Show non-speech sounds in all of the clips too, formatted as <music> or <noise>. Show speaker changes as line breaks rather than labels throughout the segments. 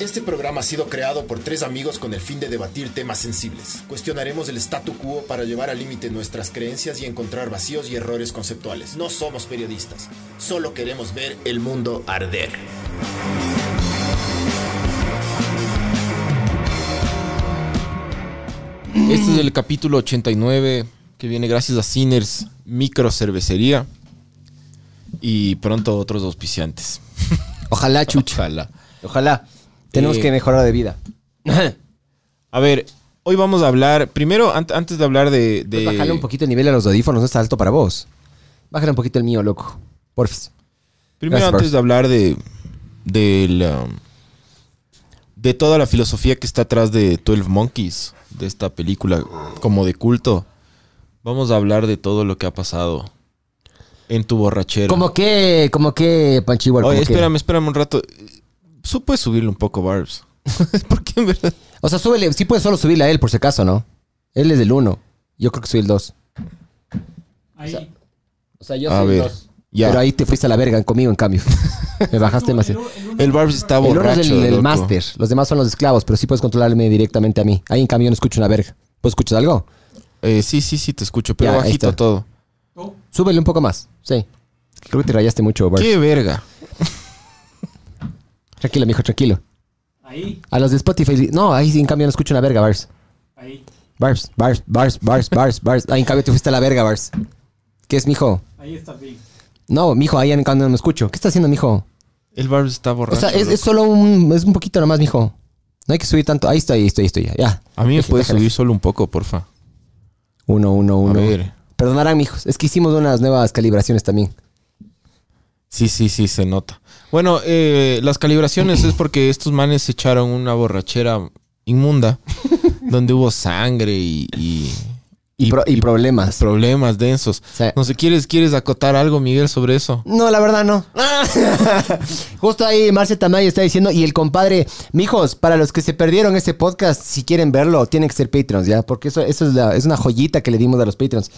Este programa ha sido creado por tres amigos con el fin de debatir temas sensibles. Cuestionaremos el statu quo para llevar al límite nuestras creencias y encontrar vacíos y errores conceptuales. No somos periodistas, solo queremos ver el mundo arder.
Este es el capítulo 89 que viene gracias a Sinners Micro Cervecería y pronto otros auspiciantes.
Ojalá, chucha.
Ojalá.
Ojalá. Tenemos
Eh,
que mejorar de vida.
A ver, hoy vamos a hablar, primero, an- antes de hablar de... de-
Pues bájale un poquito el nivel a los audífonos, no está alto para vos. Bájale un poquito el mío, loco. Porfis.
Primero,
Gracias,
antes
Bars.
de hablar de. de la- de toda la filosofía que está atrás de 12 Monkeys, de esta película como de culto, vamos a hablar de todo lo que ha pasado en tu borrachera.
Como que, como que, Panchi igual,
Oye,
como que-
espérame, espérame un rato. Su- puedes subirle un poco, Barbs. <laughs> Porque en verdad.
O sea, súbele, sí puedes solo subirle a él, por si acaso, ¿no? Él es del 1. Yo creo que soy el 2.
Ahí.
O sea, yo
A
soy
ver,
el 2.
ya.
Pero ahí te fuiste a la verga conmigo, en
<laughs>
cambio. Me bajaste
No,
demasiado.
el- uno-
El Barbs está
El uno
borracho.
es el, el
loco.
máster. Los demás son los esclavos, pero sí puedes controlarme directamente a mí. Ahí, en cambio, yo no escucho una verga. ¿Vos escuchas algo?
Eh, sí, sí, sí, te escucho, pero
Ya, ahí
bajito
está.
todo.
Oh,
Súbele un poco más. Sí. Creo que te rayaste mucho, Bart.
¡Qué verga!
Tranquilo, mijo, tranquilo.
ahí,
A los de Spotify. No, ahí sí, en cambio no escucho una verga, Bars.
ahí,
Bars, Bars, Bars, Bars, Bars, Bars. Ahí en cambio te fuiste a la verga, Bars. ¿Qué es, mijo?
ahí está bien.
No, mijo, ahí en cambio no me escucho. ¿Qué está haciendo, mijo?
El Barbs está borracho.
o sea, es,
loco.
es solo un. Es un poquito nomás, mijo. No hay que subir tanto. Ahí estoy, ahí estoy, ahí estoy. Ya. ya.
A mí me
Deje,
puedes
déjale.
subir solo un poco, porfa.
Uno, uno, uno.
ver.
Perdonarán, mijos. Es que hicimos unas nuevas calibraciones también.
Sí, sí, sí, se nota. Bueno, eh, las calibraciones es porque estos manes se echaron una borrachera
<laughs>
inmunda, donde hubo sangre y, y-
Y,
y-
pro- y
y
problemas.
problemas densos.
Sí.
No sé, ¿quieres, ¿quieres acotar algo, Miguel, sobre eso?
No, la verdad no.
Ah.
<laughs> Justo ahí Marce Tamayo está diciendo, y el compadre, mijos, para los que se perdieron este podcast, si quieren verlo, tienen que ser Patreons, ¿ya? Porque eso, eso es, la- es una joyita que le dimos a los Patreons.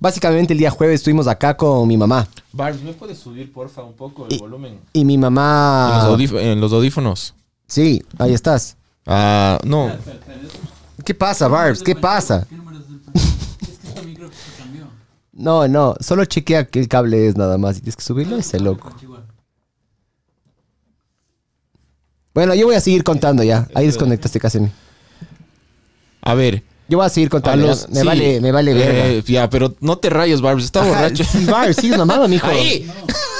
Básicamente el día jueves estuvimos acá con mi mamá.
Barbs, ¿me puedes subir, porfa, un poco el volumen?
Y mi
En los,
mamá...
audif- en los audífonos.
Sí, ahí estás.
Ah, no.
Espera, espera, espera.
¿Qué pasa, Barbs? ¿Qué pasa?
¿Qué número es del panel? Es que este micro se cambió.
No, no, solo chequea que el cable es nada más. Y tienes que subirlo ese loco.
Chihuahua.
Bueno, yo voy a seguir contando ya. Ahí desconectaste casi. a mí.
A ver.
Yo voy a seguir
A
contando. ya.
los,
me,
sí.
vale, me vale verga.
Eh, ya, pero no te rayes, Barbs, está
Ajá, <laughs>
borracho.
Sí, Bars, sigues mamado, mijo.
Ahí.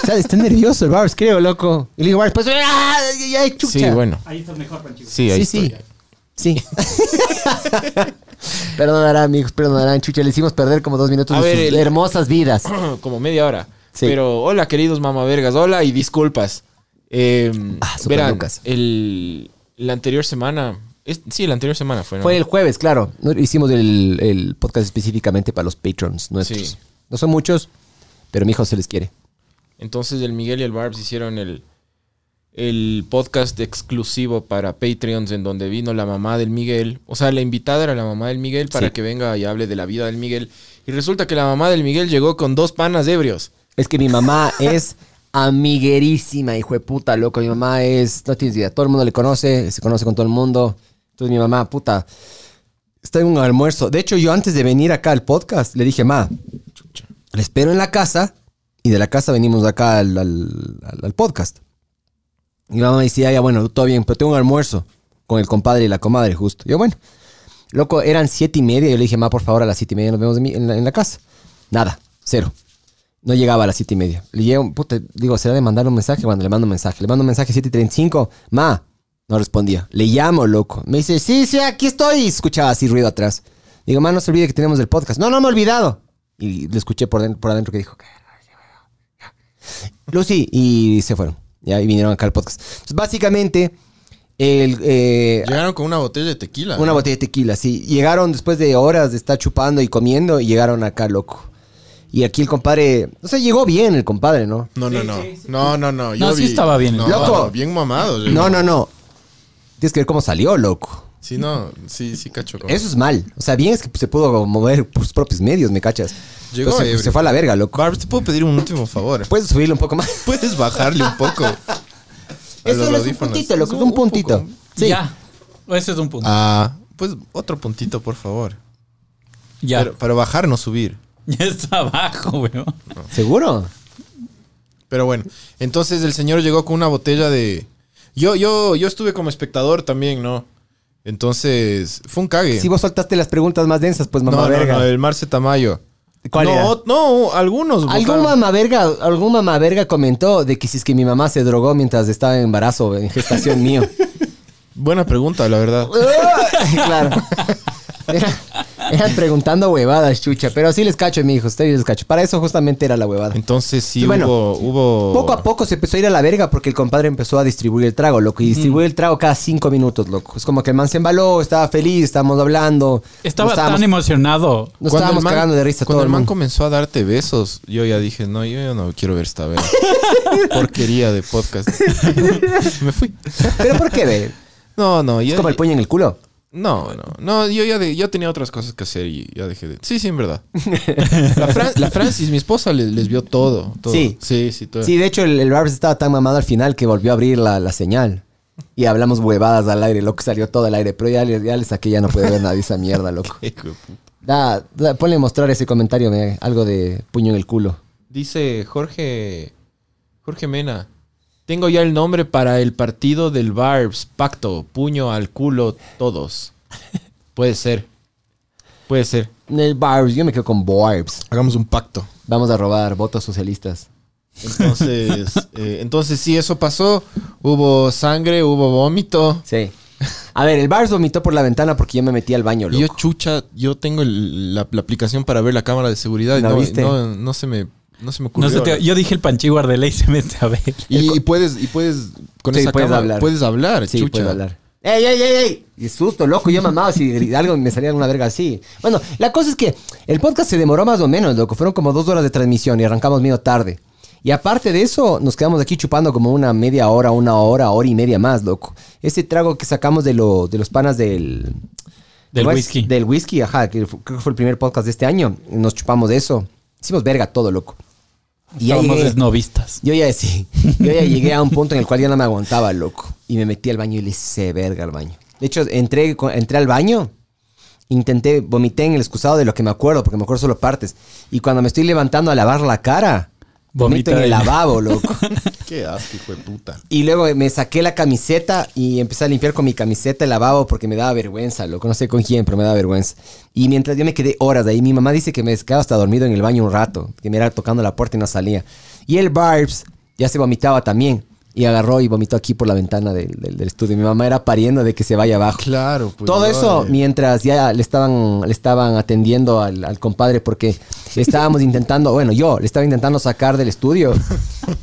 O sea, está nervioso el Bars, creo, loco. Y le digo, Bars, pues, ¡ah! ya, ya, ya, chucha.
Sí, bueno.
Ahí estás mejor, Panchigo.
Sí, ahí
Sí,
estoy.
sí. Sí. <laughs> perdonarán, amigos, perdonarán, chucha. Le hicimos perder como dos minutos
A
de
ver,
sus
el-
hermosas vidas.
<clears throat> como media hora.
Sí.
Pero hola, queridos mamavergas, hola y disculpas. Eh,
Ah, super
verán,
Lucas.
el, la anterior semana, es- sí, la anterior semana fue, ¿no?
Fue el jueves, claro. No- Hicimos el, el podcast específicamente para los patrons nuestros.
Sí.
No son muchos, pero mijo se les quiere.
Entonces el Miguel y el Barbs hicieron el, el podcast exclusivo para Patreons en donde vino la mamá del Miguel. O sea, la invitada era la mamá del Miguel para
Sí.
que venga y hable de la vida del Miguel. Y resulta que la mamá del Miguel llegó con dos panas ebrios.
Es que mi mamá es amiguerísima, hijo de puta, loco. Mi mamá es, no tienes idea, todo el mundo le conoce, se conoce con todo el mundo. Entonces mi mamá, puta, está en un almuerzo. De hecho, yo antes de venir acá al podcast, le dije, ma, le espero en la casa y de la casa venimos acá al, al- al- al podcast. Y mi mamá me decía, ya, bueno, todo bien, pero tengo un almuerzo con el compadre y la comadre, justo. Yo, bueno, loco, eran siete y media. Yo le dije, ma, por favor, a las siete y media nos vemos en, mi- en la- en la casa. Nada, cero. No llegaba a las siete y media. Le llevo, puta, digo, ¿será de mandar un mensaje? Bueno, le mando un mensaje. Le mando un mensaje 7 y 35. Ma, no respondía. Le llamo, loco. Me dice, sí, sí, aquí estoy. Y escuchaba así ruido atrás. Digo, ma, no se olvide que tenemos el podcast. No, no me he olvidado. Y le escuché por, den- por adentro que dijo, "Qué Lucy, y se fueron. Ya, y vinieron acá al podcast. Entonces, básicamente, el, eh,
Llegaron con una botella de tequila.
una botella de tequila, sí. Llegaron después de horas de estar chupando y comiendo y llegaron acá, loco. Y aquí el compadre, o sea, llegó bien el compadre, ¿no?
No, no,
Sí,
no.
sí, sí.
No, no, no. yo
No, sí
vi-
estaba bien.
No,
Loco.
Bien mamado. yo-
No, no, no. Tienes que ver cómo salió, loco.
Sí, no. Sí, sí, cacho. como-
Eso es mal. O sea, bien es que se pudo mover por sus propios medios, ¿me cachas?
Llegó
Pero se,
ebrio.
se fue a la verga, loco.
Barbs, te puedo pedir un último favor.
Puedes subirle un poco más.
Puedes bajarle un
<laughs>
poco. a
Es
los
solo es un
audífonos?
puntito, loco. Es un puntito.
poco.
Sí.
Ya. Ese es un punto.
Ah, pues otro puntito, por favor.
ya.
Pero, pero bajar, no subir.
<laughs> Ya está abajo, weón.
¿Seguro?
Pero bueno, entonces el señor llegó con una botella de... Yo, yo, yo estuve como espectador también, ¿no? Entonces, fue un cague.
Si vos soltaste las preguntas más densas, pues mamá
no, no,
verga.
no, el Marce Tamayo.
¿Cuál
no,
era?
ot- Pues, no, algunos.
Algún
votaron.
mamá verga, algún mamá verga comentó de que si es que mi mamá se drogó mientras estaba en embarazo, en
<laughs>
gestación mío. <laughs>
Buena pregunta, la verdad.
claro. Era- eran preguntando huevadas, chucha. Pero sí les cacho, mi hijo. Ustedes les cacho. Para eso justamente era la huevada.
Entonces sí
Sí, bueno,
hubo, hubo...
Poco a poco se empezó a ir a la verga porque el compadre empezó a distribuir el trago, loco. Y distribuye el trago cada cinco minutos, loco. Es como que el man se embaló, estaba feliz, estábamos hablando.
Estaba
nos estábamos,
tan emocionado.
nos
em- Cuando
estábamos
el man-
cagando de risa
Cuando
todo
el
el
man
mundo.
comenzó a darte besos, yo ya dije, no, yo ya no quiero ver esta verga.
<laughs>
porquería de podcast. Me fui.
¿Pero por
<laughs>
qué, ve?
No, no, yo...
Es como el puño en el culo.
No, no, no, yo ya de- yo tenía otras cosas que hacer y ya dejé de... Sí, sí, en
<laughs>
verdad. La, Fran- la Francis, mi esposa, le- les, vio todo, todo.
Sí.
Sí, sí, todo.
Sí, de hecho, el, el Barbs estaba tan mamado al final que volvió a abrir la, la señal. Y hablamos huevadas al aire, loco, salió todo al aire. Pero ya, le- ya le saqué, ya no puede ver nadie esa mierda, loco.
Hijo de puta.
Da, da, ponle mostrar ese comentario, me- algo de puño en el culo.
Dice Jorge... Jorge Mena. Tengo ya el nombre para el partido del Barbs. Pacto, puño al culo, todos. Puede ser. Puede ser.
El Barbs, yo me quedo con Barbs.
Hagamos un pacto.
Vamos a robar votos socialistas.
Entonces, <laughs> eh, entonces sí, eso pasó. Hubo sangre, hubo vómito.
Sí. A ver, el Barbs vomitó por la ventana porque yo me metí al baño,
Y yo,
loco.
chucha, yo tengo el- la, la aplicación para ver la cámara de seguridad. y
¿La
no,
viste?
no- no se me, no se me ocurrió.
No se te- yo dije el panchiguar de ley <laughs> se mete a ver.
y, y puedes, y puedes, con
Sí,
esa
puedes
cámara,
hablar.
puedes hablar,
Sí,
chucha.
puedo hablar. ¡Ey, ey, ey, ey! Y susto, loco, yo mamado si
<laughs>
gri- algo me salía una verga así. Bueno, la cosa es que el podcast se demoró más o menos, loco. Fueron como dos horas de transmisión y arrancamos medio tarde. Y aparte de eso, nos quedamos aquí chupando como una media hora, una hora, hora y media más, loco. Ese trago que sacamos de, lo, de los panas del...
Del
¿cómo es?
whisky.
Del whisky, ajá, que fu- creo que fue el primer podcast de este año. Nos chupamos de eso. Hicimos verga todo, loco. Y ya
Estábamos
llegué-
esnovistas.
yo ya sí. Yo ya llegué a un punto en el cual ya no me aguantaba, loco. Y me metí al baño y le hice verga al baño. De hecho, entré, co- entré al baño, intenté, vomité en el excusado de lo que me acuerdo, porque me acuerdo solo partes. Y cuando me estoy levantando a lavar la cara, vomito
Vomita
en el
de-
lavabo, loco.
Qué asco, hijo de puta.
Y luego me saqué la camiseta y empecé a limpiar con mi camiseta el lavabo porque me daba vergüenza, loco. No sé con quién, pero me daba vergüenza. Y mientras yo me quedé horas de ahí, mi mamá dice que me quedaba hasta dormido en el baño un rato, que me era tocando la puerta y no salía. Y el Barbs ya se vomitaba también. Y agarró y vomitó aquí por la ventana del, del- del estudio. Mi mamá era pariendo de que se vaya abajo.
Claro, pues.
Todo
no,
eso
eh.
mientras ya le estaban, le estaban atendiendo al, al compadre porque le estábamos <laughs> intentando, bueno, yo le estaba intentando sacar del estudio.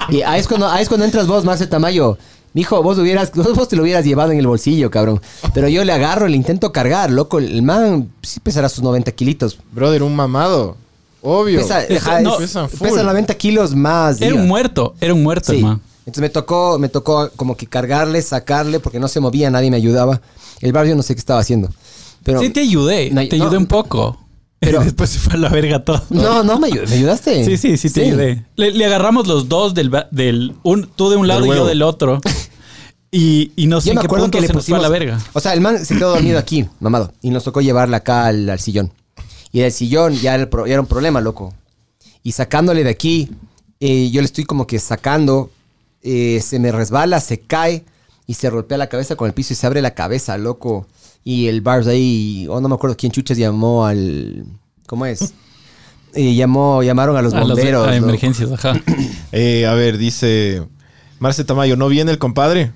Y ahí es cuando, ahí es cuando entras vos, Marce Tamayo. Mijo, vos, hubieras, vos, vos te lo hubieras llevado en el bolsillo, cabrón. Pero yo le agarro, le intento cargar, loco. El man sí pesará sus 90 kilitos.
Brother, un mamado. Obvio.
Pesa,
Es-
ajá,
no,
es-
pesan full.
pesa 90 kilos más.
Era
diga.
un muerto, era un muerto,
Sí.
hermano.
Entonces me tocó, me tocó como que cargarle, sacarle, porque no se movía, nadie me ayudaba. El barrio no sé qué estaba haciendo. Pero
sí, te ayudé,
No,
te
no.
ayudé un poco.
Pero-
y <laughs> después se fue a la verga todo.
No, no, me, ayu- me ayudaste.
Sí, sí, sí, te ayudé. Le, le agarramos los dos del, ba- del un, tú de un lado
Del
y yo
huevo.
del otro. Y, y no sé
Yo
en
me
qué
acuerdo
punto
que le
se nos fue a
pusimos.
la verga.
O sea, el man se quedó dormido aquí, mamado. Y nos tocó llevarla acá al, al sillón. Y del sillón ya era, el pro- ya era un problema, loco. Y sacándole de aquí, eh, yo le estoy como que sacando. eh, se me resbala, se cae y se golpea la cabeza con el piso y se abre la cabeza, loco. Y el Barbs ahí, oh, no me acuerdo quién chuches llamó al. ¿Cómo es? Eh, llamó, llamaron a los
A las-
bomberos.
a
loco.
emergencias, ajá.
Eh, a ver, dice Marce Tamayo, ¿no viene el compadre?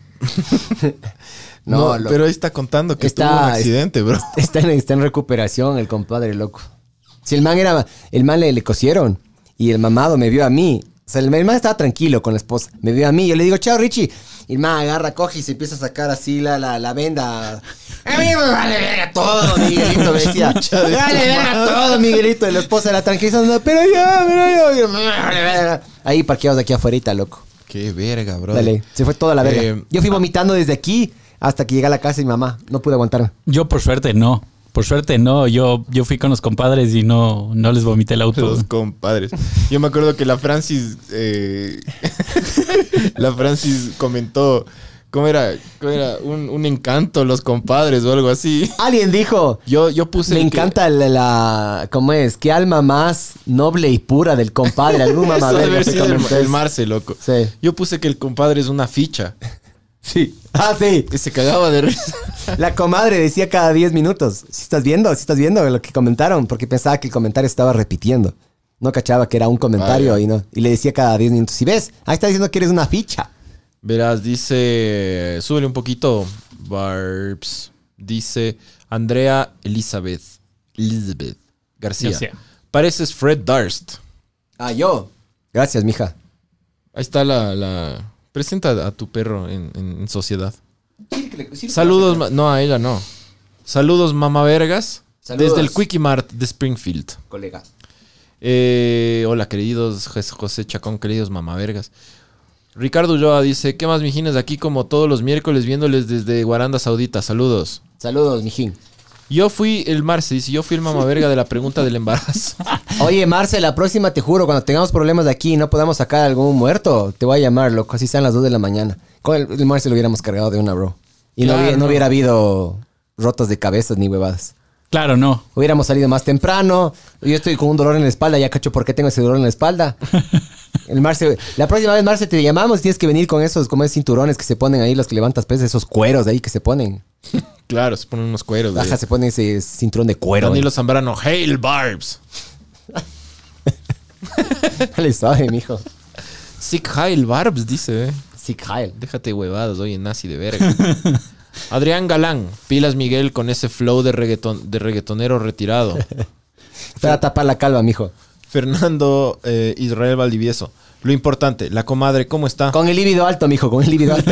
No,
No,
loco.
pero ahí está contando que
Está-
tuvo un accidente, bro.
Está en, está en recuperación el compadre, loco. Si el man era. El man le, le cosieron y el mamado me vio a mí. O sea, el, el man estaba tranquilo con la esposa. Me vio a mí. Yo le digo, chao, Richie. Y el man agarra, coge y se empieza a sacar así la, la, la venda. A mí me vale verga todo, Miguelito. Me decía, me vale verga todo, Miguelito. Y la esposa la tranquilizando, pero ya, pero ya. Y yo, "Me vale verga". Ahí parqueados de aquí afuera, loco.
Qué verga, bro.
Dale, se fue toda la verga.
Eh,
Yo fui vomitando desde aquí hasta que llegué a la casa de mi mamá. No pude aguantarme.
Yo, por suerte, no. Por suerte, no. Yo, yo fui con los compadres y no, no les vomité el auto.
Los compadres. Yo me acuerdo que la Francis. eh, <laughs> la Francis comentó. ¿Cómo era? ¿Cómo era? Un, un encanto, los compadres o algo así.
Alguien dijo.
Yo, yo puse.
Me
el que-
encanta la, la- ¿Cómo es? ¿Qué alma más noble y pura del
<laughs>
compadre? Algún
Eso
mamá
debe
verga
haber
que
sido el,
comentó
el
eso.
Marce, loco.
Sí.
Yo puse que el compadre es una ficha.
Sí. Ah, sí.
Y se cagaba de risa. <laughs>
La comadre decía cada 10 minutos. Si estás viendo, si estás viendo lo que comentaron, porque pensaba que el comentario estaba repitiendo. No cachaba que era un comentario
Vaya.
y no. Y le decía cada 10 minutos. Si ves, ahí está diciendo que eres una ficha.
Verás, dice. Súbele un poquito. Barbs. Dice Andrea Elizabeth. Elizabeth García.
García.
Pareces Fred Darst.
Ah, yo. Gracias, mija.
Ahí está la. la- Presenta a tu perro en, en- en sociedad. Saludos, ma- no, a ella no. Saludos, mamá vergas.
Saludos.
Desde el Quickie Mart de Springfield.
colega.
Eh, hola, queridos Jes- José Chacón, queridos mamavergas. Ricardo Ulloa dice: ¿Qué más, mijines? Aquí, como todos los miércoles, viéndoles desde Guaranda Saudita. Saludos.
Saludos, mijín.
Yo fui el Marce, dice: Yo fui el mamaverga de la pregunta del embarazo. <laughs>
Oye, Marce, la próxima te juro, cuando tengamos problemas de aquí y no podamos sacar a algún muerto, te voy a llamar, loco. Así sean las 2 de la mañana. Con el, el Marce lo hubiéramos cargado de una, bro. Y no
Claro.
hubiera- no hubiera habido rotas de cabezas ni huevadas.
Claro, no.
Hubiéramos salido más temprano. Yo estoy con un dolor en la espalda. Ya cacho por qué tengo ese dolor en la <laughs> espalda. El Marce, la próxima vez, Marce, te llamamos. Tienes que venir con esos como esos cinturones que se ponen ahí, los que levantas pesas, esos cueros de ahí que se ponen.
claro, se ponen unos cueros. de-
Baja, se pone ese cinturón de cuero. <laughs>
Danilo Zambrano, Hail Barbs.
Le sabe, mijo.
Sick Hail Barbs, dice, eh.
<laughs> Sí, Kyle.
Déjate huevadas, oye, nazi de verga. <laughs> Adrián Galán, pilas Miguel con ese flow de, reggaeton- de reggaetonero
<laughs>
retirado.
Para tapar la calva, mijo.
Fernando eh, Israel Valdivieso. Lo importante, la comadre, ¿cómo está?
Con el líbido alto, mijo, con el líbido
<laughs>
alto.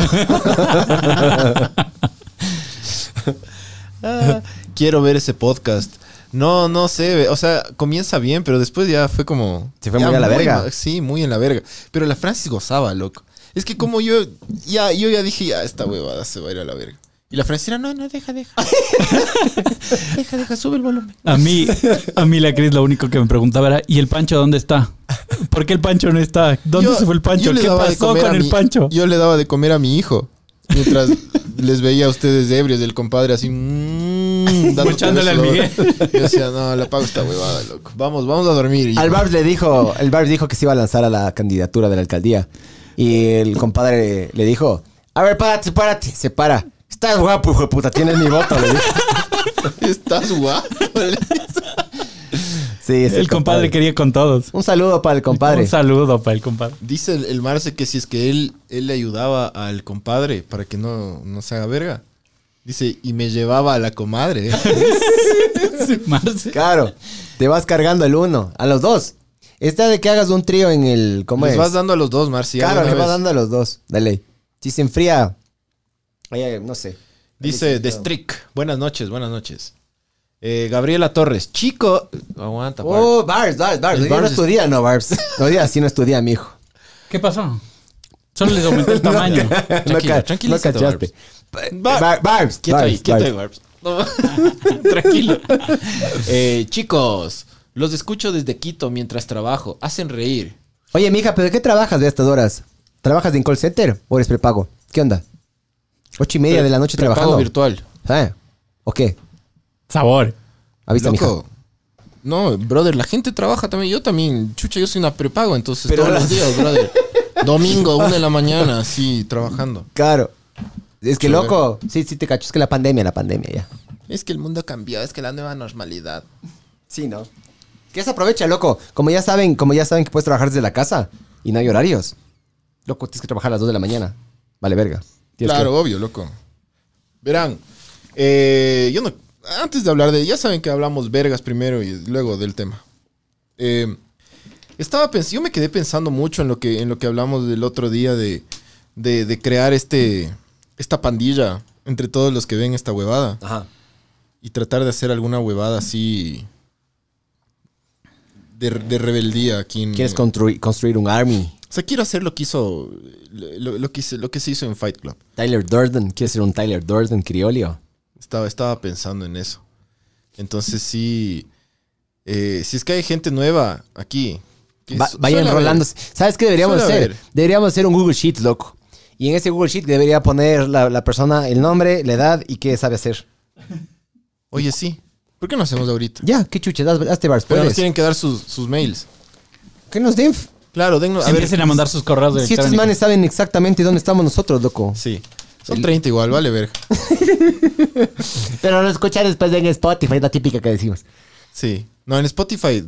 Ah, quiero ver ese podcast. No, no sé, ve- o sea, comienza bien, pero después ya fue como...
Se fue
ya
muy a la verga.
ma- Sí, muy en la verga. Pero la Francis gozaba, loco. Es que como yo ya, yo ya dije, ya, esta huevada se va a ir a la verga. Y la Francis era, no, no, deja,
<laughs>
deja. deja, deja, sube el volumen.
A mí, a mí la Cris lo único que me preguntaba era, ¿y el Pancho dónde está? ¿Por qué el Pancho no está? ¿Dónde
Yo-
se fue el
yo
Pancho?
le
¿Qué
daba de
pasó
comer a
con el
mi-
Pancho?
Yo le daba de comer a mi hijo.
<laughs>
Mientras les veía a ustedes ebrios del compadre así. Mmm, dando
Mochándole al
cabezador. <laughs> Yo decía, no, la pago esta huevada, loco. Vamos, vamos a dormir. Y- <laughs>
Al Barbs le dijo, el Barbs dijo que se iba a lanzar a la candidatura de la alcaldía. Y el compadre le dijo, a ver, párate, párate. Se para. Estás guapo, hijo de puta, tienes mi voto,
<laughs>
le dijo.
Estás guapo.
Sí, es
el compadre quería con todos.
Un saludo para el compadre.
Un saludo para el compadre.
<laughs> Dice el, el Marce que si es que él, él le ayudaba al compadre para que no, no se haga verga. Dice, y me llevaba a la comadre.
Marce.
Claro. Te vas cargando el uno. A los dos. Esta de que hagas un trío en el... ¿Cómo
Les
es?
vas dando a los dos, Marce. ya de
claro,
una
le vas
vez.
dando a los dos. Dale. Si se enfría... Oye, no sé.
Dice The Strick. Buenas noches, buenas noches. Eh, Gabriela Torres. Chico. Aguanta, Park. <laughs>
Oh, Barbs, Barbs, Barbs.
El
Hoy día no
Barbs es-
estudia, no, Barbs. Hoy día sí <laughs> no estudia, mijo.
¿Qué pasó? Solo les
<laughs>
aumentó el tamaño.
Tranquilo,
no, ca-
tranquilo,
no cachaste.
Bar-
Eh, Bar- Barbs,
Quieto ahí,
Barbs,
quieto ahí,
Barbs.
Barbs. No, <laughs> Tranquilo. Eh, chicos, los escucho desde Quito mientras trabajo. Hacen reír.
Oye, mija, ¿pero de qué trabajas de estas horas? ¿Trabajas en call center o eres prepago? ¿Qué onda? Ocho y media de la noche
Prepago
trabajando.
virtual.
¿Eh? ¿O qué?
Sabor.
Avisa, mija.
Loco. No, brother, la gente trabaja también. Yo también, chucha, yo soy una prepago, entonces
Pero
todos
las-
los
<laughs>
días, brother. Domingo, una de la mañana, así, trabajando.
Claro. Es que
Chulo.
loco. Sí, sí, te cacho. Es que la pandemia, la pandemia ya.
Es que el mundo cambió, es que la nueva normalidad.
Sí, ¿no? Que se aprovecha, loco. Como ya saben, como ya saben que puedes trabajar desde la casa y no hay horarios. Loco, tienes que trabajar a las 2 de la mañana. Vale, verga. Tienes
Claro, obvio, loco. Verán, eh, yo no. Antes de hablar de. Ya saben que hablamos vergas primero y luego del tema. Eh, estaba pens- Yo me quedé pensando mucho en lo que, en lo que hablamos del otro día de, de, de crear este, esta pandilla entre todos los que ven esta huevada
que- Ajá.
y tratar de hacer alguna huevada así. De, de rebeldía aquí en.
Quieres construir, construir un army.
O sea, quiero hacer lo que hizo. Lo, lo que hice- lo que se hizo en Fight Club.
Tyler Durden, quiere ser un Tyler Durden criolio.
Estaba, estaba pensando en eso.
Entonces sí, eh, si es que hay gente nueva aquí. que
Va-
su-
vayan
suele haber.
rolándose. ¿Sabes qué deberíamos
Suele
hacer?
haber.
Deberíamos hacer un Google Sheet, loco. Y en ese Google Sheet debería poner la, la persona, el nombre, la edad y qué sabe hacer.
Oye, sí. ¿Por qué no hacemos ahorita?
Ya, qué chuches, haz- hazte bars,
Pero nos
puedes.
tienen que dar sus, sus mails.
Que nos den. f-
Claro, dennos.
Se empiecen a mandar sus correos
Si estos
electrónicos.
manes saben exactamente dónde estamos nosotros, loco.
Sí. Son 30 igual, vale, verga.
Pero lo escuchan después en Spotify, es la típica que decimos.
Sí. No, en Spotify,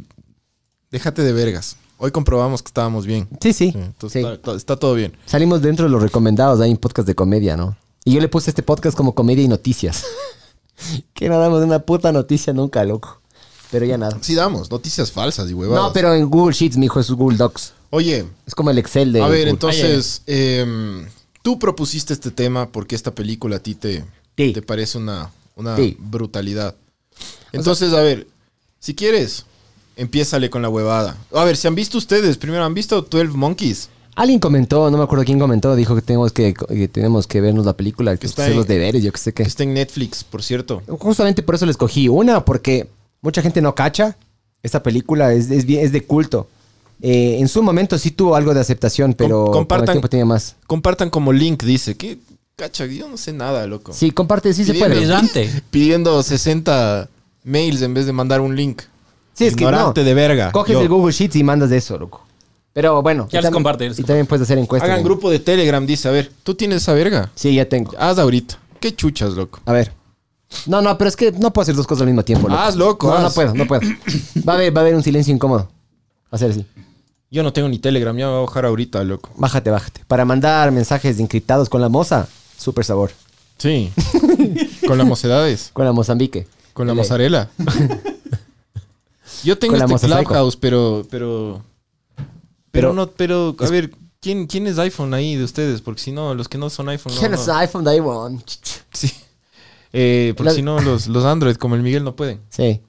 déjate de vergas. Hoy comprobamos que estábamos bien.
Sí, sí.
Sí, entonces
sí.
Está, está- está todo bien.
Salimos dentro de los recomendados, hay un podcast de comedia, ¿no? Y yo le puse este podcast como comedia y noticias. <laughs> que no damos una puta noticia nunca, loco. Pero ya nada.
Sí damos noticias falsas y huevadas.
No, pero en Google Sheets, mijo, es Google Docs.
Oye,
Es como el Excel de.
a ver,
Google.
entonces, em, tú propusiste este tema porque esta película a ti te,
Sí.
te parece una, una
Sí.
brutalidad. Entonces, a ver, si quieres, empiézale con la huevada. A ver, si han visto ustedes, primero, ¿han visto 12 Monkeys?
Alguien comentó, no me acuerdo quién comentó, dijo que tenemos que, que tenemos que vernos la película, que
está
hacer
ahí.
los deberes, yo que sé
Que
qué.
está en Netflix, por cierto.
Justamente por eso le escogí una, porque mucha gente no cacha. Esta película es, es, bien- es de culto. Eh, en su momento sí tuvo algo de aceptación, pero
Com-
con el
compartan-
tiempo tenía más.
Compartan como link, dice. ¿Qué? Cacha, yo no sé nada, loco.
Sí, comparte, sí se
Pidiendo-
puede.
Pidiendo 60 mails en vez de mandar un link.
Sí, es que
Ignorante
no.
de verga.
Coges
Yo.
el Google Sheets y mandas de eso, loco. Pero bueno.
Ya
y
les
tam-
comparte, ya les
Y también puedes hacer encuestas.
Hagan
¿no?
grupo de Telegram, dice. A ver, tú tienes esa verga.
Sí, ya tengo.
Haz ahorita. Qué chuchas, loco.
A ver. No, no, pero es que no puedo hacer dos cosas al mismo tiempo, loco.
Haz, Ah, loco,
No, no
haz.
puedo, no puedo. Va a haber, va a haber un silencio incómodo. Hacer así.
Yo no tengo ni Telegram, ya me voy a bajar ahorita, loco.
Bájate, bájate. Para mandar mensajes encriptados con la moza, súper sabor.
<laughs> Sí. Con las mocedades.
Con la Mozambique.
Con la
Dale.
<laughs> mozzarella. Yo tengo
Con la
este
mozasaico.
Clubhouse, pero, pero. Pero
Pero-
no, pero. A ver, ¿quién, ¿quién es iPhone ahí de ustedes? Porque si no, los que no son iPhone. no,
¿Quién
no.
es iPhone de iPhone?
Sí. Eh, porque
La-
si no, los, los Android, como el Miguel, no pueden.
Sí,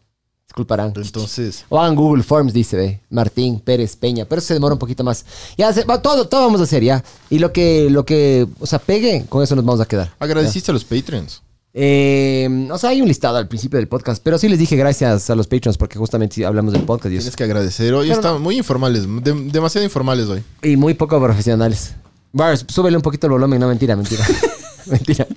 disculparán.
Entonces.
O hagan Google Forms, dice ve, Martín Pérez Peña. Pero eso se demora un poquito más. Ya, se- va- todo, todo vamos a hacer, ya. Y lo que, lo que, o sea, pegue, con eso nos vamos a quedar.
Agradeciste a los Patreons.
Eh, o sea, hay un listado al principio del podcast, pero sí les dije gracias a los patrons porque justamente sí hablamos del podcast y, eso.
Tienes que agradecer. Hoy
Pero-
están muy informales, de- demasiado informales hoy.
Y muy poco profesionales. Bars, súbele un poquito el volumen, no mentira, mentira. mentira,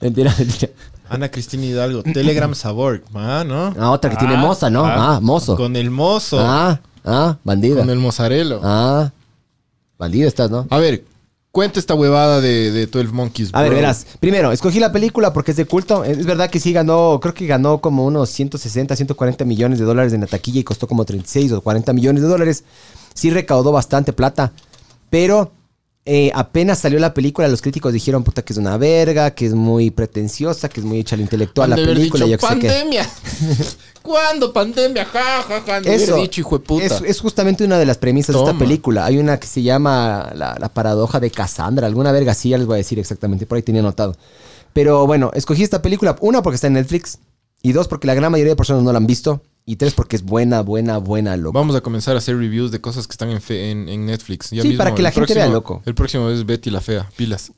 mentira, mentira.
Ana Cristina Hidalgo, Telegram Sabor, ah, ¿no?
Ah, otra que tiene
Ah,
moza, ¿no? Ah, mozo.
Con el mozo,
Ah, ah, bandida.
con el mozzarella.
Ah, bandido estás, ¿no?
A ver, cuenta esta huevada de, de 12 Monkeys.
A ver,
bro.
verás. Primero, escogí la película porque es de culto. Es verdad que sí ganó, creo que ganó como unos 160, 140 millones de dólares en la taquilla y costó como 36 o 40 millones de dólares. Sí recaudó bastante plata, pero eh, apenas salió la película, los críticos dijeron, puta, que es una verga, que es muy pretenciosa, que es muy hecha al intelectual
Han
la
de haber
película.
dicho,
yo que sé qué.
pandemia.
<laughs>
¿Cuándo pandemia? Ja, ja, ja. Han de haber
Eso
dicho, hijo de puta.
Es, es justamente una de las premisas de
Toma.
esta película. Hay una que se llama la, la paradoja de Cassandra, alguna verga así, ya les voy a decir exactamente, por ahí tenía anotado. Pero bueno, escogí esta película, una porque está en Netflix, y dos porque la gran mayoría de personas no la han visto, y tres porque es buena, buena, buena, loco.
Vamos a comenzar a hacer reviews de cosas que están en, fe- en, en Netflix. Ya
Sí,
mismo,
para que la
el
gente vea,
próximo-
loco.
El próximo es Betty la Fea, pilas.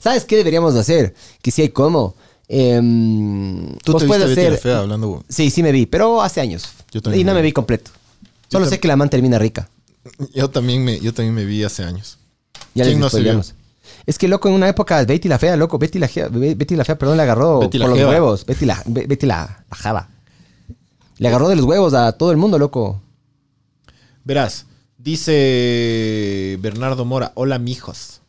¿Sabes qué deberíamos de hacer? Que si hay cómo. Em,
Tú
vos
te viste
puedes
Betty la
hacer...
Fea hablando.
Sí, sí me vi, pero hace años.
Yo también
Y no
me
me
vi.
vi completo. Solo
tam-
sé que la man termina rica.
Yo también me, yo también me vi hace años.
Ya
¿Quién
les
no se vio?
spoileamos. Es que loco, en una época Betty la fea, loco, Betty la Gea- Be- Betty la fea, perdón, le agarró
Betty la
por los
Jeva.
huevos, Betty la Be- Betty la la java. Le agarró de los huevos a todo el mundo, loco.
Verás, dice Bernardo Mora, hola mijos.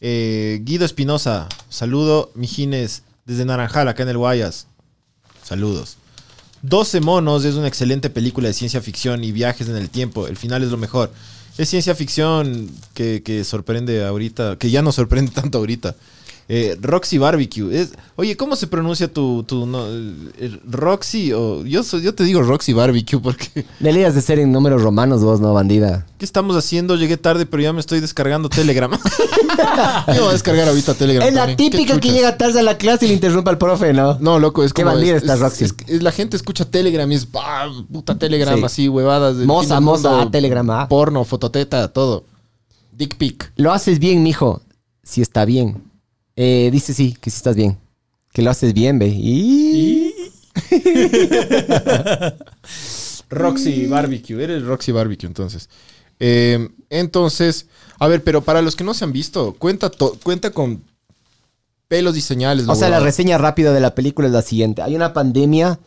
Eh, Guido Espinosa, saludo, mijines, desde Naranjal, acá en el Guayas. Saludos. 12 monos es una excelente película de ciencia ficción y viajes en el tiempo. El final es lo mejor. Es ciencia ficción que, que sorprende ahorita, que ya no sorprende <laughs> tanto ahorita. Eh, Roxy Barbecue. Es, oye, ¿cómo se pronuncia tu, tu no- eh, Roxy? O, yo, so- yo te digo Roxy Barbecue porque...
Le lías de ser en números romanos vos, no, bandida.
¿Qué estamos haciendo? Llegué tarde, pero ya me estoy descargando Telegram. <laughs> Yo voy a descargar ahorita Telegram.
Es la
también. ¿Qué
típica que
chuchas?
llega tarde a la clase y le interrumpe al profe, ¿no?
No, loco, es
Qué
como...
bandida
es-
está
es-
Roxy.
es- es- la gente escucha Telegram y es... "Bah, puta Telegram,
Sí.
así, huevadas. del
Moza,
fin del
moza,
mundo,
ah, Telegram, ah.
Porno, fototeta, todo. Dick pic.
Lo haces bien, mijo. Si está bien. Eh, dice sí, que si estás bien. Que lo haces bien, ve. Y...
Roxy
Mm.
Barbecue. Eres Roxy Barbecue, entonces.
Em,
Eh, entonces, a ver, pero para los que no se han visto, cuenta, to- cuenta con pelos y señales.
O sea, la
huevada.
reseña rápida de la película es la siguiente. Hay una pandemia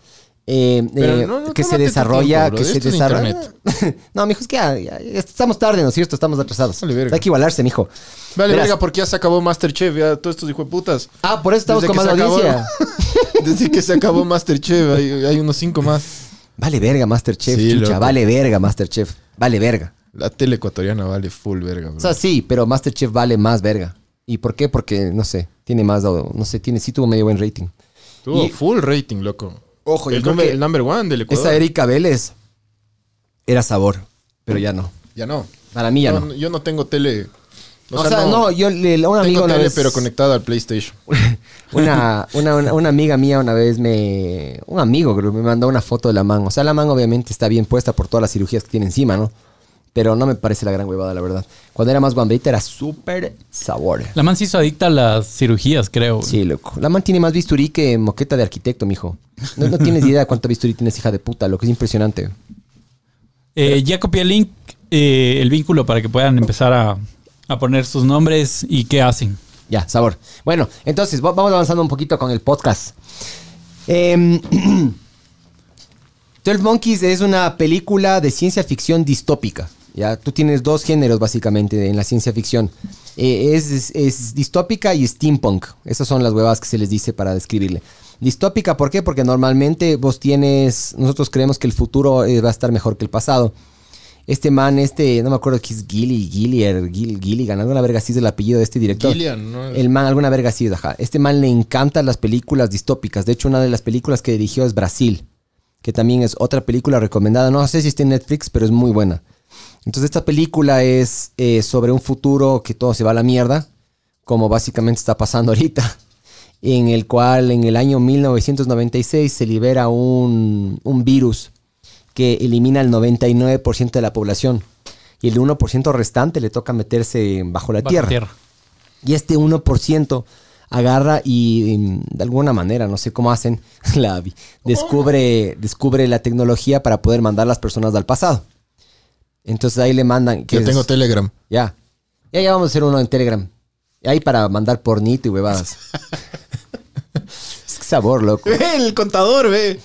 eh,
Pero
eh,
no- no
que se
tómate tu
desarrolla,
tiempo, bro.
que se
Esto es
desarrolla. <laughs> no, mijo, es que ah, ya, ya estamos tarde, ¿no es cierto? Estamos atrasados.
Dale, verga.
Hay que igualarse, mijo.
Vale,
Verás.
verga, porque ya se acabó Masterchef, ya todos estos hijueputas.
Ah, por eso estamos
Desde
con más
que se acabó-
audiencia.
<laughs> Desde que se acabó Masterchef, hay, hay unos cinco más.
Vale verga, Masterchef,
Sí,
chucha.
loco.
Vale verga, Masterchef. Vale verga.
La tele ecuatoriana vale full verga, bro.
O sea, sí, pero Masterchef vale más verga. ¿Y por qué? Porque, no sé, tiene más, no sé, tiene, sí tuvo medio buen rating.
Tuvo
y-
full rating, loco.
Ojo, yo
el,
creo
number,
que
el number one del Ecuador.
esa Erika Vélez era sabor, pero ya no.
Ya no.
Para mí ya
No,
no.
Yo no tengo tele.
O, sea, no, yo le, a un amigo
tengo
una
tele,
vez-
pero conectada al PlayStation.
una, una, una- una amiga mía una vez me... Un amigo creo, me mandó una foto de la man. O sea, la man obviamente está bien puesta por todas las cirugías que tiene encima, ¿no? Pero no me parece la gran huevada, la verdad. Cuando era más guambita era súper sabor.
La man se hizo adicta a las cirugías, creo.
Sí, loco. La man tiene más bisturí que moqueta de arquitecto, mijo. No, no tienes idea cuánto bisturí tienes, hija de puta, lo que es impresionante.
Eh, ya copié el link, eh, el vínculo para que puedan empezar a, a poner sus nombres y qué hacen.
Ya, sabor. Bueno, entonces va- vamos avanzando un poquito con el podcast. Em, <clears throat> 12 Monkeys es una película de ciencia ficción distópica. Ya, tú tienes dos géneros básicamente en la ciencia ficción. Eh, es, es- es distópica y steampunk. Esas son las huevas que se les dice para describirle. Distópica, ¿por qué? Porque normalmente vos tienes, nosotros creemos que el futuro eh, va a estar mejor que el pasado. Este man, este, no me acuerdo que es Gilly, Gillier, Gil, Gilligan, alguna verga así es el apellido de este director.
Gillian, ¿no?
El man, alguna verga así, ajá. Este man le encantan las películas distópicas. De hecho, una de las películas que dirigió es Brasil, que también es otra película recomendada. No sé si está en Netflix, pero es muy buena. Entonces, esta película es eh, sobre un futuro que todo se va a la mierda, como básicamente está pasando <laughs> ahorita, en el cual en el año 1996 se libera un, un virus que elimina el 99% de la población. Y el 1% restante le toca meterse bajo la
Bajo
tierra. Y este 1% agarra y em, de alguna manera, no sé cómo hacen, <laughs> la, vi- descubre, descubre la tecnología para poder mandar las personas al pasado. Entonces ahí le mandan... que
Yo
es-
tengo
<laughs>
Telegram.
ya. Ya, ya vamos a hacer uno en Telegram. Ahí para mandar pornito
<laughs>
y huevadas. es que sabor, loco.
Ve el contador, ve.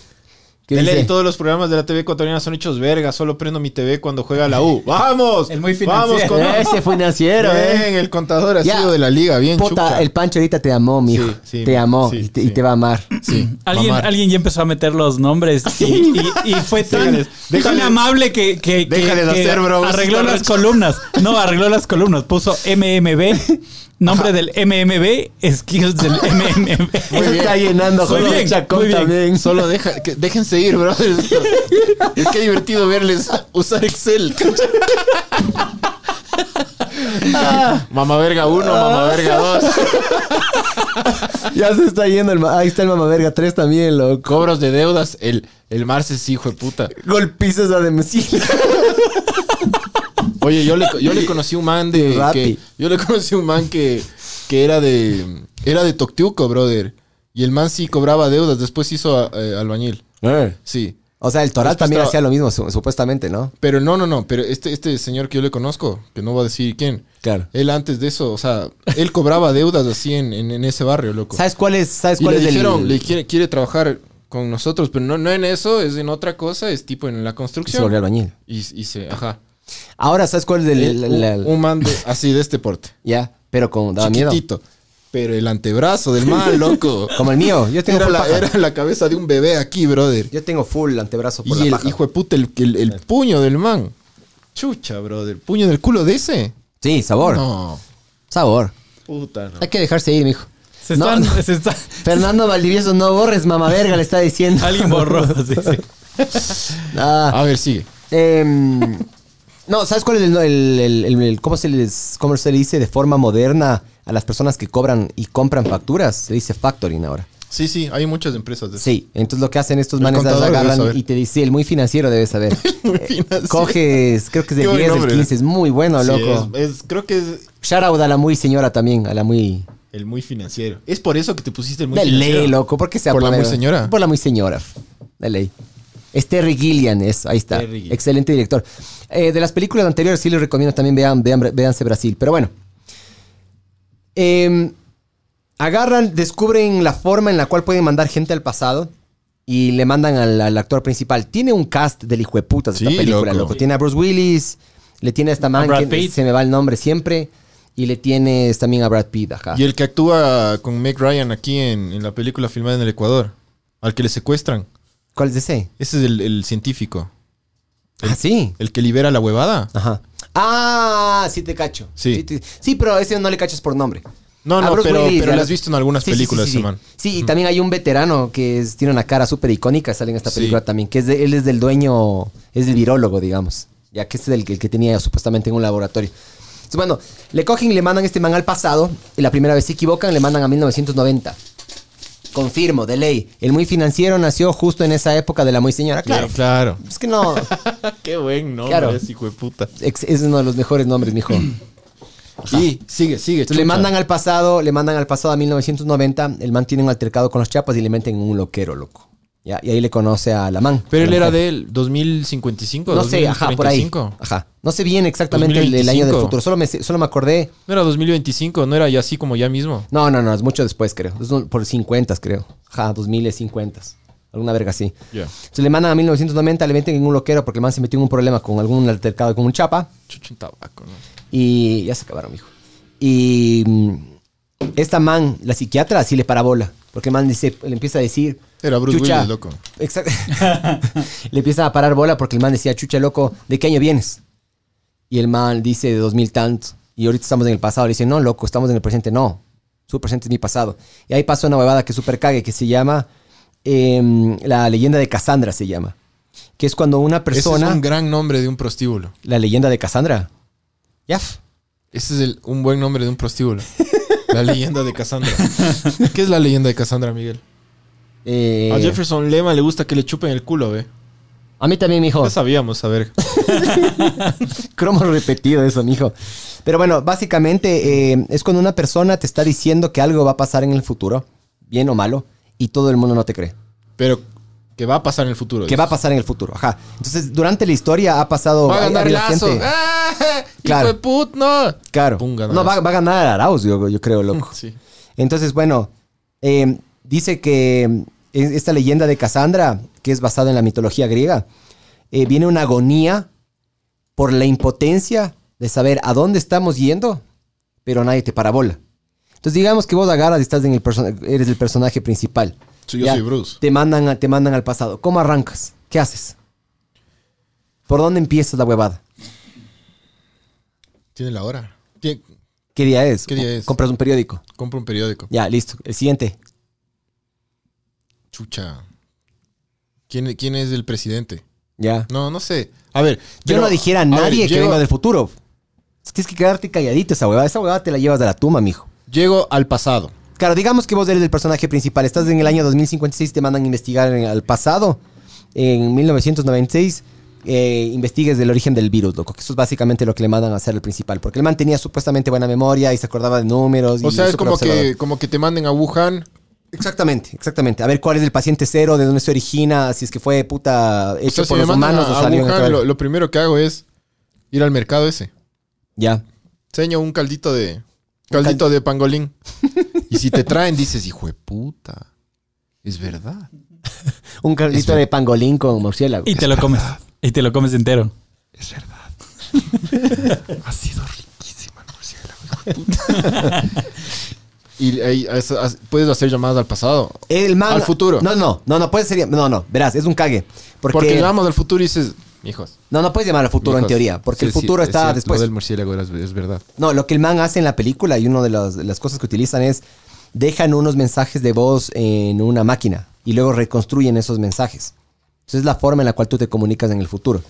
¿Qué
Él
dice?
en todos los programas de la TV ecuatoriana son hechos verga. Solo prendo mi TV cuando juega la
<laughs>
U. ¡Vamos!
El muy financiero.
<laughs> ¡Vamos!
Ese financiero,
Con...
eh.
Bien, el contador ha
Ya.
sido de la liga. Bien,
Puta,
chucha.
el Pancho ahorita te amó, mijo.
sí,
te amó
sí,
y, te, y
sí.
te va a amar.
Sí,
¿Alguien,
mamar.
alguien ya empezó a meter los nombres y, y- y fue tan,
Déjales,
tan
déjales.
amable que, que- que-
Déjales
que
hacer, bro,
arregló
está
las
recho.
columnas. No, arregló las columnas. Puso MMB, nombre del MMB,
<laughs>
skills del MMB.
Eso <laughs> Está llenando,
Muy
Jorge
bien,
Chacón
muy bien.
también.
Solo deja, que- déjense ir, bro. Es que divertido verles usar Excel. Mamá verga 1, mamá verga 2.
Ya se está yendo el... ma- Ahí está el Mama Verga 3 también, loco.
Cobros de deudas. El, el Marce sí, hijo de puta.
Golpizas
<laughs>
a domicilio.
Oye, yo
<laughs>
le, yo le conocí un man de.
De Rappi.
que- yo le conocí un man que, que era de. Era de Toctiuco, brother. Y el man sí cobraba deudas. Después hizo eh, albañil. Sí.
O sea, el Toral
Después
también
estaba-
hacía lo mismo, su- supuestamente, ¿no?
Pero no, no, no. Pero este, este señor que yo le conozco, que no voy a decir quién.
Claro.
Él antes de eso, o sea, él cobraba deudas así en, en- en ese barrio, loco.
¿Sabes cuál es? ¿Sabes
Y
cuál
le
es el-
dijeron, le quiere, quiere trabajar con nosotros, pero no, no en eso, es en otra cosa, es tipo en la
Se volvió
construcción.
albañil.
Y, y se, ajá.
Ahora, ¿sabes cuál es el- el- el- el-
Eh, un, un man de- así de este porte.
Ya, pero como daba miedo.
chiquitito. Pero el antebrazo del
<laughs>
man, loco.
Como el mío. Yo tengo
Era
full
la,
paja.
era la cabeza de un bebé aquí, brother.
Yo tengo full antebrazo por
Y
la
el
paja.
hijo de puta, el, el- el puño del man. Chucha, brother. ¿Puño en el culo de ese?
Sí, sabor.
No.
Sabor.
<clears throat> Puta, no.
Hay que dejarse ir, mijo.
Se
No,
<laughs>
están-
no.
se está-
Fernando Valdivieso, no borres, mamá verga, le está diciendo.
alguien borró. sí, sí.
Ah,
A ver, sigue.
Em, <laughs> no, ¿sabes cuál es el, el- el- el- el- cómo, se les, cómo se le dice de forma moderna a las personas que cobran y compran facturas? Se dice factoring ahora.
Sí, sí, hay muchas empresas de
Sí, entonces lo que hacen estos
El
manes las
contador debe
agarran
saber.
y te dice, el muy financiero debe
<laughs>
saber.
muy
Eh,
financiero.
Coges, creo que es
Qué
del
buen
10, del
nombre, ¿eh?
15, es muy bueno,
Sí,
loco.
es- es- creo que es
Shout out a la muy señora también, a la muy...
El muy financiero. Es por eso que te pusiste el muy
De
financiero.
ley, loco. ¿Por qué se
Por la
apodera?
muy señora.
Por la muy señora. De ley. Es Terry Gillian, es, ahí está.
Terry Gillian.
Excelente director. Eh, de las películas anteriores, sí les recomiendo también vean, vean, véanse Brasil. Pero bueno. Em, agarran, descubren la forma en la cual pueden mandar gente al pasado y le mandan al, al actor principal. Tiene un cast del hijo de puta de
Sí,
esta película,
loco.
loco. Tiene a Bruce Willis, le tiene a esta man
Brad
que
Pitt.
se me va el nombre siempre. Y le tienes también a Brad Pitt, ajá.
Y el que actúa con Meg Ryan aquí en, en la película filmada en el Ecuador. Al que le secuestran.
¿Cuál es ese?
Ese es el, el científico.
Ah, sí.
El que libera la huevada.
Ajá. Ah, sí te cacho.
Sí.
te- sí, pero ese no le cachas por nombre.
No,
A
no,
Bruce
pero,
Willis,
pero
a
lo
los-
has visto en algunas
Sí, sí,
películas,
sí, sí, sí.
man.
Sí, y también hay un veterano que es- tiene una cara súper icónica, sale en esta
Sí.
película también, que es de- él es del dueño, es el virólogo, digamos. Ya que es el, que- el que tenía supuestamente en un laboratorio. Entonces, bueno, le cogen y le mandan este man al pasado, y la primera vez se equivocan, le mandan a 1990. Confirmo, de ley. El muy financiero nació justo en esa época de la muy señora. Claro.
Claro. claro.
Es que no.
Ah, Qué buen nombre,
Claro.
ese hijo de puta.
ex- Es uno de los mejores nombres, mijo.
Y sigue, sigue.
Entonces, le mandan al pasado, le mandan al pasado a 1990, el man tiene un altercado con los chapas y le meten en un loquero, loco. Ya, y ahí le conoce a la man.
Pero él pues,
La
era
mujer.
del 2055,
No sé, ajá, por ahí.
2035.
Ajá. No sé bien exactamente el, el año del
2025.
futuro, solo me, solo me acordé.
No era 2025, no era ya así como ya mismo.
No, no, no, es mucho después, creo. Es un- por 50, creo. Ajá, 2050. Alguna verga así.
Ya.
Entonces le mandan a 1990, le meten en un loquero porque el man se metió en un problema con algún altercado con un chapa.
Chucho un tabaco, ¿no?
Y ya se acabaron, mijo. Y mm, esta man, la psiquiatra, sí le parabola. Porque el man dice, le empieza a decir.
Era Bruce Willis, loco.
Exacto. <laughs> le empieza a parar bola porque el man decía, chucha, loco, ¿de qué año vienes? Y el man dice, de 2000 tantos. Y ahorita estamos en el pasado. Le dice, no, loco, estamos en el presente. No, su presente es mi pasado. Y ahí pasó una huevada que super cague, que se llama. em, la leyenda de Cassandra se llama. Que es cuando una
Ese
persona.
es un gran nombre de un prostíbulo.
La leyenda de Cassandra. Yaf.
Ese es el- un buen nombre de un
<laughs>
prostíbulo. La leyenda de Cassandra. ¿Qué es la leyenda de Cassandra, Miguel?
Eh,
A Jefferson Lema le gusta que le chupen el culo, ve.
A mí también, mijo.
Ya sabíamos, a ver.
<laughs> Cromo repetido eso, mijo. Pero bueno, básicamente eh, es cuando una persona te está diciendo que algo va a pasar en el futuro, bien o malo, y todo el mundo no te cree.
Pero, ¿qué va a pasar en el futuro?
Que va a pasar en el futuro, ajá. Entonces, durante la historia ha pasado...
Pues. Va a
ha- ha
ganar
habido
Lazo.
gente-
¡Ah!
Claro.
¡Hijo de put! ¡No!
Claro.
Pum, gana
no, va,
Lazo.
va a ganar Arauz, yo, yo creo, loco.
<laughs> Sí.
Entonces, bueno, eh, dice que eh, esta leyenda de Cassandra, que es basada en la mitología griega, eh, viene una agonía por la impotencia de saber a dónde estamos yendo, pero nadie te parabola. Entonces, digamos que vos agarras y estás en el persona- eres el personaje principal.
Sí, yo
Ya,
soy Bruce.
Te mandan, a- te mandan al pasado. ¿Cómo arrancas? ¿Qué haces? ¿Por dónde empiezas la huevada?
Tiene la hora. Tiene-
¿Qué día es?
¿Qué día es?
Compras un periódico.
compra un periódico.
Ya, listo. El siguiente.
Chucha. ¿Quién, ¿Quién es el presidente?
Ya.
No, no sé. A ver.
Yo
pero-
no dijera a
ver,
nadie que
llego-
venga del futuro. Tienes que quedarte calladito esa huevada. Esa huevada te la llevas a la tumba, mijo.
Llego al pasado.
Claro, digamos que vos eres el personaje principal. Estás en el año 2056, te mandan a investigar en- al pasado. En 1996, eh, investigues del origen del virus, loco. Que eso es básicamente lo que le mandan a hacer al principal. Porque el man tenía supuestamente buena memoria y se acordaba de números.
O
y
sea, es
súper
como
observador.
que, como que te manden a Wuhan.
Exactamente, exactamente. A ver cuál es el paciente cero, de dónde se origina, si es que fue puta
O
hecho
sea, si
por
me
los
mandan
humanos
a,
o
a
salió en
Wuhan,
otro-
lo, lo primero que hago es ir al mercado ese.
Ya.
Seño un caldito de. Caldito de
<laughs>
pangolín. Y si te traen, dices, hijo de puta. Es verdad.
Un caldito
ver-
de pangolín con murciélago.
Y te lo comes. Y te lo comes entero.
Es verdad. ha sido riquísima el murciélago, hijo de puta. y ahí, as- as- puedes hacer llamadas al pasado.
El man.
Al futuro.
No, no, no, no puede ser. No, no, verás, es un cague. Porque,
Porque llegamos al futuro y dices, hijos.
no, no puedes llamar al futuro en
mijos,
teoría, porque
sí,
el
sí,
futuro
es
está
cierto,
después.
Lo del murciélago era- es verdad.
No, lo que el man hace en la película y una de las, de las cosas que utilizan es dejan unos mensajes de voz en una máquina y luego reconstruyen esos mensajes. Entonces es la forma en la cual tú te comunicas en el futuro.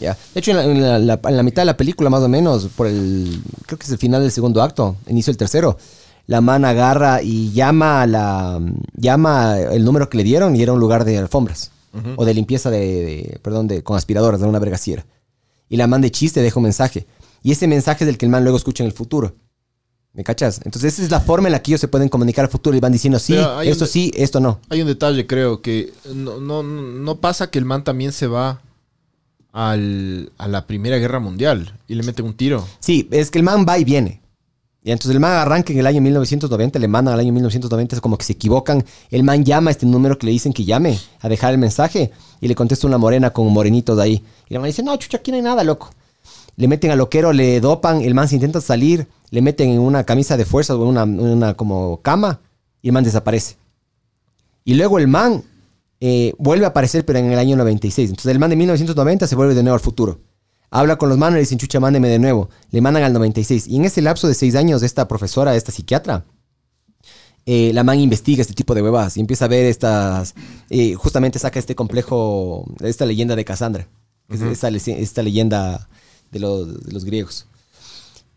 ¿ya? De hecho, en la, en la- la- en la mitad de la película, más o menos, por el. Creo que es el final del segundo acto, inicio del tercero. La man agarra y llama a la. llama el número que le dieron y era un lugar de alfombras. O de limpieza de, de- Perdón, de, con aspiradoras, de una vergaciera. Y la man de chiste deja un mensaje. Y ese mensaje es el que el man luego escucha en el futuro. ¿Me cachas? Entonces esa es la forma en la que ellos se pueden comunicar al futuro y van diciendo, sí,
Pero hay
esto
un-
sí, esto no.
Hay un detalle, creo, que no, no, no pasa que el man también se va al, a la Primera Guerra Mundial y le mete un tiro.
Sí, es que el man va y viene. Y entonces el man arranca en el año 1990, le mandan al año 1990, es como que se equivocan. El man llama a este número que le dicen que llame a dejar el mensaje y le contesta una morena con un morenito de ahí. Y el man dice, no, chucha, aquí no hay nada, loco. Le meten al loquero, le dopan, el man se intenta salir, le meten en una camisa de fuerza o en una, una como cama y el man desaparece. Y luego el man eh, vuelve a aparecer, pero en el año 96. Entonces el man de 1990 se vuelve de nuevo al futuro. Habla con los manos y le dicen, chucha, mándeme de nuevo. Le mandan al 96. Y en ese lapso de seis años, esta profesora, esta psiquiatra, eh, la man investiga este tipo de huevas y empieza a ver estas. eh, justamente saca este complejo, esta leyenda de Cassandra. que es esta, le- esta leyenda de los, de los griegos,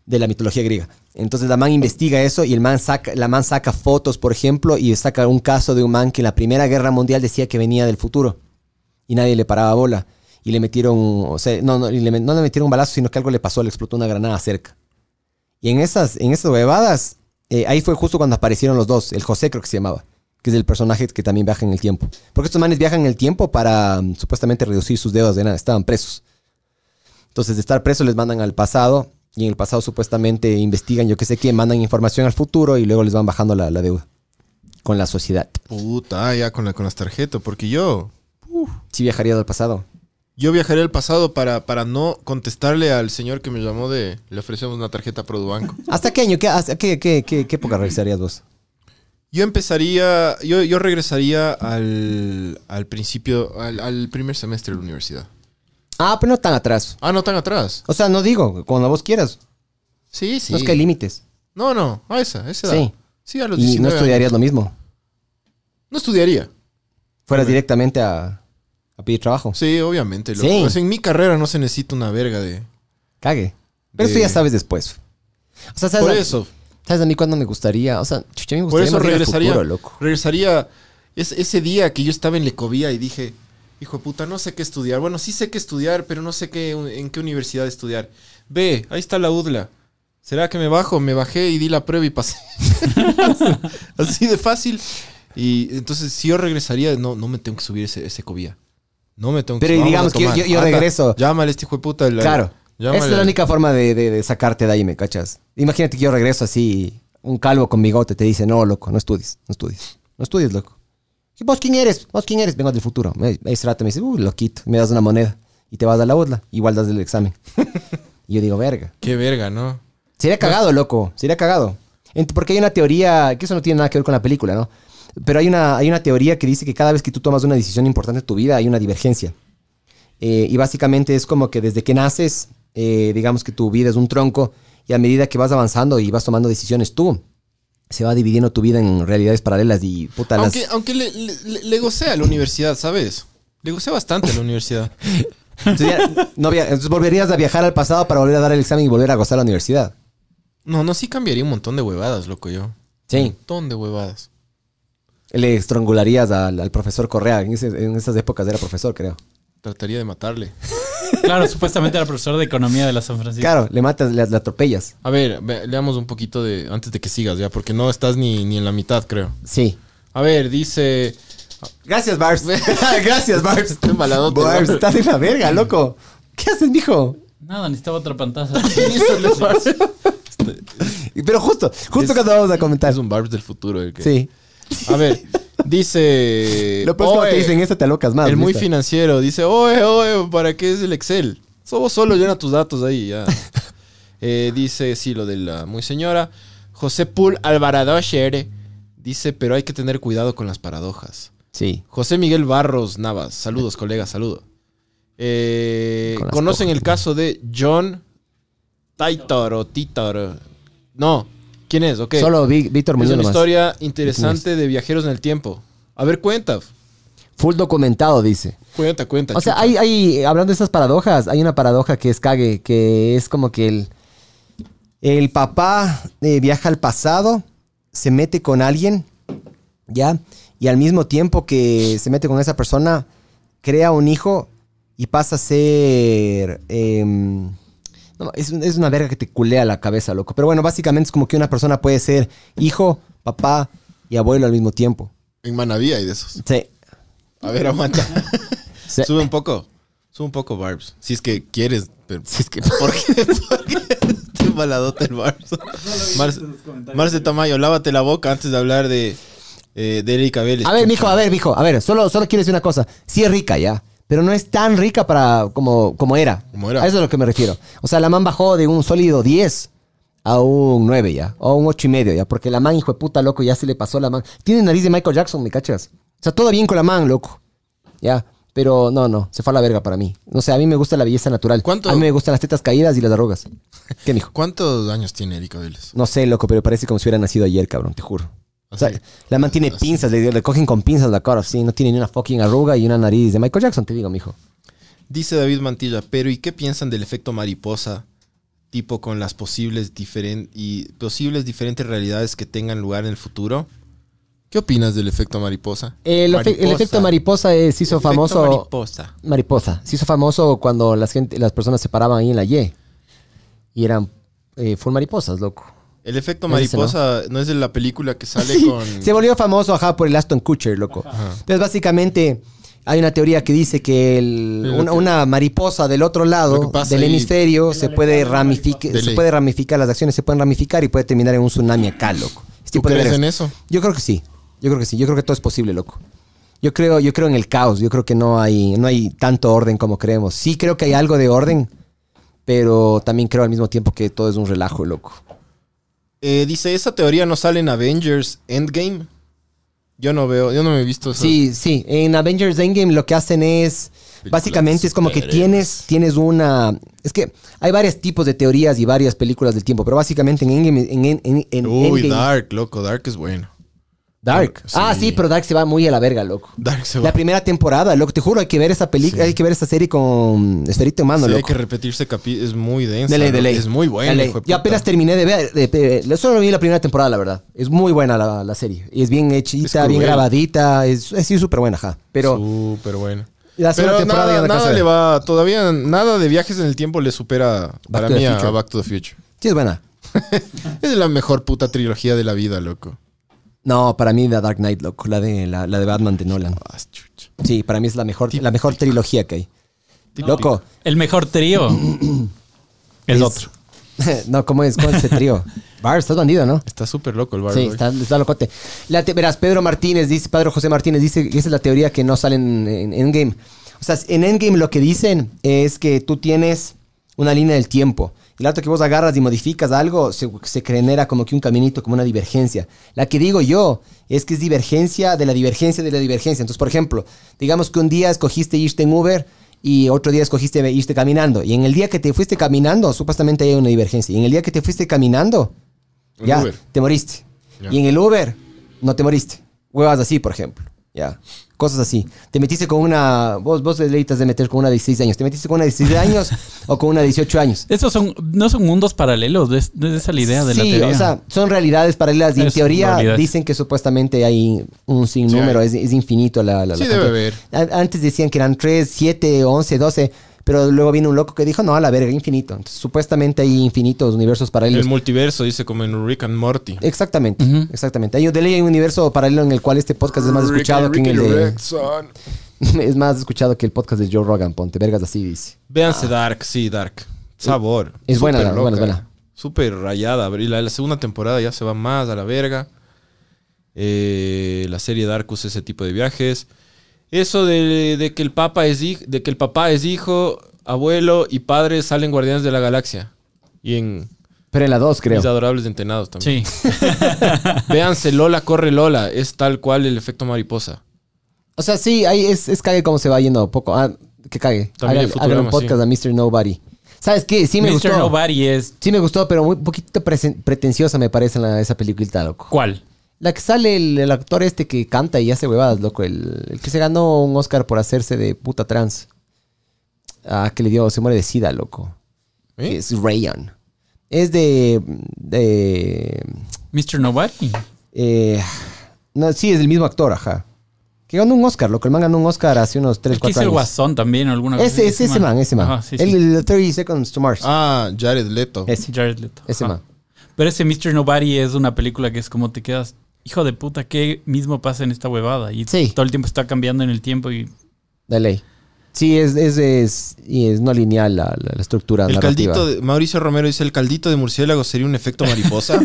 de la mitología griega. Entonces la man investiga eso y el man saca, la man saca fotos, por ejemplo, y saca un caso de un man que en la Primera Guerra Mundial decía que venía del futuro y nadie le paraba bola. Y le metieron, o sea, no, no, y le, met- no le metieron un balazo, sino que algo le pasó, le explotó una granada cerca. Y en esas, en esas huevadas, eh, ahí fue justo cuando aparecieron los dos, el José creo que se llamaba, que es el personaje que también viaja en el tiempo. Porque estos manes viajan en el tiempo para mm, supuestamente reducir sus deudas de nada, estaban presos. Entonces, de estar presos les mandan al pasado, y en el pasado supuestamente investigan, yo qué sé qué, mandan información al futuro y luego les van bajando la, la deuda con la sociedad.
Puta, ah, ya con, la, con las tarjetas, porque yo,
Sí viajaría al pasado.
yo viajaré al pasado para, para no contestarle al señor que me llamó de le ofrecemos una tarjeta Produbanco.
¿Hasta qué año? ¿Qué, hasta qué, qué, qué- qué época regresarías vos?
Yo empezaría, yo, yo regresaría al, al principio, al, al primer semestre de la universidad.
Ah, pero no tan atrás.
Ah, no tan atrás.
O sea, no digo, cuando vos quieras.
Sí, sí.
No es que hay límites.
No, no, a esa, a esa edad.
Sí.
Sí, a los
Y no
19
estudiarías lo mismo.
años. No estudiaría.
Fueras directamente a, a pedir trabajo.
Sí, obviamente. loco.
Sí.
O sea, en mi carrera no se necesita una verga de...
Cague. Pero eso
De-
ya sabes después. O sea, ¿sabes,
Por
a,
eso,
¿sabes a mí cuándo me gustaría? O sea, chucha, a mí me
por
gustaría
eso
más ir al
regresaría.
futuro, loco.
Regresaría es- ese día que yo estaba en Lecovía y dije, hijo de puta, no sé qué estudiar. Bueno, sí sé qué estudiar, pero no sé qué, en qué universidad estudiar. Ve, ahí está la UDLA. ¿Será que me bajo? Me bajé y di la prueba y pasé. <laughs> Así de fácil. Y entonces, si yo regresaría, no, no me tengo que subir ese, ese Ecovía. No me tengo que
Pero y
subir.
digamos que yo- yo- yo regreso.
Llámale a este hijo de puta. la-
Claro.
llámale
Esa es la
al-
única forma de, de- de sacarte de ahí, ¿me cachas? Imagínate que yo regreso así, un calvo con bigote te dice, no, loco, no estudies, no estudies, no estudies, loco. ¿Y vos quién eres? ¿Vos quién eres? Vengo del futuro. Me- Ahí se trata, me dice, uh, loquito, me das una moneda y te vas a la UDLA, igual das el examen. <laughs> y yo digo, verga.
Qué verga, ¿no?
Sería cagado, loco. Sería cagado. Ent- Porque hay una teoría, que eso no tiene nada que ver con la película, ¿no? Pero hay una, hay una teoría que dice que cada vez que tú tomas una decisión importante en tu vida hay una divergencia. Eh, y básicamente es como que desde que naces, eh, digamos que tu vida es un tronco y a medida que vas avanzando y vas tomando decisiones tú, se va dividiendo tu vida en realidades paralelas y puta las... <laughs>
Aunque, aunque le, le, le- le gocé a la universidad, ¿sabes? Le gocé bastante a la universidad.
Entonces, ya no via- entonces volverías a viajar al pasado para volver a dar el examen y volver a gozar la universidad.
No, no, sí cambiaría un montón de huevadas, loco, yo. Un
Sí.
montón de huevadas.
Le estrangularías al, al profesor Correa. En, ese- en esas épocas era profesor, creo.
Trataría de matarle.
Claro, supuestamente era profesor de economía de la San Francisco.
Claro, le matas, le, le atropellas.
A ver, ve- leamos un poquito de... Antes de que sigas, ya, porque no estás ni, ni en la mitad, creo.
Sí.
A ver, dice...
Gracias, <laughs> Barbs. Gracias, Barbs.
Estoy embaladote,
Barbs,
Barbs.
estás de la verga, loco. ¿Qué haces, <laughs> mijo?
Nada, necesitaba otra pantalla.
Y- Pero justo, justo cuando vamos a comentar.
Es un Barbs del futuro. el que-
Sí.
A ver, <laughs> dice...
Lo peor es cuando te
Oe,
dicen eso, te alocas más.
el muy
¿listo?
financiero dice, oe, oe, ¿para qué es el Excel? Somos solo llena tus datos ahí, <laughs> ya. Eh, dice, sí, lo de la muy señora. José Pul Alvaradosher dice, pero hay que tener cuidado con las paradojas.
Sí.
José Miguel Barros
<laughs>
Navas, saludos, colega, saludo. Eh,
Con las
¿Conocen
hojas.
el caso de John Titor o Titor? No, ¿quién es? Ok.
Solo Vi- Víctor
es
Muñoz
una
nomás.
historia interesante de viajeros en el tiempo. A ver, cuenta.
Full documentado, dice.
Cuenta, cuenta.
O sea,
chucha.
hay, hay, hablando de estas paradojas, hay una paradoja que es cague, que es como que el, el papá eh, viaja al pasado, se mete con alguien, ¿ya? Y al mismo tiempo que se mete con esa persona, crea un hijo y pasa a ser... em, No, es, un- es una verga que te culea la cabeza, loco. Pero bueno, básicamente es como que una persona puede ser hijo, papá y abuelo al mismo tiempo.
En Manaví hay de esos.
Sí.
A ver, aguanta. <laughs>
Sí.
Sube un poco. Sube un poco, Barbs. Si es que quieres. pero-
Si es que-
<laughs> ¿Por qué? ¿Por qué? Este maladota el Barbs. Marce, Marce Tamayo, lávate la boca antes de hablar de, eh, de Erika Vélez.
A ver, mijo, a ver, mijo, a ver, solo, solo quiero decir una cosa. Sí es rica ya, pero no es tan rica para como, como era.
Como era.
A eso es a lo que me refiero. O sea, la man bajó de un sólido 10 a un 9 ya, o un 8 y medio ya, porque la man, hijo de puta, loco, ya se le pasó la man. Tiene nariz de Michael Jackson, ¿me cachas? O sea, todo bien con la man, loco. Ya, pero no, no, se fue a la verga para mí. No sé, a mí me gusta la belleza natural.
¿Cuánto?
A mí me gustan las tetas caídas y las arrugas. ¿Qué, mijo?
¿Cuántos años tiene Erika Vélez?
No sé, loco, pero parece como si hubiera nacido ayer, cabrón, te juro. O sea,
Así.
la man tiene pinzas, le, le cogen con pinzas la cara, sí, no tiene ni una fucking arruga y una nariz de Michael Jackson, te digo, mijo.
Dice David Mantilla, pero ¿y qué piensan del efecto mariposa? Tipo con las posibles, diferen- y posibles diferentes realidades que tengan lugar en el futuro. ¿Qué opinas del efecto mariposa?
Eh, El, efe- el efecto mariposa eh, se hizo
Efecto
famoso.
mariposa.
mariposa. Se hizo famoso cuando las, gente, las personas se paraban ahí en la Y. Y eran eh, full mariposas, loco.
El efecto
Es ese,
mariposa no es de la
<laughs>
película que sale
Sí,
con...
Se volvió famoso, ajá, por el Aston Kutcher, loco. Entonces, básicamente, hay una teoría que dice que el-
Lo
una,
que-
una mariposa del otro
lo que
lado
pasa
del
ahí-
hemisferio se puede, ramificar,
De
se
ley.
puede ramificar, las acciones se pueden ramificar y puede terminar en un tsunami acá, loco. Este
¿Tú
tipo de
crees
vergas.
en eso?
Yo creo que sí. Yo creo que sí. Yo creo que todo es posible, loco. Yo creo, yo creo en el caos. Yo creo que no hay, no hay tanto orden como creemos. Sí creo que hay algo de orden, pero también creo al mismo tiempo que todo es un relajo, loco.
Eh, dice, ¿esa teoría no sale en Avengers Endgame? Yo no veo, yo no me he visto eso.
Sí, sí. En Avengers Endgame lo que hacen es. Básicamente es como que tienes, tienes una. Es que hay varios tipos de teorías y varias películas del tiempo, pero básicamente en Endgame. En, en- en- en
Uy,
Endgame-
Dark, loco, Dark es bueno.
Dark.
Sí.
Ah, sí, pero Dark se va muy a la verga, loco.
Dark se
La
va.
primera temporada, loco, te juro, hay que ver esa película, hay que ver esa serie con esferito en mano,
Sí, hay
loco.
que repetirse capi es muy densa.
De ley, de
¿no?
ley.
Es muy
De
bueno.
ley.
hijo de
Yo
puta.
apenas terminé de ver, de- de- solo vi la primera temporada, la verdad. Es muy buena la, la serie. Y es bien hechita,
Es
bien
cruel.
grabadita, es, es sí, súper buena, ajá. Pero
Súper bueno.
la segunda
Pero
temporada
nada,
ya no
nada
alcancé a
le
ver.
va, todavía nada de viajes en el tiempo le supera para
to the
mí a
Future.
Back to the Future. <laughs>
Sí, es buena.
Es la mejor puta trilogía de la vida, loco.
No, para mí la Dark Knight, loco, la de, la, la de Batman de Nolan.
Ah, chucha.
Sí, para mí es la mejor, la mejor trilogía que hay. Loco,
<laughs> El
<clears throat>
mejor trío es
Es-
otro.
<laughs> no, ¿cómo es? ¿Cómo es ese trío? Bar, estás bandido, ¿no?
Está súper loco el barco.
Sí, está, está locote. La te- verás, Pedro Martínez dice, Pedro José Martínez dice que esa es la teoría que no sale en, en Endgame. O sea, en Endgame lo que dicen es que tú tienes una línea del tiempo. El rato que vos agarras y modificas algo, se, se genera como que un caminito, como una divergencia. La que digo yo es que es divergencia de la divergencia de la divergencia. Entonces, por ejemplo, digamos que un día escogiste irte en Uber y otro día escogiste irte caminando. Y en el día que te fuiste caminando, supuestamente hay una divergencia. Y en el día que te fuiste caminando,
Un
ya,
Uber.
te moriste.
Ya.
Y en el Uber, no te moriste. Huevas así, por ejemplo. Ya. Cosas así. Te metiste con una. Vos, vos le editas de meter con una de 16 años. ¿Te metiste con una de 16
<laughs>
años o con una de 18 años?
Esos son, no son mundos paralelos, de, de esa es la idea de la
sí,
teoría.
o sea, son realidades paralelas. Y en
Es
teoría
realidad.
dicen que supuestamente hay un sinnúmero,
hay.
es, es infinito la, la, la
Sí,
cantidad.
debe haber.
A- Antes decían que eran 3, 7, 11, 12. Pero luego vino un loco que dijo, no, a la verga, infinito. Entonces, supuestamente hay infinitos universos
El
paralelos.
multiverso, dice como en Rick and Morty.
Exactamente, exactamente. Hay, de ley hay un universo paralelo en el cual este podcast es más
Rick
escuchado
and
que en el
Ricky
de,
Rexon.
<laughs> es más escuchado que el podcast de Joe Rogan, ponte vergas así dice.
Véanse Dark, sí, Dark. Sabor.
Ah. Es buena,
Súper
es buena, es buena.
Súper rayada. Y la, la segunda temporada ya se va más a la verga. Eh, la serie Dark usa ese tipo de viajes. Eso de, de que el papa es hij- de que el papá es hijo, abuelo y padre salen Guardianes de la Galaxia. Y en
Pero en la 2, creo.
Mis Adorables Entenados también.
sí.
Véanse Lola corre Lola. Es tal cual el efecto mariposa.
O sea, sí, ahí es, es cague cómo se va yendo poco. Ah, que cague.
También hay
Hagan, hagan un
Futurama,
podcast a Mr. Nobody. ¿Sabes qué? Sí me
Mr.
gustó.
Nobody es.
Sí me gustó, pero muy poquito presen- pretenciosa me parece la- esa peliculita, loco.
¿Cuál?
La que sale el, el actor este que canta y hace huevadas, loco. El, el que se ganó un Oscar por hacerse de puta trans. Ah, que le dio, se muere de sida, loco.
¿Eh?
Es Rayon. Es de. de
Mr. Nobody.
eh, no, sí, es el mismo actor, ajá. Que ganó un Oscar, loco. El man ganó un Oscar hace unos 3,
El que
4
hizo el
años.
Guasón también o alguna
ese, ese, ese man, ese man.
Ajá, sí, sí.
el, el 30 Seconds to Mars.
Ah, Jared Leto.
ese,
Jared Leto.
ese
Ajá.
man.
Pero ese Mr. Nobody es una película que es como te quedas, hijo de puta, ¿qué mismo pasa en esta huevada? Y
Sí. Pues,
todo el tiempo está cambiando en el tiempo y
De ley. Sí, es, es, es, y es no lineal la, la- la estructura
El
narrativa.
caldito de, Mauricio Romero dice, ¿el caldito de murciélago sería un efecto
<laughs>
mariposa?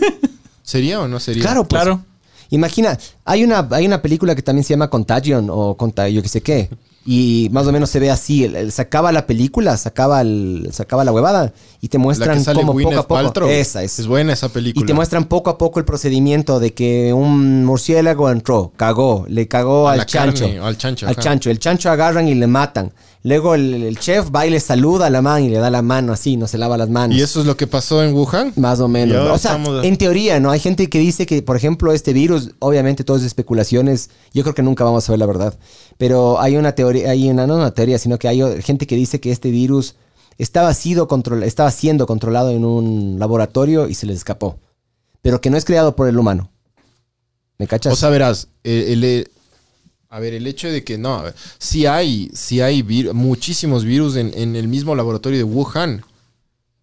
¿Sería o no sería?
Claro, pues.
claro.
Imagina, hay una, hay una película que también se llama Contagion o Conta, yo qué sé qué. Y más o menos se ve así, el- el- se acaba la película, se acaba, el- se acaba la huevada y te
La que
muestran
sale
como poco
Gwyneth
a poco.
Paltrow.
Esa es.
buena esa película.
Y te muestran poco a poco el procedimiento de que un murciélago entró, cagó, le cagó
A
al
la carne,
chancho.
al chancho,
Al
ajá.
chancho. El chancho agarran y le matan. Luego el, el chef va y le saluda a la man y le da la mano así, no se lava las manos.
¿Y eso es lo que pasó en Wuhan?
Más o
Y
menos.
ahora
O sea,
estamos-
en teoría, ¿no? Hay gente que dice que, por ejemplo, este virus, obviamente todas especulaciones, yo creo que nunca vamos a saber la verdad, pero hay una teoría, hay una, no una teoría, sino que hay o- gente que dice que este virus estaba, sido control, estaba siendo controlado en un laboratorio y se les escapó, pero que no es creado por el humano. ¿Me cachas?
O sea, verás, eh, el, eh, a ver, el hecho de que no, a ver, sí hay, sí hay vir- muchísimos virus en, en el mismo laboratorio de Wuhan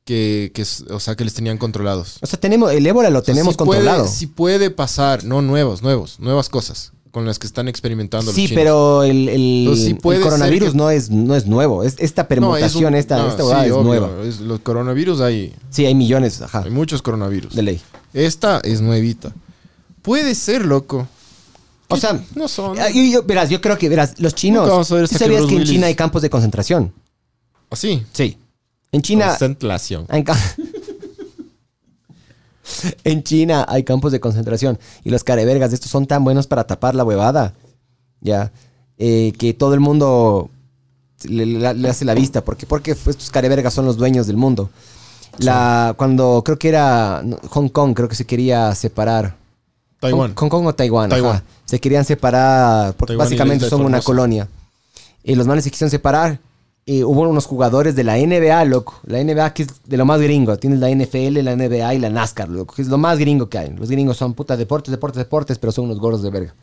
que, que es- o sea, que les tenían controlados.
tenemos, el ébola lo tenemos
sí
controlado.
Puede, sí puede pasar, no nuevos, nuevos, nuevas cosas con las que están experimentando los
Sí,
chinos.
pero el, el-
Pero sí
el
puede ser
coronavirus
que-
no, es, no es nuevo. Es, esta
No, es un-
permutación, esta,
no,
esta huevada
sí,
es
obvio,
nueva. Ah.
es- los coronavirus hay,
Sí, hay millones, ajá,
hay muchos coronavirus.
de ley.
Esta es nuevita. Puede ser, loco.
O sea,
No son.
Ah, Yo, yo- verás, yo creo que, verás, los chinos.
Nunca vamos a
¿tú
ver hasta que
sabías que,
Bruce
en
Willis-
China hay campos de concentración?
Así.
Sí. En China.
Concentración.
En, ca- <laughs> en China hay campos de concentración. Y los carevergas de estos son tan buenos para tapar la huevada. Ya. eh, que todo el mundo le, le- le hace la vista. Porque, porque pues, estos carevergas son los dueños del mundo. La, cuando creo que era no, Hong Kong, creo que se quería separar.
Taiwán.
Hong Kong o Taiwán. ajá.
Taiwán.
Se querían separar porque
Taiwán y la
básicamente
isla de
son una
Formosa.
colonia. Y los manes se quisieron separar. Y hubo unos jugadores de la NBA, loco. La NBA que es de lo más gringo. Tienes la NFL, la NBA y la NASCAR, loco. Que es lo más gringo que hay. Los gringos son puta deportes, deportes, deportes, pero son unos gordos de verga.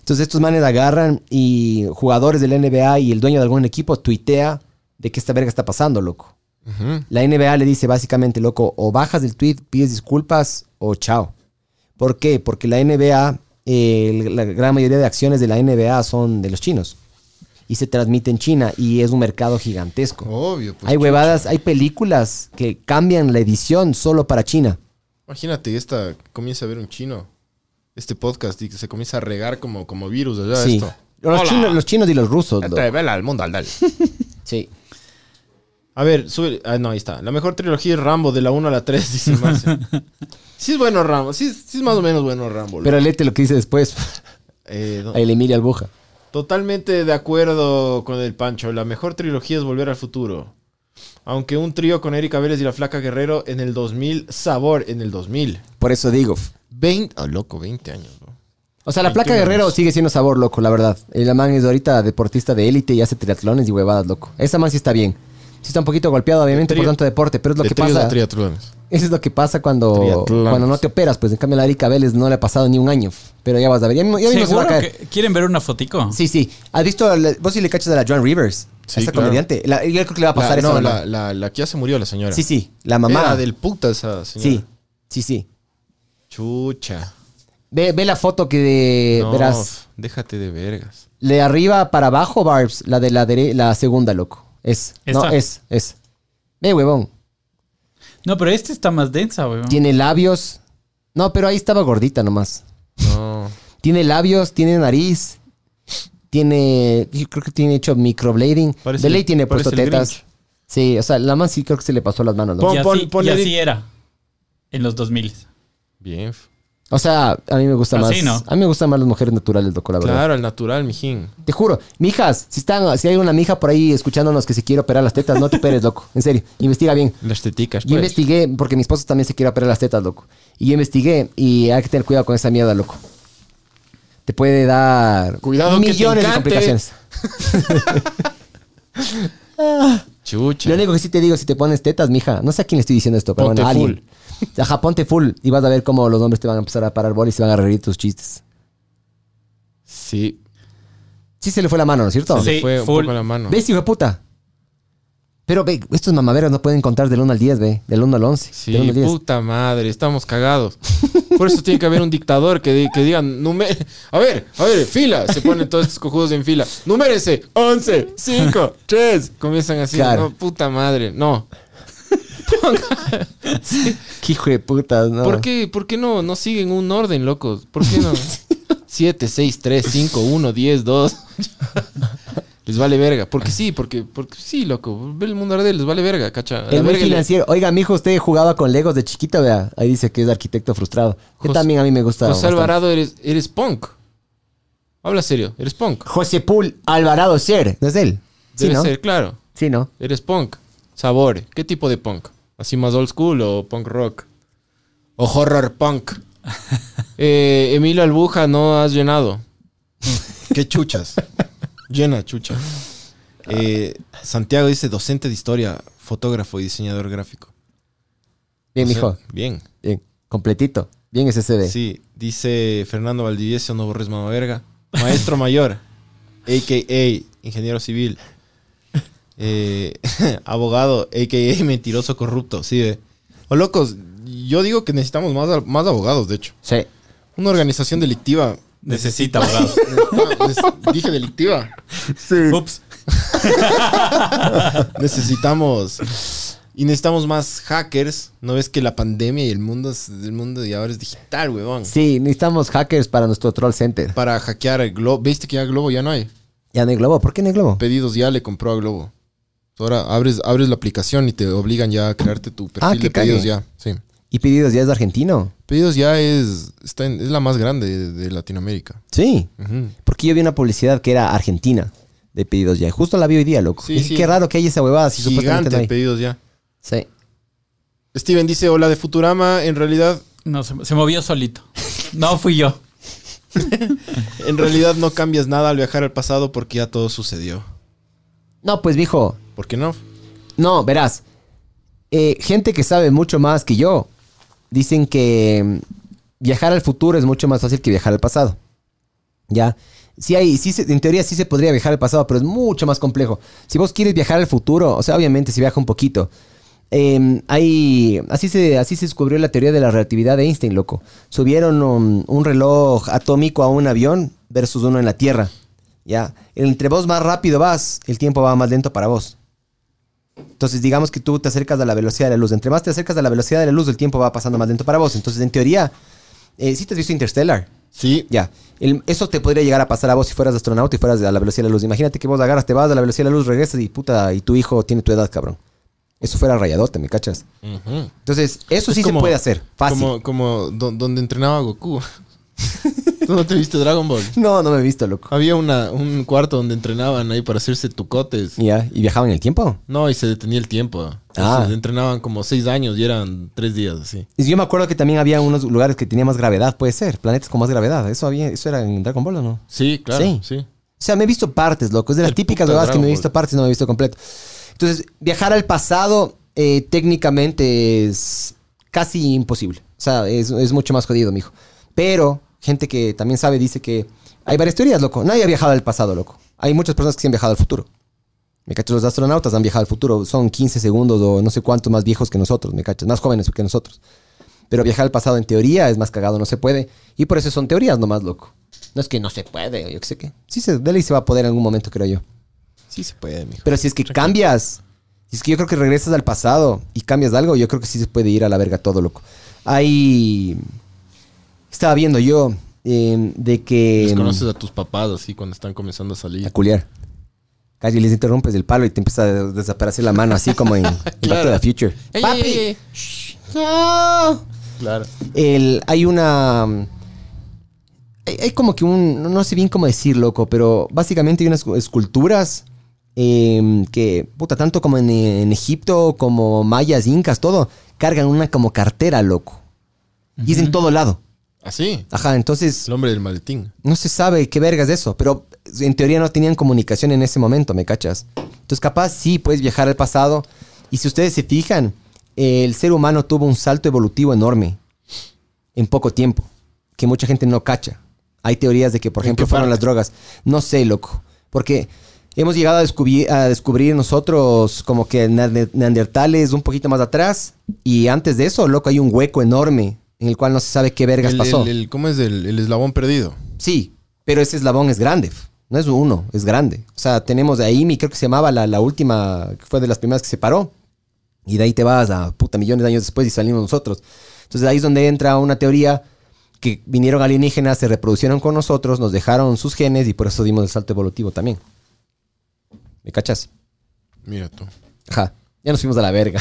Entonces estos manes agarran y jugadores de la NBA y el dueño de algún equipo tuitea de que esta verga está pasando, loco.
Ujú.
La NBA le dice básicamente, loco, o bajas del tweet, pides disculpas o chao. ¿Por qué? Porque la NBA, eh, la gran mayoría de acciones de la NBA son de los chinos y se transmite en China y es un mercado gigantesco.
Obvio. pues,
hay
chucha.
huevadas, hay películas que cambian la edición solo para China.
Imagínate, esta comienza a ver un chino. Este podcast y que se comienza a regar como, como virus allá
sí.
esto.
Los
Hola.
chinos, los chinos y los rusos.
Este,
loco.
vela al mundo al dale.
Sí.
A ver, sube. Ah, no, ahí está. La mejor trilogía es Rambo, de la 1 a la 3, dice
<laughs>
Marce. sí es bueno Rambo. Sí, es- sí es más o menos bueno Rambo. loco.
Pero léete lo que dice después. <laughs>
Eh, no.
Ahí le mire Albuja.
Totalmente de acuerdo con el Pancho. La mejor trilogía es Volver al Futuro. Aunque un trío con Erika Vélez y la Flaca Guerrero en el 2000, sabor en el 2000.
Por eso digo.
20, ah, loco, 20 años, ¿no?
O sea, la placa
21
Guerrero
años.
sigue siendo sabor, loco, la verdad. Eh, La man es ahorita deportista de élite y hace triatlones y huevadas, loco. Esa man sí está bien. Sí está un poquito golpeada, obviamente,
trío-
por tanto deporte, pero es lo
De
que
tríos
pasa.
a triatlones.
Eso <laughs> es lo que pasa cuando,
Triatlones.
cuando no te operas. Pues en cambio, la Erika Vélez no le ha pasado ni un año. Pero ya vas a ver. Ya mismo, ya mismo se va a
¿Seguro
caer.
que- ¿Quieren ver una fotico?
Sí, sí. ¿Has visto? la- vos sí le cachas a la Joan Rivers.
Sí,
a esa
claro.
comediante. La- yo creo que le va a pasar
La-
eso.
no,
a la
la,
man.
la- la que ya se murió, la señora.
Sí, sí. La mamá.
Era del puta esa señora.
Sí, sí, sí.
Chucha.
Ve, ve la foto que de,
No,
Eh, verás.
déjate de vergas.
De arriba para abajo, Barbs, la de la dere- la segunda, loco. Es. No,
¿Esta?
es, es. Ve, huevón.
No, pero esta está más densa, weón.
Tiene labios. No, pero ahí estaba gordita nomás.
No.
Tiene labios, tiene nariz. Tiene. Yo creo que tiene hecho microblading.
Parece
de
el-
ley tiene
parece
puesto
el
tetas.
Grinch.
Sí, o sea, la más sí creo que se le pasó las manos. ¿no?
Pon-
Y así,
pon
y
Eric.
así era en los 2000.
Bien.
O sea, a mí me gusta más.
Así, ¿no?
A mí me gustan más las mujeres naturales, loco, la verdad.
Ah, Claro, al natural, mijín.
Te juro, mijas, si están, si hay una mija por ahí escuchándonos que se quiere operar las tetas, no te operes, loco. En serio, investiga bien.
Las teticas,
Yo
pues.
investigué, porque mi esposo también se quiere operar las tetas, loco. Y yo investigué y hay que tener cuidado con esa mierda, loco. Te puede dar
Cuidado que te
millones de
encante.
complicaciones.
Chucha.
Lo único que sí te digo, si te pones tetas, mija, no sé a quién le estoy diciendo esto, pero
Ponte
bueno, a alguien. Ajá, ponte full y vas a ver cómo los hombres te van a empezar a parar bola y se van a reír tus chistes.
Sí.
Sí se le fue la mano, ¿no es cierto?
Sí,
Le fue un
full.
poco la mano.
¿Ves, hijo de puta? Pero ve, estos mamaveras no pueden contar del 1 al 10, ve. Del 1 al 11. del 1
Sí,
al 10.
puta madre, estamos
<laughs>
cagados. Por eso tiene que haber un dictador que, di- que diga, "Nume- a ver, a ver, fila. Se ponen todos estos cojudos en fila. Numérense, 11, 5, 3. Comienzan así,
Claro.
no, puta madre, no.
Qué hijo de puta, no.
¿Por qué, ¿Por qué no, no siguen un orden, locos? ¿Por <laughs> qué no?
<laughs>
7, 6, 3, 5, 1, 10, 2. Les vale verga. Porque sí, porque, porque sí, loco. Ve el mundo arder, les vale verga, cacha. La
El muy
verga le-
financiero. Oiga, mijo, usted jugaba con Legos de chiquito, vea. Ahí dice que es arquitecto frustrado. Que
Jos-
también a mí me gusta.
José
bastante.
Alvarado, eres, eres punk. Habla serio, eres punk.
José Pul Alvarado Ser. ¿No es él? Sí,
Debe
¿no?
ser, claro.
Sí, ¿no?
Eres punk. Sabor. ¿Qué tipo de punk? ¿Así más old school o punk rock? ¿O horror <laughs> punk? Eh, Emilio Albuja, no has llenado. <laughs> ¿Qué chuchas? Llena, chucha. Eh, Santiago dice docente de historia, fotógrafo y diseñador gráfico.
Bien,
O sea,
mijo.
Bien.
Bien. Completito. Bien SSD.
Sí, dice Fernando Valdivieso, no borres mamá verga. Maestro mayor, <laughs> a.k.a. ingeniero civil. Eh, <laughs> abogado, a.k.a. mentiroso corrupto, sí, ve. O locos, yo digo que necesitamos más, más abogados, de hecho.
Sí.
Una organización delictiva.
Necesita abogados.
No, nes- <laughs> dije delictiva.
Ups.
Necesitamos... Y necesitamos más hackers. ¿No ves que la pandemia y el mundo, es- el mundo de ahora es digital, huevón?
Sí, necesitamos hackers para nuestro troll center.
Para hackear el Globo. ¿Viste que ya Globo ya no hay?
Ya no hay globo. ¿Por qué no hay globo?
pedidos ya le compró a Globo. Ahora abres, abres la aplicación y te obligan ya a crearte tu perfil
Ah, qué
de pedidos
cague.
ya. Sí.
Y pedidos ya es de argentino.
Pedidos ya es, está en- es la más grande de, de Latinoamérica.
Sí.
Ujú.
Porque yo vi una publicidad que era argentina de pedidos ya. Justo la vi hoy día, loco.
Sí,
Y dije,
sí.
Qué raro que hay esa huevada si supuestamente
Gigante
no hay.
pedidos ya.
Sí.
Steven dice, hola de Futurama, en realidad,
No, se, se movió solito. No fui yo.
en realidad no cambias nada al viajar al pasado porque ya todo sucedió.
No, pues mijo.
¿Por qué no?
No, verás. eh, gente que sabe mucho más que yo dicen que mm, viajar al futuro es mucho más fácil que viajar al pasado. ¿Ya? Sí hay, sí se- en teoría sí se podría viajar al pasado, pero es mucho más complejo. Si vos quieres viajar al futuro, o sea, obviamente se viaja un poquito. Eh, hay, así, se, así se descubrió la teoría de la relatividad de Einstein, loco. Subieron un, un reloj atómico a un avión versus uno en la Tierra. ¿Ya? Entre vos más rápido vas, el tiempo va más lento para vos. Entonces, digamos que tú te acercas a la velocidad de la luz. Entre más te acercas a la velocidad de la luz, el tiempo va pasando más lento para vos. Entonces, en teoría, eh, si te has visto Interstellar,
Sí.
ya. El- eso te podría llegar a pasar a vos si fueras astronauta y fueras a la velocidad de la luz. Imagínate que vos agarras, te vas a la velocidad de la luz, regresas y puta, y tu hijo tiene tu edad, cabrón. Eso fuera rayadote, ¿me cachas?
Ujú.
Entonces, eso
Es
sí se
como-
puede hacer. Fácil.
Como, como do- donde entrenaba Goku. <laughs> ¿Tú no te viste Dragon Ball?
<laughs> No, no me he visto, loco.
Había una, un cuarto donde entrenaban ahí para hacerse tucotes.
Ya, ¿y viajaban en el tiempo?
No, y se detenía el tiempo.
Ah.
Entonces, entrenaban como seis años y eran tres días así.
Y yo me acuerdo que también había unos lugares que tenía más gravedad, puede ser. Planetas con más gravedad. Eso había, eso era en Dragon Ball, ¿o no?
Sí, claro.
Sí.
Sí.
O sea, me he visto partes, loco. Es de las
El
típicas
puto
huevadas que
Dragon
me he
Ball.
visto partes, no me he visto completo. Entonces, viajar al pasado eh, técnicamente es casi imposible. O sea, es, es mucho más jodido, mijo. Pero, gente que también sabe dice que hay varias teorías, loco. Nadie ha viajado al pasado, loco. Hay muchas personas que sí han viajado al futuro. Me cachas, los astronautas han viajado al futuro. Son 15 segundos o no sé cuántos más viejos que nosotros, me cachas. Más jóvenes que nosotros. Pero viajar al pasado en teoría es más cagado, no se puede. Y por eso son teorías nomás, loco. No es que no se puede, o yo qué sé qué. Sí, se, de ley se va a poder en algún momento, creo yo.
Sí se puede, mijo.
Pero si es que cambias, si es que yo creo que regresas al pasado y cambias algo, yo creo que sí se puede ir a la verga todo, loco. Ahí estaba viendo yo eh, de que...
Les conoces a tus papás así cuando están comenzando a salir.
A culiar. Casi les interrumpes el palo y te empieza a des- desaparecer la mano, así como en Back to the Future. ¡Papi! ¡No!
Claro.
el- hay una. mm, Hay, hay como que un. No, no sé bien cómo decir, loco, pero básicamente hay unas esculturas em, que, puta, tanto como en, eh, en Egipto, como mayas, incas, todo, cargan una como cartera, loco. Y es en todo lado.
Así.
Ajá, entonces
El hombre del maletín.
no se sabe qué vergas de eso, pero en teoría no tenían comunicación en ese momento, ¿me cachas? Entonces, capaz sí puedes viajar al pasado. Y si ustedes se fijan, el ser humano tuvo un salto evolutivo enorme en poco tiempo, que mucha gente no cacha. Hay teorías de que, por
¿En
ejemplo,
qué
fueron
parte?
las drogas. No sé, loco. Porque hemos llegado a, descubri- a descubrir nosotros como que neande- neandertales un poquito más atrás. Y antes de eso, loco, hay un hueco enorme en el cual no se sabe qué vergas
El-
pasó.
el- el- ¿Cómo es el, el eslabón perdido?
Sí, pero ese eslabón es grande. f. No es uno, es grande. O sea, tenemos de Aimi, creo que se llamaba la, la última, que fue de las primeras que se paró. Y de ahí te vas a puta millones de años después y salimos nosotros. Entonces ahí es donde entra una teoría que vinieron alienígenas, se reproducieron con nosotros, nos dejaron sus genes y por eso dimos el salto evolutivo también. ¿Me cachas?
Mira tú.
Ajá. Ya nos fuimos a la verga.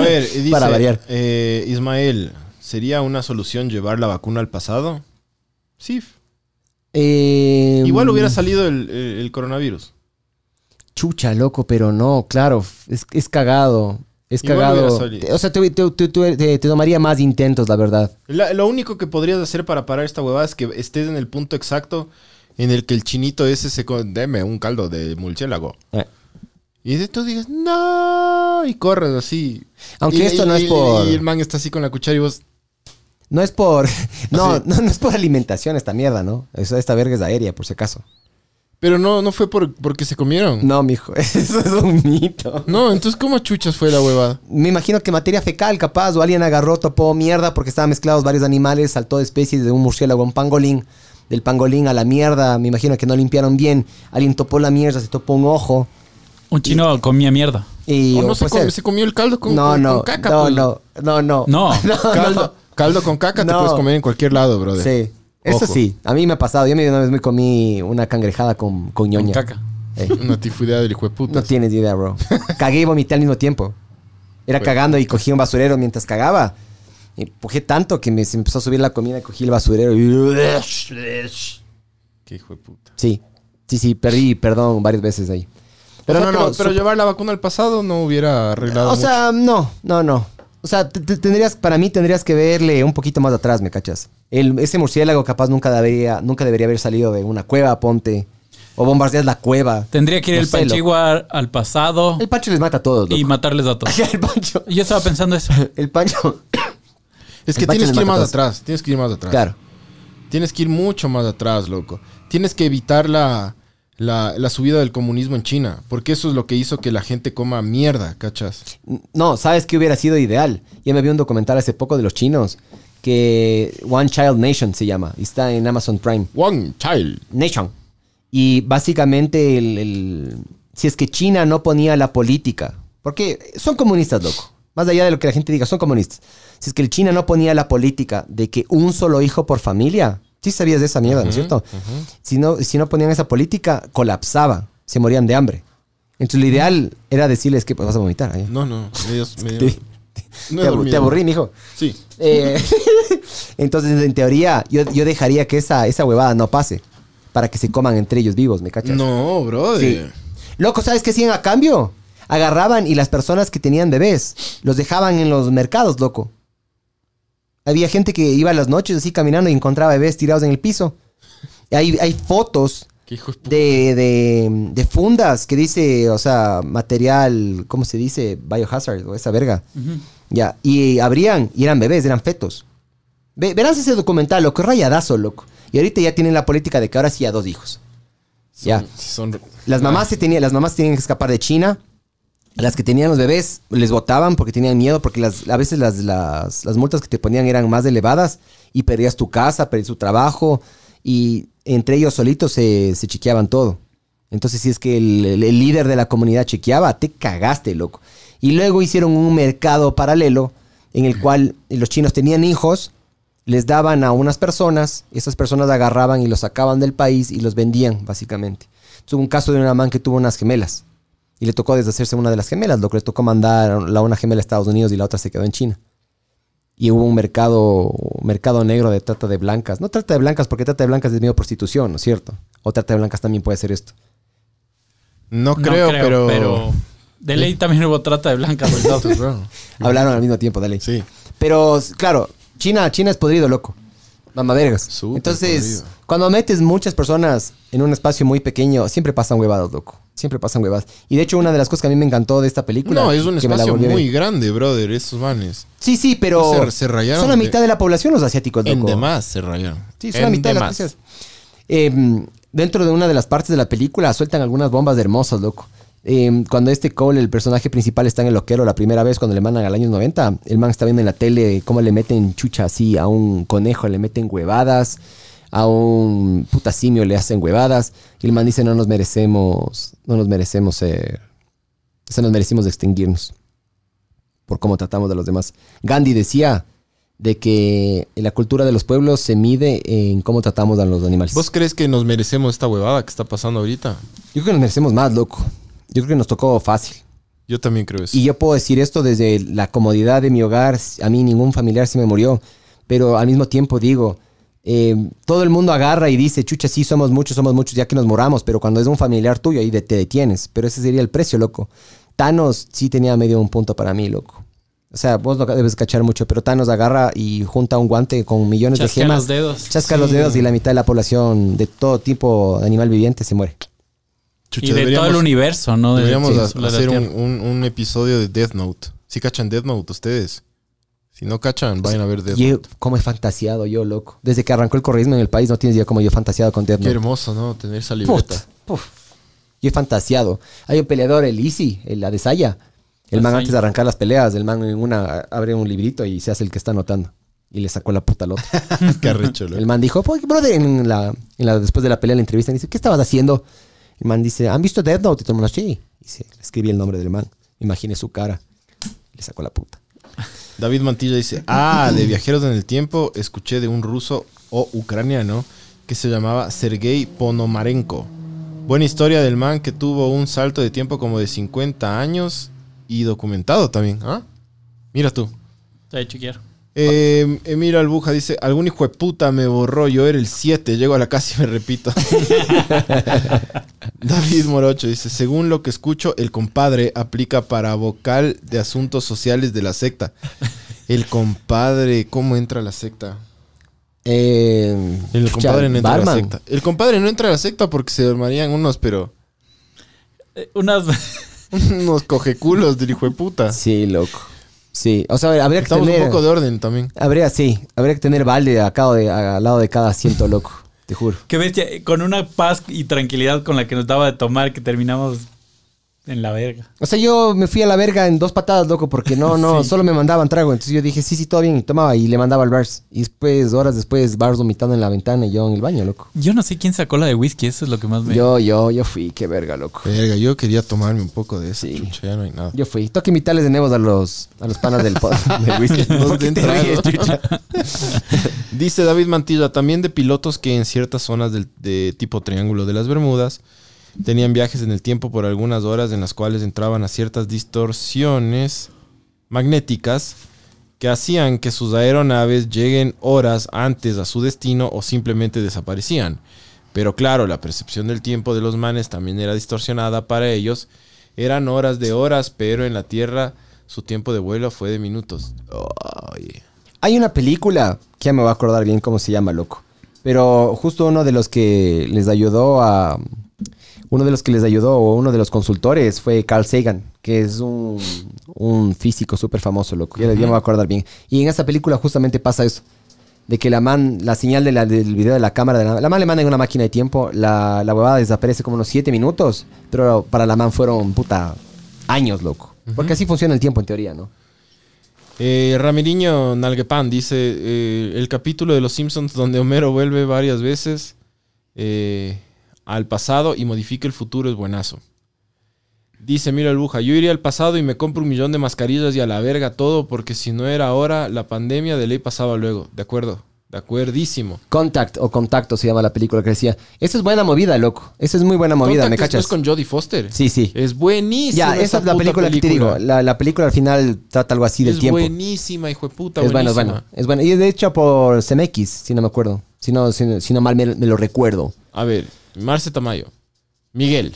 <laughs>
ver, y dice,
Para variar.
eh, Ismael, ¿sería una solución llevar la vacuna al pasado? Sí. f-
Eh,
Igual hubiera salido el, el- el coronavirus.
Chucha, loco, pero no, claro, es, es cagado. Es
Igual
cagado.
hubiera salido.
Te- O sea, te, te- te- te- te- te tomaría más intentos, la verdad.
La- lo único que podrías hacer para parar esta huevada es que estés en el punto exacto en el que el chinito ese se... co- Deme un caldo de murciélago. Y de- tú digas, no, y corres así.
Aunque
Y-
esto
y-
no es
y-
por-
Y el man está así con la cuchara y vos...
No es
<laughs>
por. No,
Así.
no, no es por alimentación esta mierda, ¿no? Esa- esta verga es aérea, por si acaso.
Pero no, no fue por, porque se comieron. No.
No, mijo, <laughs> eso es un mito.
entonces, ¿cómo chuchas fue la huevada?
Me imagino que materia fecal, capaz, o alguien agarró, topó mierda porque estaban mezclados varios animales, saltó de especies de un murciélago a un pangolín, del pangolín a la mierda. Me imagino que no limpiaron bien. Alguien topó la mierda, se topó un ojo.
Un chino comía mierda.
Y, pues, eh,
¿O
o
no se,
puede
come-
ser.
se comió el caldo con,
no,
con-
no,
con caca?
no,
pues.
no, no, no,
No.
<laughs> Caldo, caldo con caca te
<laughs> No.
puedes comer en cualquier lado, brother.
Sí. Eso
Ojo.
sí, a mí me ha pasado. Yo me- una vez me comí una cangrejada con, con ñoña.
Con caca.
Ey,
Una tifoidea del hijo de puta.
no tienes idea,
<laughs>
bro. Cagué y vomité al mismo tiempo. Era cagando y cogí un basurero mientras cagaba. Y empujé tanto que me, se me empezó a subir la comida, cogí el basurero y...
<laughs> Qué hijo de puta.
Sí, sí, sí, perdí, perdón, varias veces ahí. Pero
O sea,
no,
pero,
no.
pero
sup-
llevar la vacuna al pasado no hubiera arreglado
o sea, no, no, no. O sea, te- te- tendrías, para mí tendrías que verle un poquito más atrás, ¿me cachas? El, ese murciélago capaz nunca debería, nunca debería haber salido de una cueva, ponte. O bombardeas la cueva.
Tendría que ir
No
el
sé, loco.
Panchigua al pasado
El Pancho les mata a todos,
y
loco.
matarles a
<laughs>
todos.
El Pancho.
Yo estaba pensando eso.
El Pancho.
mucho. Es que
el bache
tienes
les
que ir
mata a
más
todos.
atrás. Tienes que ir más atrás.
Claro.
Tienes que ir mucho más atrás, loco. Tienes que evitar la, la, la subida del comunismo en China. Porque eso es lo que hizo que la gente coma mierda, ¿cachas?
No, ¿sabes qué hubiera sido ideal? Ya me vi un documental hace poco de los chinos que One Child Nation se llama y está en Amazon Prime.
One child.
Nation. Y básicamente, el, el- si es que China no ponía la política, porque son comunistas, loco. Más allá de lo que la gente diga, son comunistas. Si es que el China no ponía la política de que un solo hijo por familia, sí sabías de esa mierda, ¿no es cierto? si, no, si no ponían esa política, colapsaba, se morían de hambre. Entonces, lo ideal era decirles que pues, vas a vomitar. ahí.
No, no. ellos me-
Te-
no he
te, abu-
dormido.
te aburrí, mijo.
Sí.
Eh, <laughs> entonces, en teoría, yo, yo dejaría que esa, esa huevada no pase. Para que se coman entre ellos vivos, ¿me cachas?
No, eh.
Sí.
brother.
Loco, ¿sabes qué hacían a cambio? Agarraban y las personas que tenían bebés los dejaban en los mercados, loco. Había gente que iba a las noches así caminando y encontraba bebés tirados en el piso. Y Hay, hay fotos
Qué hijo de puta.
de, de- de fundas que dice, o sea, material, ¿cómo se dice? Biohazard o esa verga. Ya, y abrían y eran bebés, eran fetos. Ve- verás ese documental, loco, es rayadazo, loco. Y ahorita ya tienen la política de que ahora sí a dos hijos. Ya.
Son- son-
Las mamás se tenían, las mamás tenían que escapar de China. Las que tenían los bebés les botaban porque tenían miedo, porque las, a veces las, las, las multas que te ponían eran más elevadas y perdías tu casa, perdías tu trabajo y entre ellos solitos se, se chequeaban todo. Entonces, si es que el, el- el líder de la comunidad chequeaba, te cagaste, loco. Y luego hicieron un mercado paralelo en el cual los chinos tenían hijos, les daban a unas personas, esas personas agarraban y los sacaban del país y los vendían, básicamente. Tuvo un caso de una man que tuvo unas gemelas y le tocó deshacerse una de las gemelas, lo que le tocó mandar la una gemela a Estados Unidos y la otra se quedó en China. Y hubo un mercado, mercado negro de trata de blancas. No trata de blancas porque trata de blancas es medio prostitución, ¿no es cierto? O trata de blancas también puede ser esto.
No creo, pero...
De ley también hubo trata de blancas. güey.
Bro.
Hablaron al mismo tiempo, dale. <laughs>
Sí.
Pero, claro, China, China es podrido, loco. Mamá vergas.
Súper
Entonces,
podrido.
cuando metes muchas personas en un espacio muy pequeño, siempre pasan huevadas, loco. Siempre pasan huevadas. Y de hecho, una de las cosas que a mí me encantó de esta película.
No, es un
que me la
espacio
volvió a ver.
muy grande, brother, esos manes.
Sí, sí, pero.
Se- se rayaron
Son la
de-
mitad de la población los asiáticos, loco.
En demás se rayaron.
Sí, son la
En
mitad de las
demás.
personas. Eh, dentro de una de las partes de la película sueltan algunas bombas de hermosas, loco. Eh, cuando este Cole, el personaje principal, está en el loquero la primera vez, cuando le mandan al año 90, el man está viendo en la tele cómo le meten chucha así a un conejo, le meten huevadas, a un puta simio le hacen huevadas, y el man dice, no nos merecemos, no nos merecemos ser, o sea, nos merecimos de extinguirnos por cómo tratamos a los demás. Gandhi decía de que la cultura de los pueblos se mide en cómo tratamos a los animales.
¿Vos crees que nos merecemos esta huevada que está pasando ahorita?
Yo creo que nos merecemos más, loco. Yo creo que nos tocó fácil.
Yo también creo eso.
Y yo puedo decir esto desde la comodidad de mi hogar. A mí ningún familiar se me murió. Pero al mismo tiempo digo, eh, todo el mundo agarra y dice, chucha, sí, somos muchos, somos muchos, ya que nos moramos. Pero cuando es un familiar tuyo, ahí de- te detienes. Pero ese sería el precio, loco. Thanos sí tenía medio un punto para mí, loco. O sea, vos no debes cachar mucho, pero Thanos agarra y junta un guante con millones
Chasquea
de
los
gemas.
dedos.
Chasca los dedos y la mitad de la población de todo tipo de animal viviente se muere.
Chucha,
y de todo
deberíamos-
el universo, ¿no? De-
Deberíamos
sí,
ha-
solo de la
hacer un,
Tierra.
un- un episodio de Death Note. ¿Sí cachan Death Note ustedes? Si no cachan, vayan a ver Death
Y
Note.
yo- cómo he fantaseado yo, loco. Desde que arrancó el correísmo en el país, no tienes idea cómo yo he fantaseado con Death
Qué
Note.
hermoso, ¿no? Tener esa
Puta,
libreta.
puf. Yo he fantaseado. Hay un peleador, el Easy, el Adesaya. El man
Adesanya.
antes de arrancar las peleas, el man en una abre un librito y se hace el que está anotando. Y le sacó la puta al otro.
<laughs> Qué arrecho, loco.
El man dijo, "Pues, brother, en la, en la- después de la pelea, en la entrevista, dice, ¿qué estabas haciendo? El man dice, ¿han visto Death Note? Y todo el mundo, sí. Y se- le escribí el nombre del man. Imagine su cara. Le sacó la puta.
David Mantilla dice, ah, de Viajeros en el Tiempo escuché de un ruso o ucraniano que se llamaba Sergei Ponomarenko. Buena historia del man que tuvo un salto de tiempo como de 50 años y documentado también. ¿Ah? Mira tú.
Está hecho, quiero.
Eh, Emir Albuja dice, algún hijo de puta me borró, yo era el 7, llego a la casa y me repito. <laughs> David Morocho dice, según lo que escucho, el compadre aplica para vocal de asuntos sociales de la secta. El compadre, ¿cómo entra a la secta?
Eh,
El
chucha,
compadre no entra a
barman.
la secta. El compadre no entra a la secta porque se armarían unos, pero <laughs>
Eh, unas. <laughs>
unos cogeculos del hijo de puta.
Sí, loco. Sí, o sea, habría que
¿Ah? Estamos un
tener...
poco de orden también.
Habría, sí, habría que tener balde a cada de- al lado de cada asiento, loco. Te juro.
Qué bestia, eh, con una paz y tranquilidad con la que nos daba de tomar que terminamos en la verga.
O sea, yo me fui a la verga en dos patadas, loco, porque no,
<laughs>
no, solo me mandaban trago. Entonces yo dije, sí, sí, todo bien, y tomaba y le mandaba al Bars. Y después, horas después, Bars vomitando en la ventana y yo en el baño, loco.
Yo no sé quién sacó la de whisky, eso es lo que más me.
Yo, yo, yo fui, qué verga, loco.
Verga, yo quería tomarme un poco de eso.
Sí.
chucha, ya no hay nada.
Yo fui. Toca invitarles de nuevo a los, a los panas del
<laughs>
pod. del whisky. <laughs> ¿Por qué te ríes, chucha?
Dice David Mantilla, también de pilotos que en ciertas zonas del- de tipo Triángulo de las Bermudas tenían viajes en el tiempo por algunas horas en las cuales entraban a ciertas distorsiones magnéticas que hacían que sus aeronaves lleguen horas antes a su destino o simplemente desaparecían. Pero claro, la percepción del tiempo de los manes también era distorsionada para ellos. Eran horas de horas, pero en la Tierra su tiempo de vuelo fue de minutos. Ay.
Hay una película, que ya me voy a acordar bien cómo se llama, loco. Pero justo uno de los que les ayudó a. Uno de los que les ayudó, o uno de los consultores, fue Carl Sagan, que es un, un físico súper famoso, loco. Ya, ya me voy a acordar bien. Y en esa película justamente pasa eso. De que la man, la señal de la- del video de la cámara, de la, la man le manda en una máquina de tiempo, la, la huevada desaparece como unos 7 minutos, pero para la man fueron, puta, años, loco. Porque así funciona el tiempo en teoría, ¿no?
Eh, Ramiriño Nalguepan dice: eh, El capítulo de Los Simpsons donde Homero vuelve varias veces eh, al pasado y modifica el futuro es buenazo. Dice Miro Albuja: Yo iría al pasado y me compro un millón de mascarillas y a la verga todo, porque si no era ahora, la pandemia de ley pasaba luego. De acuerdo, de acuerdísimo.
Contact o Contacto se llama la película que decía. Esa es buena movida, loco. Esa es muy buena movida,
Contact
¿me
después
cachas?
con Jodie Foster.
Sí, sí.
Es
ya,
buenísima.
esa es la
puta
película, que te digo. La, la película al final trata algo así del
es
tiempo.
buenísima, hijo de puta.
es buena, es
buenísima.
buena. Es buena. Y es de hecho por CMX, si no me acuerdo. Si no, si, no- si no mal me, me lo recuerdo.
A ver, Marce Tamayo. Miguel,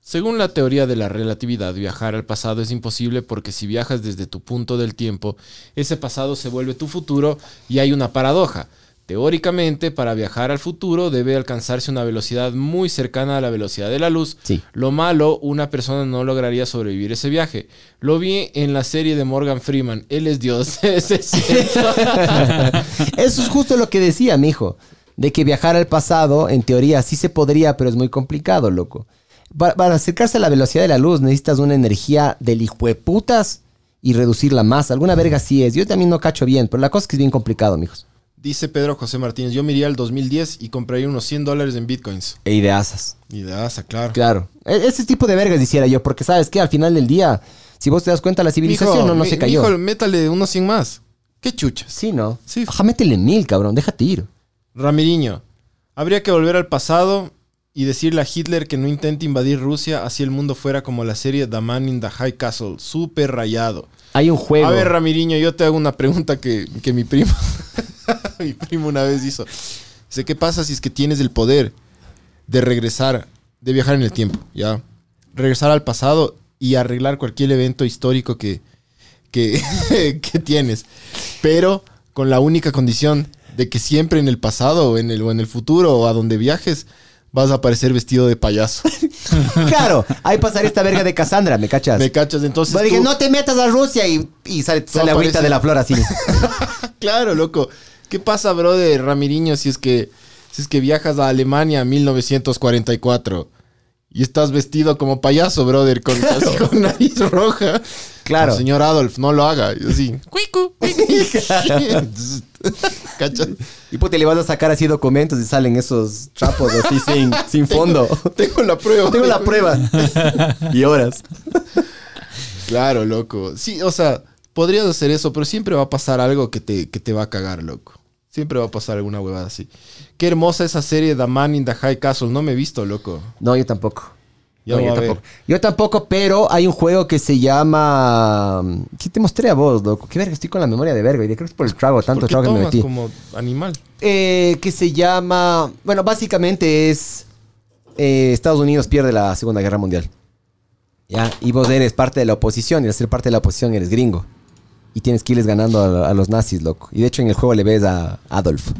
según la teoría de la relatividad, viajar al pasado es imposible porque si viajas desde tu punto del tiempo, ese pasado se vuelve tu futuro y hay una paradoja. Teóricamente, para viajar al futuro debe alcanzarse una velocidad muy cercana a la velocidad de la luz.
Sí.
Lo malo, una persona no lograría sobrevivir ese viaje. Lo vi en la serie de
<laughs>
Morgan <laughs> Freeman. Él es Dios. Ese es cierto.
Eso es justo lo que decía, mijo. de que viajar al pasado, en teoría, sí se podría, pero es muy complicado, loco. Para, para acercarse a la velocidad de la luz necesitas una energía del hijo de putas y reducirla más. Alguna verga sí es. Yo también no cacho bien, pero la cosa es que es bien complicado, mijos.
Dice Pedro José Martínez, yo me iría al 2010 y compraría unos 100 dólares en bitcoins.
E ideasas.
Y de asa, claro.
Claro. E- ese tipo de vergas hiciera yo, porque sabes que al final del día, si vos te das cuenta, la civilización
Mijo,
no, no
mi-
se cayó.
mijo, métale unos 100 más. Qué chuchas.
Sí, ¿no?
Sí.
Ajá, métele mil, cabrón. Déjate ir.
Ramiriño, habría que volver al pasado y decirle a Hitler que no intente invadir Rusia, así el mundo fuera como la serie The Man in the High Castle. Súper rayado.
Hay un juego. <laughs>
A ver, Ramiriño, yo te hago una pregunta que, que mi primo, <laughs> mi primo una vez hizo. Dice, ¿qué pasa si es que tienes el poder de regresar, de viajar en el tiempo, ya? Regresar al pasado y arreglar cualquier evento histórico que, que, que <laughs> tienes. Pero con la única condición de que siempre en el pasado o en el, o en el futuro o a donde viajes vas a aparecer vestido de payaso.
Claro, ahí pasar esta verga de Cassandra, ¿me cachas?
¿Me cachas? Entonces
Porque
tú-
Pues no te metas a Rusia y, y sale, sale agüita
aparece-
de la flor
<laughs>
así.
Claro, loco. ¿Qué pasa, bro, de Ramiriño, si es que si es que viajas a Alemania a 1944 y estás vestido como payaso, brother, con, así con nariz roja?
Claro.
No, señor Adolf, no lo haga. Y así. cuicu, <laughs> cuicu. ¿Cachas?
Y puta, le vas a sacar así documentos y salen esos trapos
<laughs>
así sin, sin fondo.
Tengo la prueba.
Tengo la
<laughs>
prueba. Y horas.
Claro, loco. Sí, o sea, podrías hacer eso, pero siempre va a pasar algo que te, que te va a cagar, loco. Siempre va a pasar alguna huevada así. Qué hermosa esa serie The Man in the High Castle. No me he visto, loco.
No, yo tampoco.
Ya
No,
voy
yo
a ver.
tampoco. Yo tampoco, pero hay un juego que se llama. ¿Qué te mostré a vos, loco? Qué verga, estoy con la memoria de verga. Y creo que es por el trago, tanto
¿Por qué
trago que me
tomas
metí.
como animal?
Eh, que se llama. Bueno, básicamente es. eh, Estados Unidos pierde la Segunda Guerra Mundial. ¿Ya? Y vos eres parte de la oposición. Y al ser parte de la oposición eres gringo. Y tienes que irles ganando a, a los nazis, loco. Y de hecho en el juego le ves a Adolf.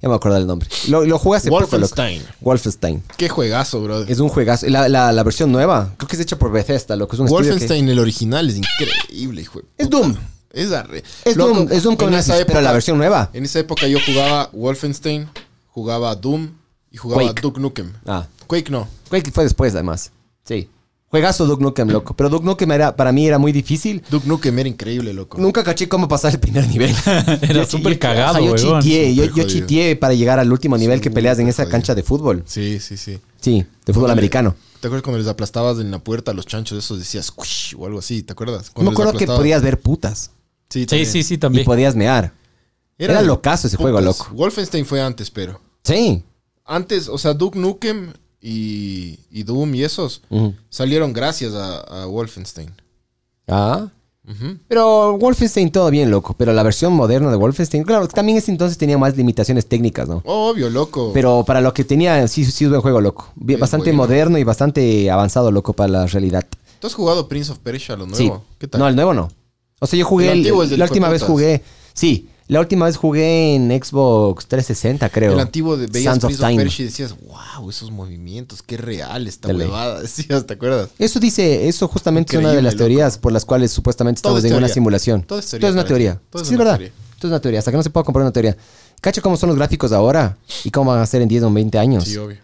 Ya me acuerdo el nombre. Lo, lo jugué hace
Wolfenstein.
poco, loco. Wolfenstein.
Qué juegazo, bro.
Es un juegazo. La, la- la versión nueva, creo que es hecha por Bethesda, loco. Es un estudio que-
Wolfenstein, el original, es increíble, hijo. de
Es
puta.
Doom.
Es arre.
Es
Loco,
Doom, es Doom con
en
nazis,
esa época,
pero la versión nueva.
En esa época yo jugaba Wolfenstein, jugaba Doom y jugaba
Quake.
Duke Nukem.
Ah.
Quake no.
Quake fue después, además. Sí. Juegazo Duke Nukem, loco. Pero Duke Nukem era, para mí era muy difícil.
Duke Nukem era increíble, loco.
Nunca caché cómo pasar el primer nivel.
<laughs> Era
Yo-
súper
yo-
cagado,
ajá, Yo
huevón.
chiteé, yo,
Súper
yo
jodido.
chiteé para llegar al último nivel que peleas en esa
jodido.
cancha de fútbol.
Sí, sí, sí.
Sí, de fútbol
Cuando le-
americano.
¿Te acuerdas cuando les aplastabas en la puerta a los chanchos esos? Decías "Squish", o algo así, ¿te
No
acuerdas?
me
Cuando les
acuerdo que
aplastabas.
podías ver putas
Sí,
Sí,
también.
sí, sí,
y
también.
podías mear. era
de
locazo ese juego,
putas.
loco.
Wolfenstein fue antes, pero.
Sí.
Antes, o sea, Duke Nukem y, y Doom y esos
Ujú.
salieron gracias a, a Wolfenstein.
Ah.
Ujú.
Pero Wolfenstein todo bien, loco. Pero la versión moderna de Wolfenstein, claro, también ese entonces tenía más limitaciones técnicas, ¿no?
Obvio, loco.
Pero para lo que tenía, sí, sí es buen juego, loco. Bien-
Oh. Es
Bastante
bueno.
moderno y bastante avanzado, loco, para la realidad.
¿Tú has jugado Prince of Persia, lo nuevo?
Sí.
¿Qué tal?
No, el nuevo no. O sea, yo jugué.
El
el-
antiguo es del
la última vez
hijueputas.
jugué. Sí, la última vez jugué en Xbox 360, creo.
el antiguo de veías
Sands of
Prince of,
Time.
Persia y decías, wow, esos movimientos, qué real esta
De ley.
huevada. <laughs> Decías, ¿te acuerdas?
Eso dice, eso justamente es una de
Increíble,
las
loco.
teorías por las cuales supuestamente
Todo
estamos
es
en una
teoría.
simulación.
Todo es teoría,
una
parece.
teoría.
Todo es
sí, es
una
verdad.
teoría.
Todo es una teoría. Hasta que no se pueda comprar una teoría. Cacha cómo son los gráficos ahora y cómo van a ser en 10 o en 20 años.
Sí, obvio.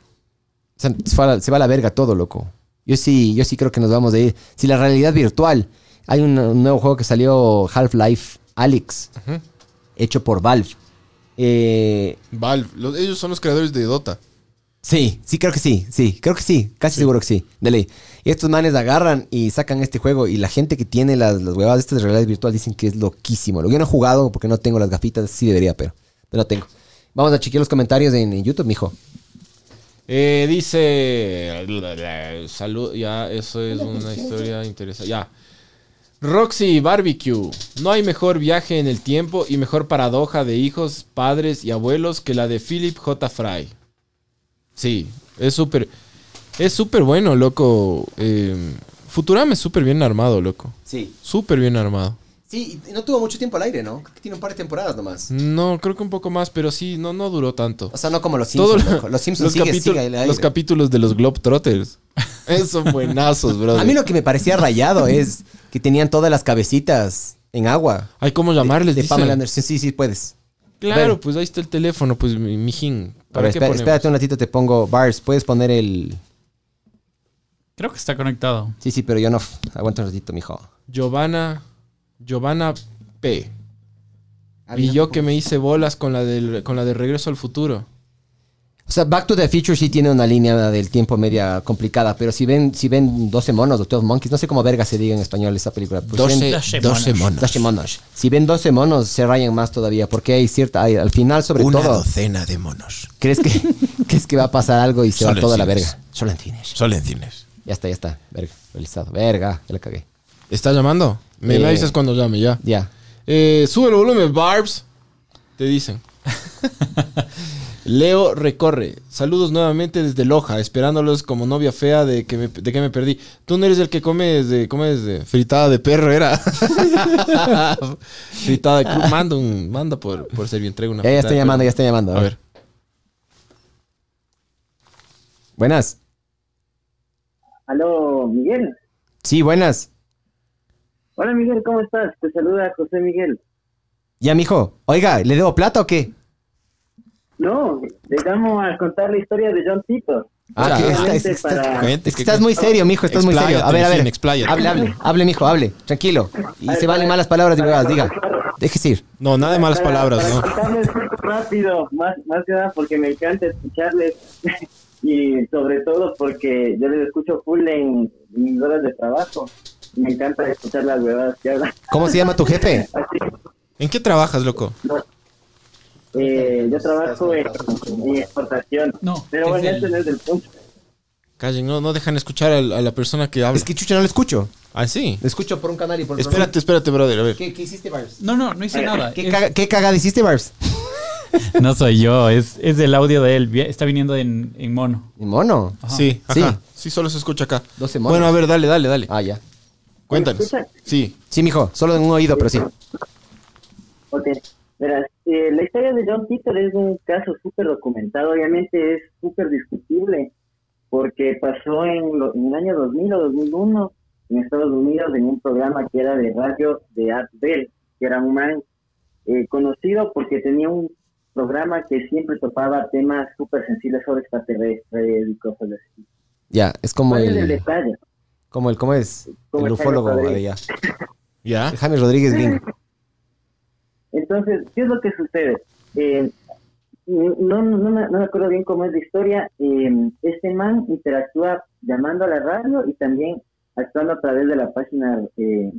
O sea, se va, a la- se va a la verga todo, loco. Yo sí, yo sí creo que nos vamos a ir. Si la realidad virtual, hay un, un nuevo juego que salió, Half-Life Alyx, hecho por Valve. Eh,
Valve, los- ellos son los creadores de Dota.
sí, sí, creo que sí, sí, creo que sí, casi seguro que sí, de ley. Y estos manes agarran y sacan este juego y la gente que tiene las, las huevadas estas de realidad virtual dicen que es loquísimo. Lo que yo no he jugado porque no tengo las gafitas, sí debería, pero, pero no tengo. Vamos a chequear los comentarios en, en YouTube, mijo.
Eh, dice. Salud, ya, eso es una historia interesante. Ya. Roxy Barbecue. No hay mejor viaje en el tiempo y mejor paradoja de hijos, padres y abuelos que la de Philip J. Fry. Sí, es súper. Es súper bueno, loco. Eh, Futurama es súper bien armado, loco.
Sí.
Súper bien armado.
Sí, no tuvo mucho tiempo al aire, ¿no? Tiene un par de temporadas nomás.
No, creo que un poco más, pero sí, no, no duró tanto.
O sea, no como los
Todo
Simpsons,
lo-
loco. Los Simpsons sigue,
capítulo-
sigue al aire.
los capítulos de los Globetrotters. <laughs> Esos son buenazos, brother.
A mí lo que me parecía rayado es que tenían todas las cabecitas en agua.
Ay, ¿cómo llamarles?
De
dice?
Pamela Anderson. Sí, sí, puedes.
Claro,
Ven.
pues ahí está el teléfono, pues mi- mijín.
Ahora,
¿Para qué
espera-
ponemos?
espérate un ratito, te pongo bars. ¿Puedes poner el...?
Creo que está conectado.
Sí, sí, pero yo no... Aguanta un ratito, mijo.
Giovanna, Giovanna P.
Ah,
Y yo que me hice bolas con la, del, con la de Regreso al Futuro.
O sea, Back to the Future sí tiene una línea del tiempo media complicada, pero si ven, si ven 12 monos o 12 monkeys, no sé cómo verga se diga en español esa película. Pues si ven-
12, 12 monos.
12 monos. Si ven 12 monos, se rayan más todavía, porque hay cierta, hay- al final sobre
Una
todo,
docena de monos.
¿crees
<laughs>
que, ¿crees que va a pasar algo y se
Solo
va
en
toda la
cines.
verga? Solo en cines.
Solo en cines.
Ya está, ya está. Verga, realizado. Verga, ya la cagué.
¿Está llamando? Me
Eh.
avisas cuando llame, ya.
Ya.
Eh, sube el volumen, Barbs.
<laughs>
Te dicen. Leo recorre. Saludos nuevamente desde Loja, esperándolos como novia fea de que me, de que me perdí. Tú no eres el que comes de, comes de fritada de
<laughs>
perro, era. fritada de cru- Manda, un, manda por, por ser bien, traigo una.
Ya, ya
fritada
está
de
llamando, ya
perro.
está llamando.
A ver.
Buenas.
Aló, Miguel.
Sí, buenas.
Hola, Miguel, ¿cómo estás? Te saluda José Miguel.
Ya, mijo. Oiga, ¿le debo plata o qué?
No, les vamos a contar la historia de John Tito.
Ah, que está-
Solamente
está-
para-
Es que estás muy serio, mijo, estás muy serio. A ver, a ver. Hable, hable, hable, mijo, hable. Tranquilo. Y
A ver,
se valen
para-
malas palabras y
para-
huevadas, diga. Déjese ir.
No, nada de malas
para-
palabras,
para
¿no?
contarles rápido, más, más que nada porque me encanta escucharles <laughs> y sobre todo porque yo les escucho full en mis horas de trabajo. Me encanta escuchar las huevadas que hablan. <laughs>
¿Cómo se llama tu jefe?
Así,
¿En qué trabajas, loco?
eh, yo trabajo en, en exportación.
No,
pero bueno,
es
ese
el-
no es el punto.
Callen, no, no dejan escuchar a, la- a la persona que habla.
Es que chucha, no lo escucho.
Ah, sí.
Lo escucho por un canal y por otro.
Espérate, espérate, brother, a ver.
¿Qué, qué hiciste, Barbs?
No, no, no hice nada.
¿Qué,
Es-
caga- qué cagada hiciste, Barbs?
no soy yo, es, es el audio de él. Vi- Está viniendo en, en mono.
Ni mono.
Ajá.
Sí,
Sí.
ajá. Sí, solo se escucha acá.
12 monos.
Bueno, a ver, dale, dale, dale.
Ah, ya.
Cuéntanos.
escucha?
Sí.
Sí, mijo, solo en un oído, pero sí.
Ok, verás, eh, la historia de John Titor es un caso súper documentado, obviamente es súper discutible, porque pasó en, lo- en el año 2000 o 2001 en Estados Unidos en un programa que era de radio de Art Bell, que era un man eh, conocido porque tenía un programa que siempre topaba temas súper sensibles sobre extraterrestres y cosas así.
Ya, es como
¿Cuál es el
el.
detalle?
Como el, ¿cómo es?
Como
El
el Jaime
ufólogo de
Rodríguez.
allá.
¿Ya?
Jaime Rodríguez Green.
Entonces, ¿qué es lo que sucede? Eh, no, no, me, no me acuerdo bien cómo es la historia. eh, este man interactúa llamando a la radio y también actuando a través de la página eh,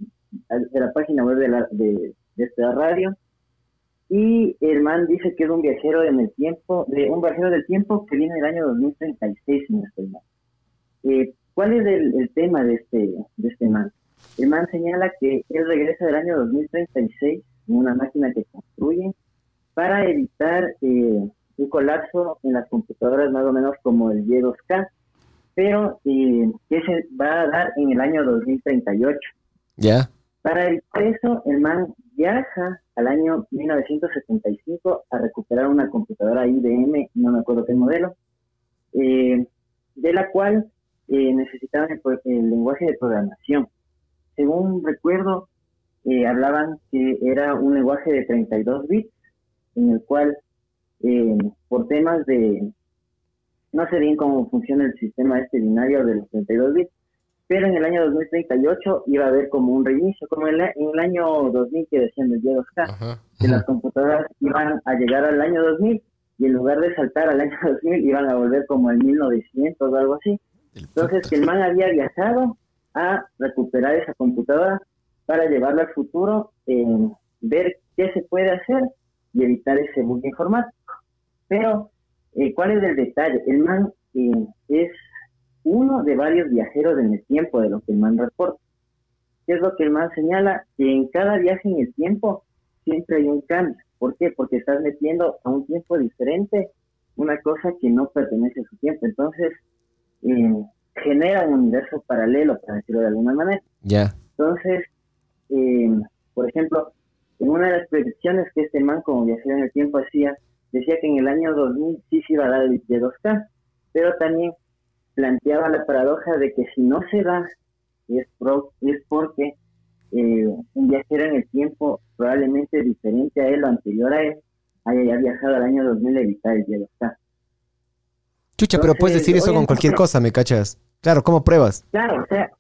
de la página web de, la, de, de esta radio. Y el man dice que es un viajero en el tiempo, de un viajero del tiempo que viene del año 2036, si no estoy mal. Eh, ¿Cuál es el, el tema de este, de este man? El man señala que él regresa del año 2036 en una máquina que construye para evitar eh, un colapso en las computadoras más o menos como el Y2K, pero eh, que se va a dar en el año 2038.
Ya.
Para evitar eso, el man viaja al año 1975 a recuperar una computadora IBM, no me acuerdo qué modelo, eh, de la cual eh, necesitaban el, pro- el lenguaje de programación. Según recuerdo, eh, hablaban que era un lenguaje de 32 bits, en el cual, eh, por temas de... No sé bien cómo funciona el sistema este binario de los 32 bits, pero en el año 2038 iba a haber como un reinicio, como en, la- en el año 2000 que decían del día 2K,
Ajá.
que las computadoras iban a llegar al año 2000 y en lugar de saltar al año <laughs> 2000 iban a volver como al 1900 o algo así. Entonces que el man había viajado a recuperar esa computadora para llevarla al futuro, eh, ver qué se puede hacer y evitar ese bug informático. Pero, eh, ¿cuál es el detalle? El man eh, es uno de varios viajeros en el tiempo de lo que el man reporta. ¿Qué es lo que el man señala? Que en cada viaje en el tiempo siempre hay un cambio. ¿Por qué? Porque estás metiendo a un tiempo diferente una cosa que no pertenece a su tiempo. Entonces, eh, genera un universo paralelo, para decirlo de alguna manera.
Ya.
Entonces, eh, por ejemplo, en una de las predicciones que este man como viajero en el tiempo hacía, decía que en el año 2000 sí se iba a dar el de 2K, pero también planteaba la paradoja de que si no se da, es, pro- es porque eh, un viajero en el tiempo probablemente diferente a él o anterior a él haya viajado al año 2000 a evitar el hielo. Está.
Chucha, pero puedes decir eso con cualquier cosa, ¿me cachas? Claro, ¿cómo pruebas?
Claro, o sea,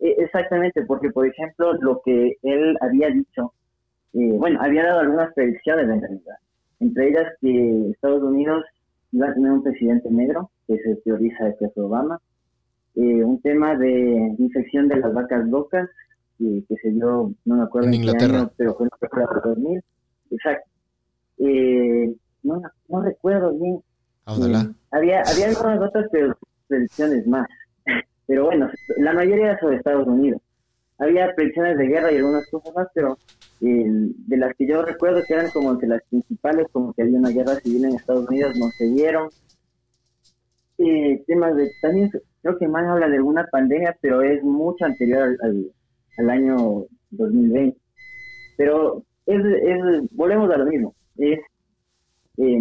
e- exactamente, porque por ejemplo, lo que él había dicho, eh, bueno, había dado algunas predicciones en realidad, entre ellas que Estados Unidos iba a tener un presidente negro, que se teoriza de que es Obama, eh, un tema de infección de las vacas locas, que, que se dio, no me acuerdo
En
qué
Inglaterra.
año, pero fue en la década de 2000, exacto. Eh, no, no recuerdo bien
Audalá.
Mm, Había, había algunas otras pre- predicciones más, pero bueno, la mayoría era sobre Estados Unidos. Había predicciones de guerra y algunas cosas más, pero eh, de las que yo recuerdo que eran como que las principales, como que había una guerra civil en Estados Unidos, no se dieron. Eh, temas de, también creo que más habla de alguna pandemia, pero es mucho anterior al, al- al año 2020. Pero es, es, volvemos a lo mismo, es eh,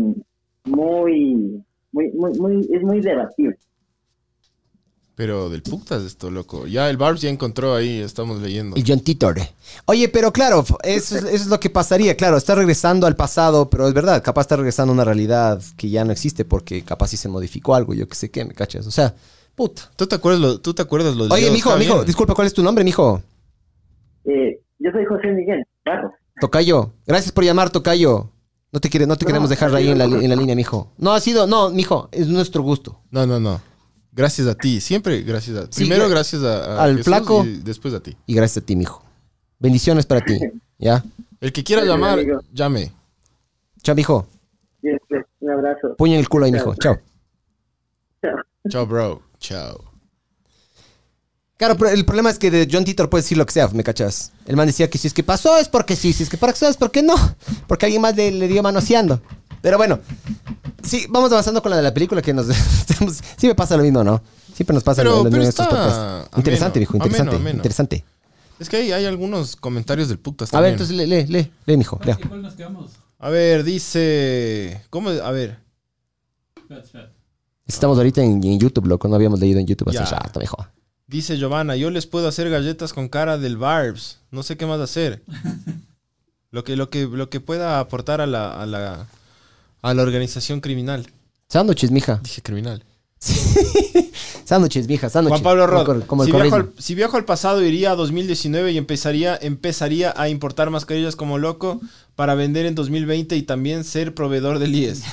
muy, muy, muy, muy, es muy debatible.
Pero del putas esto, loco. Ya el Barbs ya encontró ahí, estamos leyendo.
El John Titor. Oye, pero claro, f- eso es, eso es lo que pasaría. Claro, está regresando al pasado, pero es verdad, capaz está regresando a una realidad que ya no existe porque capaz sí se modificó algo, yo qué sé qué, ¿me cachas? O sea, puta.
¿Tú te acuerdas lo, tú te acuerdas lo de
Oye,
Pues Dios?
mijo,
Está
mijo,
bien.
disculpa, ¿cuál es tu nombre, mijo?
Eh, yo soy José Miguel, claro.
Tocayo. Gracias por llamar, Tocayo. No te, quiere, no te
No,
queremos dejar
ha
ahí
sido
en la,
un
li-
gusto.
en la línea, mijo. No ha sido, no, mijo, es nuestro gusto.
No, no, no. Gracias a ti, siempre gracias a
Sí,
Primero
gra-
gracias a, a
al
Jesús
flaco.
y después a ti.
Y gracias a ti, mijo. Bendiciones para <laughs> ti. ¿Ya?
El que quiera
Gracias,
llamar,
amigo.
llame.
Chao, mijo.
Y, este, Un abrazo.
Puño en el culo ahí, mijo. Chao.
Chao, bro. Chao.
Claro, pero el problema es que de John Titor puede decir lo que sea, ¿me cachas? El man decía que si es que pasó es porque sí, si es que pasó es porque no, porque alguien más le, le dio manoseando. Pero bueno, sí, vamos avanzando con la de la película que nos... <laughs> estamos- sí me pasa lo mismo, ¿no? Siempre nos pasa lo,
Pero-
lo mismo
pero
en estos
está
podcasts.
ameno,
Interesante, mijo,
ameno,
interesante,
ameno.
interesante.
Es que hay, hay algunos comentarios del putas
A ver,
también.
entonces lee, lee, lee, lee, mijo, lea.
¿Cuál nos quedamos?
A ver, dice... ¿Cómo? A ver.
Estamos ahorita en, en YouTube, loco, no habíamos leído en YouTube hace
Ya.
rato, mijo.
Dice Giovanna, yo les puedo hacer galletas con cara del Barbs. No sé qué
<laughs>
más hacer. Lo que, lo que, lo que pueda aportar a la, a la, a la organización criminal.
Sándwiches, mija.
Dije criminal.
Sándwiches, mija, sándwiches.
Juan Pablo
Como
Rod,
cor- Como el
si, viajo al,
corrismo.
si viajo al pasado iría a 2019 y empezaría, empezaría a importar mascarillas como loco para vender en 2020 y también ser proveedor del E IES.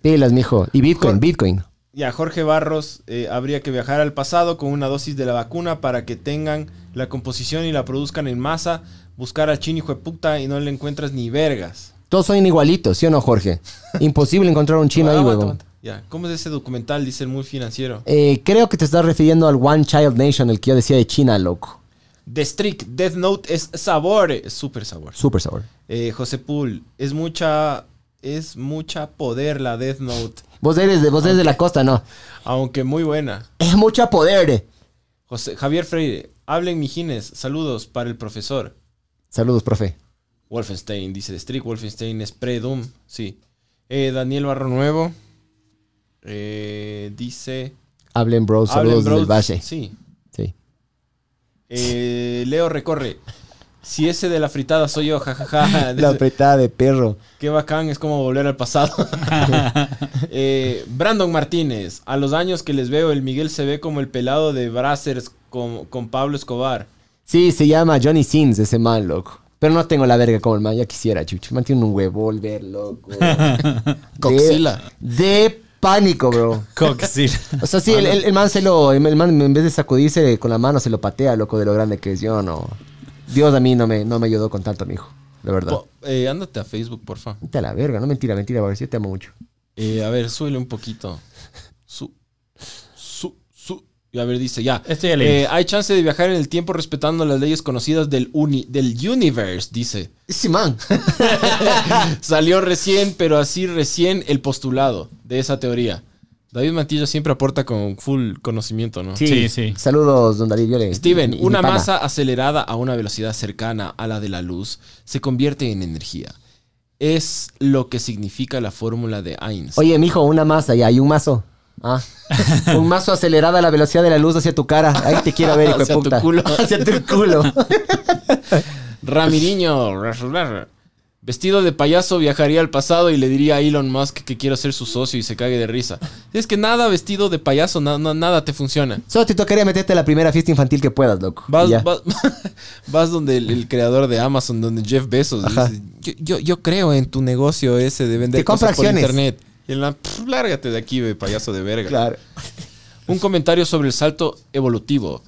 Pilas, mijo. Y Bitcoin, Bitcoin.
Ya, Jorge Barros, eh, habría que viajar al pasado con una dosis de la vacuna para que tengan la composición y la produzcan en masa. Buscar al chino hijo de puta y no le encuentras ni vergas.
Todos son igualitos, ¿sí o no, <laughs> Jorge? Imposible encontrar un chino ahí,
Aguanta,
huevón.
aguanta. Ya, ¿cómo es ese documental? Dice el muy financiero.
Eh, creo que te estás refiriendo al One Child Nation, el que yo decía de China, loco.
The Streak, Death Note es sabor. eh, Es súper sabor.
Super sabor.
Eh, José Pool, es mucha. Es mucha poder la Death Note.
Vos eres de, vos eres de la costa, ¿no?
Aunque muy buena.
Es mucho poder.
José, Javier Freire, hablen mijines. Saludos para el profesor.
Saludos, profe.
Wolfenstein, dice The Streak. Wolfenstein es pre-Doom. Sí. Eh, Daniel Barro Nuevo. eh, dice.
Hablen, bro. Saludos
hablen, bros.
del valle.
Sí.
Sí.
Eh, Leo Recorre. Si ese de la fritada soy yo, jajaja.
<laughs> La
Dice,
apretada de perro.
Qué bacán, es como volver al pasado.
<laughs>
Eh, Brandon Martínez, a los años que les veo, el Miguel se ve como el pelado de Brazzers con, con Pablo Escobar.
Sí, se llama Johnny Sins, ese man, loco. Pero no tengo la verga como el man, ya quisiera, chucho. Man tiene un huevolver, <laughs> loco. De-
Coxila.
De, pánico, bro.
Coxil.
O sea, sí,
Ah,
el, el- el man se lo. El man, en vez de sacudirse con la mano, se lo patea, loco, de lo grande que es. Yo no. Dios a mí no me, no me ayudó con tanto, mijo. La verdad.
Po- eh, ándate a Facebook, porfa.
Vete a la verga, no mentira, mentira, ver yo te amo mucho.
Eh, a ver, súbele un poquito. Su, su, su. Y a ver, dice ya.
Esto ya leí.
Eh, hay chance de viajar en el tiempo respetando las leyes conocidas del, uni, del universe, dice.
Sí, man.
Salió recién, pero así recién el postulado de esa teoría. David Mantilla siempre aporta con full conocimiento, ¿no?
Sí, sí.
<laughs> Saludos, don David. yo le-
Steven,
y- y mi
una
pana.
masa acelerada a una velocidad cercana a la de la luz se convierte en energía. Es lo que significa la fórmula de Einstein.
Oye, mijo, una masa ya, y un mazo.
<laughs>
Ah. un mazo acelerado a la velocidad de la luz hacia tu cara. Ahí te quiero ver, hijo de
Hacia tu
<laughs> puta.
culo.
pues, hacia tu culo.
Ramiriño. Vestido de payaso viajaría al pasado y le diría a Elon Musk que quiero ser su socio y se cague de risa. Es que nada vestido de payaso, na- na- nada te funciona.
Solo te tocaría meterte a la primera fiesta infantil que puedas, loco.
Vas,
Y ya.
vas- <laughs> vas donde el, el creador de Amazon, donde Jeff Bezos.
Ajá.
dice, yo, yo- yo creo en tu negocio ese de vender
Te compra
cosas por
acciones.
internet. Y en la, "Pff, lárgate de aquí, ve, payaso de verga.
Claro. Pues,
Un comentario sobre el salto evolutivo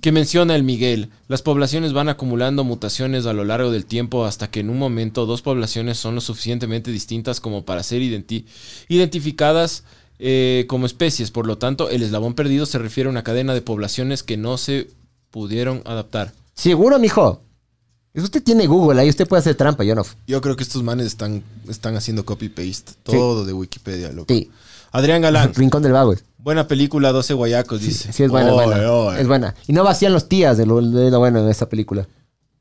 que menciona el Miguel. Las poblaciones van acumulando mutaciones a lo largo del tiempo hasta que en un momento dos poblaciones son lo suficientemente distintas como para ser identi- identificadas eh, como especies. Por lo tanto, el eslabón perdido se refiere a una cadena de poblaciones que no se pudieron adaptar.
Seguro, mijo. Usted tiene Google ahí, usted puede hacer trampa, yo no.
Yo creo que estos manes están, están haciendo copy-paste. Todo de Wikipedia, loco.
Sí.
Adrián Galán.
Rincón del Vago.
Buena película, 12 guayacos, dice.
Sí, es buena, es
Oy,
buena.
oy.
Es buena. Y no vacían los tías de lo, de lo bueno en esta película.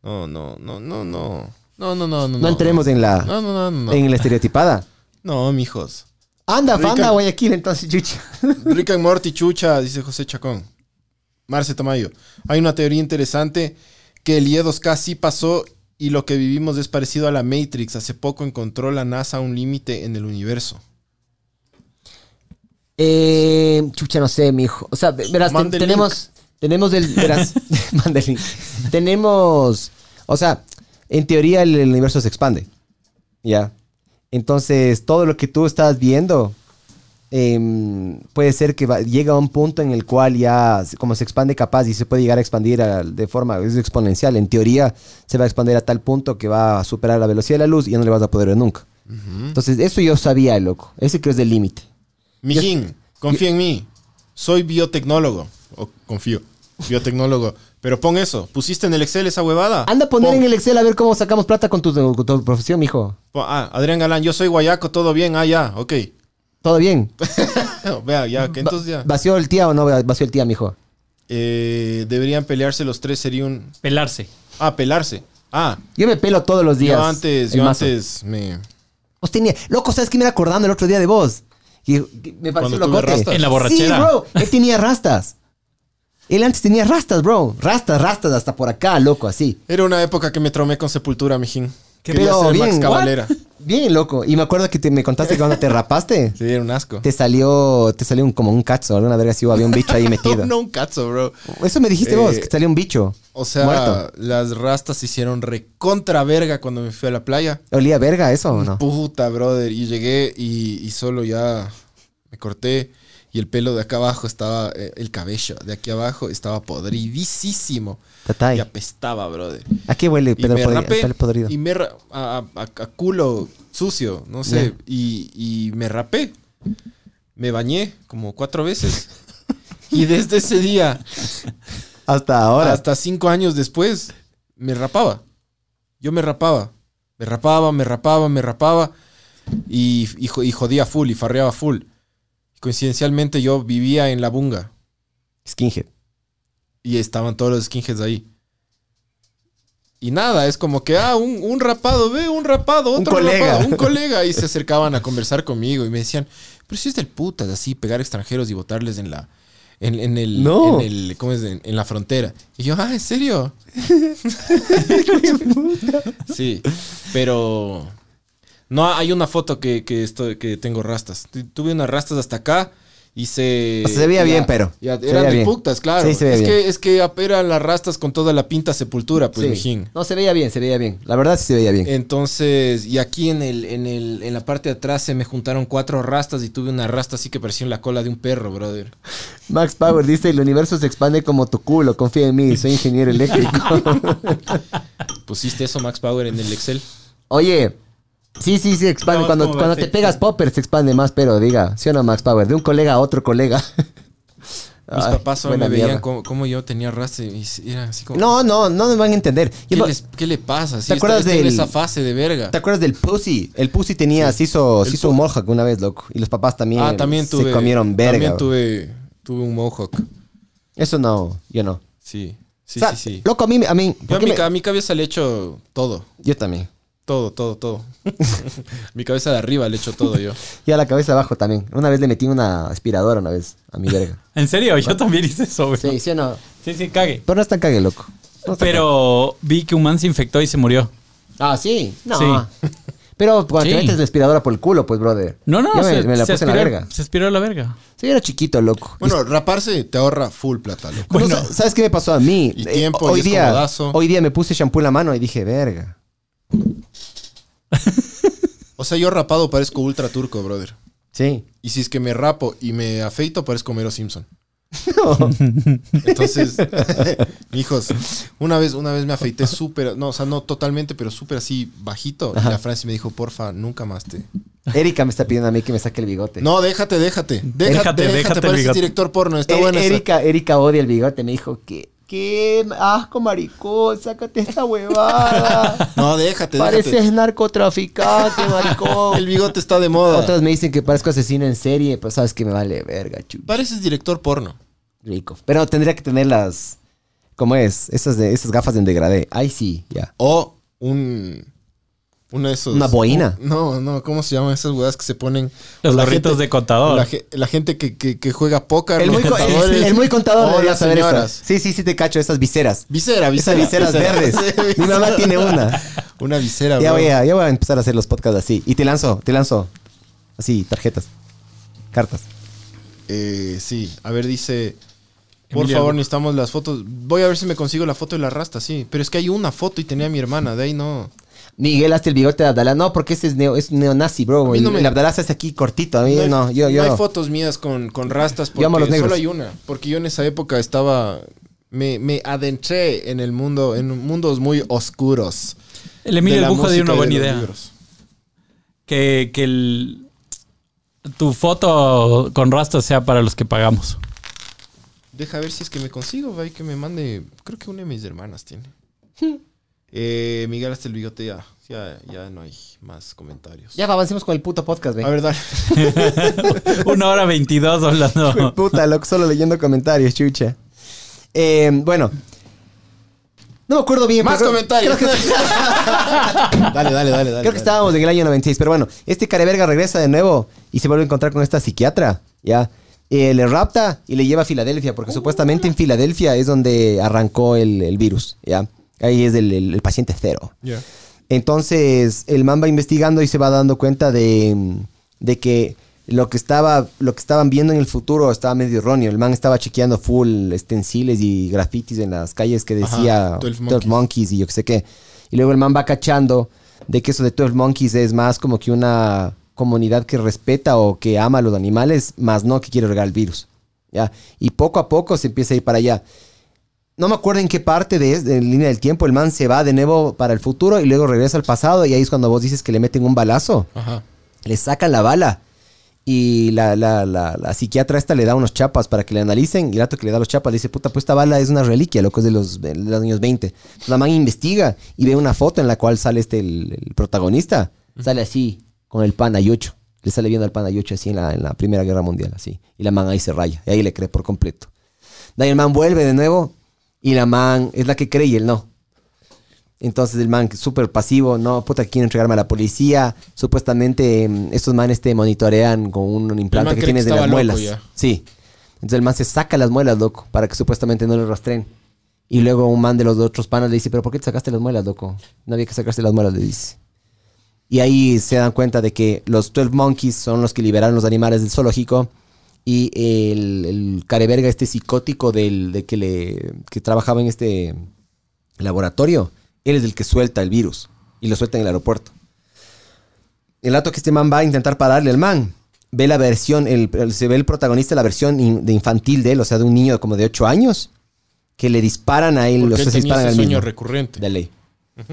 No, no, no, no, no. No, no, no, no.
No, entremos en la,
No, no, no, no.
en la estereotipada.
No, mijos.
Anda,
Rica-
anda, Guayaquil, entonces, chucha.
Rick and Morty chucha, dice José Chacón. Marce Tamayo. Hay una teoría interesante que el IE2K sí pasó y lo que vivimos es parecido a la Matrix. Hace poco encontró la NASA un límite en el universo.
Eh, chucha, no sé, mijo. O sea, ve- verás, ten-
Mande el
tenemos. Tenemos el.
<laughs>
Verás, <laughs> mande el link. Tenemos. O sea, en teoría el, el universo se expande. Ya. Entonces, todo lo que tú estás viendo. em, puede ser que va- llega a un punto en el cual ya, se- como se expande capaz y se puede llegar a expandir a- de forma es exponencial, en teoría se va a expandir a tal punto que va a superar la velocidad de la luz y ya no le vas a poder ver nunca. Entonces, eso yo sabía, loco. Ese creo es el límite.
Mijín, confía en mí. Soy biotecnólogo. O confío. Biotecnólogo. Pero pon eso. ¿Pusiste en el Excel esa huevada?
Anda a poner
Pon-
en el Excel a ver cómo sacamos plata con tu, con tu profesión, mijo.
pon- ah, Adrián Galán, yo soy guayaco, todo bien. Ah, ya, ok.
Todo bien.
Vea, ya, que entonces
Va-
ya.
¿Vació el tía o no va- vació el tía, mijo?
Eh, deberían pelearse los tres, sería un...
Pelarse.
Ah, pelarse. Ah,
Yo me pelo todos los días.
yo antes,
el
yo
mazo.
antes me...
Vos tenía- Loco, ¿sabes qué me era acordando el otro día de vos? Y y me pareció
Cuando tuve
locote.
rastas.
En la borrachera.
Sí, bro. Él tenía rastas. Él antes tenía rastas, bro. Rastas, rastas, hasta por acá, loco, así.
Era una época que me tromé con Sepultura, mijín.
Qué
Quería
pedo,
ser
bien,
Max
¿what?
Cavalera.
Bien, loco. Y me acuerdo que te- me contaste que cuando te rapaste,
Sí, era un asco.
te salió, te salió un- como un cazo, alguna verga así, o había un bicho ahí metido.
<laughs> no, un cazo, bro.
Eso me dijiste
Eh,
vos, que salió un bicho.
O sea,
Muerto.
las rastas se hicieron recontra verga cuando me fui a la playa.
¿Olía verga eso o no?
Puta, brother. Y llegué y, y solo ya me corté. Y el pelo de acá abajo estaba, eh, el cabello de aquí abajo estaba podridísimo.
Tatay.
Y apestaba, brother.
¿A qué huele
Y
Pedro
me
podri-
rapé,
pelo podrido?
Y me ra- a, a- a- a culo sucio, no sé. Y, y me rapé. Me bañé como cuatro veces. y desde ese día,
Hasta ahora.
hasta cinco años después, me rapaba. Yo me rapaba. Me rapaba, me rapaba, me rapaba. Y, y jo- y jodía full, y farreaba full. Coincidencialmente yo vivía en la bunga.
Skinhead.
Y estaban todos los skinheads ahí. Y nada, es como que, ah, un, un rapado, ve, un rapado,
Un
otro
colega.
rapado,
<laughs>
un colega. Y se acercaban a conversar conmigo y me decían, pero si es del putas, así, pegar extranjeros y botarles en la. En, en el,
No.
en el- ¿cómo es? En, en la frontera. Y yo, ah,
<laughs>
¿en serio? sí, pero. No, hay una foto que, que, estoy, que tengo rastas. Tu- Tuve unas rastas hasta acá y se.
O sea, se veía
y
bien,
a-
pero.
y a-
Se
eran
veía
de
bien.
putas, claro.
Sí, se veía
es,
bien.
Que, es que ap- eran las rastas con toda la pinta sepultura, pues, mijín.
No, se veía bien, se veía bien. La verdad sí se veía bien.
Eh. Entonces, y aquí en, el, en, el, en la parte de atrás se me juntaron cuatro rastas y tuve una rasta así que parecía la cola de un perro, brother.
Max Power dice, el universo se expande como tu culo, confía en mí, soy ingeniero
<laughs>
eléctrico.
¿Pusiste eso, Max Power, en el <laughs> Excel?
Oye, sí, sí, se expande.
No,
cuando
como
cuando te
verse.
pegas popper se expande más, pero diga, ¿sí o no, Max Power? De un colega a otro colega.
Mis
Ay,
papás solo
buena
me veían
mierda.
cómo, cómo yo tenía rastas y s- eran así <laughs> como...
No, no, no me van a entender.
¿Qué,
Yo-
les- qué le pasa? Sí,
¿Te
está-
acuerdas
está en
del-
esa fase de verga?
¿Te acuerdas del Pussy? El Pussy tenía, se hizo, se hizo un mohawk una vez, loco. Y los papás también,
ah, también tuve...
se comieron verga.
También tuve, tuve un mohawk.
Eso no, yo no.
Sí, sí,
O sea,
sí, sí.
Loco, a mí, a mí, ¿por
Yo a
qué
mi,
me-
ca- a mi cabeza le echo todo.
yo también.
Todo, todo, todo. <laughs> Mi cabeza de arriba le echo todo yo.
Y a la cabeza abajo también. Una vez le metí una aspiradora una vez a mi verga.
¿En serio? Yo también hice eso, güey.
<laughs> sí,
Sí,
sí o no.
sí, cague.
Pero no es tan cague, loco. No es tan
Pero vi que un man se infectó y se murió.
Ah, sí. No.
Sí.
<laughs> Pero cuando te
Sí.
metes la aspiradora por el culo, pues, brother.
No, no,
Yo
se,
me, me la
se
puse en la
aspiró-
verga. Pues
Se aspiró a la verga.
Sí, yo era chiquito, loco. pues,
Bueno, raparse te ahorra full plata, loco.
No,
bueno.
sa- ¿Sabes qué me pasó a mí?
Y
Eh,
tiempo, y
hoy
es
día,
comodazo.
hoy día me puse shampoo en la mano y dije, verga.
O sea, yo rapado parezco ultra turco, brother.
Sí.
Y si es que me rapo y me afeito, parezco Mero <laughs> Simpson. Entonces, <laughs> hijos, una vez, una vez me afeité súper, no, o sea, no totalmente, pero súper así bajito. Y la Francis me dijo, porfa, nunca más te.
Erika me está pidiendo a mí que me saque el bigote.
No, déjate, déjate. Déjate, déjate,
Déjate, déjate,
pareces
bigote.
director porno, está
E-
buena esa.
Erika, Erika odia el bigote. Me dijo, ¿qué? ¿Qué asco, maricón? Sácate esta
<laughs>
huevada.
No, déjate, déjate.
Pareces narcotraficante,
<laughs> El
maricón.
bigote está de moda.
Otros me dicen que parezco asesino en serie, pero sabes que me vale verga, chu.
Pareces director porno.
Rico. Pero tendría que tener las. ¿Cómo es? Esas, de, esas gafas en degradé. Ay, sí, ya.
O un. Uno de esos.
Una boina.
un- no, no, ¿cómo se llaman esas weas que se ponen?
Los
La
gorritos
gente-
de contador.
La, ge- la gente que, que- que juega póker.
Oh. El
los
muy, co- el-
contadores.
el muy contador
O
debería
las
saber eso.
señoras.
Sí, sí, sí te cacho, esas viseras.
Visera, visera.
Esas viseras
<laughs>
verdes. Mi mamá tiene una.
Una visera,
Ya
bro.
voy, a, ya voy a empezar a hacer los podcasts así. Y te lanzo, te lanzo. Así, tarjetas. Cartas.
Eh, sí, a ver, dice. Por
Emilia
favor,
Buch.
necesitamos las fotos. Voy a ver si me consigo la foto de la rasta, sí. Pero es que hay una foto y tenía a mi hermana, de ahí no.
Miguel, hazte el bigote de Abdalá. No, porque ese es, neo, es neonazi, bro.
mí
el,
no me-
el Abdalá se hace aquí cortito. A mí
hay-
no, yo, yo.
hay fotos mías con, con rastas porque
Yo amo a los negros.
solo hay una. Porque yo en esa época estaba. Me, me adentré en el mundo, en mundos muy oscuros.
El Emilio
de la
Bujo dio una
música y de
buena
los
idea.
libros.
Que, que el- tu foto con rasta sea para los que pagamos.
Deja ver si es que me consigo, va, y que me mande. Creo que una de mis
<laughs>
hermanas tiene. Eh, Miguel, hasta el bigote ya. Ya, ya no hay más comentarios.
Ya va, avancemos con el puto podcast,
A
ve.
ver, dale. <laughs>
Una hora veintidós hablando.
<laughs> Puta, loco, solo leyendo comentarios, chucha. Eh, bueno. No me acuerdo bien.
Más
pero creo-
comentarios.
creo que-
dale, dale, dale, dale.
Creo que
dale.
estábamos en el año 96, pero bueno, este careverga regresa de nuevo y se vuelve a encontrar con esta psiquiatra, ¿ya? Eh, le rapta y le lleva a Filadelfia, porque supuestamente en Filadelfia es donde arrancó el, el virus, ¿ya? Ahí es el, el- el paciente cero.
Ya.
Entonces, el man va investigando y se va dando cuenta de, de que lo que, estaba, lo que estaban viendo en el futuro estaba medio erróneo. El man estaba chequeando full estenciles y grafitis en las calles que
Ajá,
decía
12
12 Monkeys y yo qué sé qué. Y luego el man va cachando de que eso de 12 Monkeys es más como que una comunidad que respeta o que ama a los animales, más no que quiere regar el virus. ¿ya? Y poco a poco se empieza a ir para allá. No me acuerdo en qué parte de, es- de la línea del tiempo el man se va de nuevo para el futuro y luego regresa al pasado y ahí es cuando vos dices que le meten un balazo,
Ajá.
le sacan la bala y la, la- la- la psiquiatra esta le da unos chapas para que le analicen y el rato que le da los chapas le dice, puta, pues esta bala es una reliquia, loco, es de los, de los años 20. La man investiga y ve una foto en la cual sale este, el, el protagonista, sale así con el pan Ayucho, le sale viendo al pan Ayucho así en la, en la Primera Guerra Mundial, así, y la man ahí se raya y ahí le cree por completo. De ahí el man vuelve de nuevo y la man es la que cree y él no. Entonces el man súper pasivo, no, puta, quiero entregarme a la policía. Supuestamente mm, estos manes te monitorean con un, implante
man
que
cree que
tienes en
estaba
las
loco
muelas.
ya.
Sí. Entonces el man se saca las muelas, loco, para que supuestamente no le rastreen. Y luego un man de los otros panas le dice, pero ¿por qué te sacaste las muelas, loco? No había que sacarse las muelas, le dice. Y ahí se dan cuenta de que los 12 Monkeys son los que liberaron los animales del zoológico. Y el, el careverga, este psicótico del, de que, le, que trabajaba en este laboratorio, él es el que suelta el virus. Y lo suelta en el aeropuerto. El dato que este man va a intentar pararle al man. Ve la versión, el- el- se ve el protagonista, la versión in- de infantil de él, o sea, de un niño como de 8 años, que le disparan a él,
Porque
o sea,
él
se
tenía
disparan
ese
al
sueño
mismo.
recurrente.
De ley.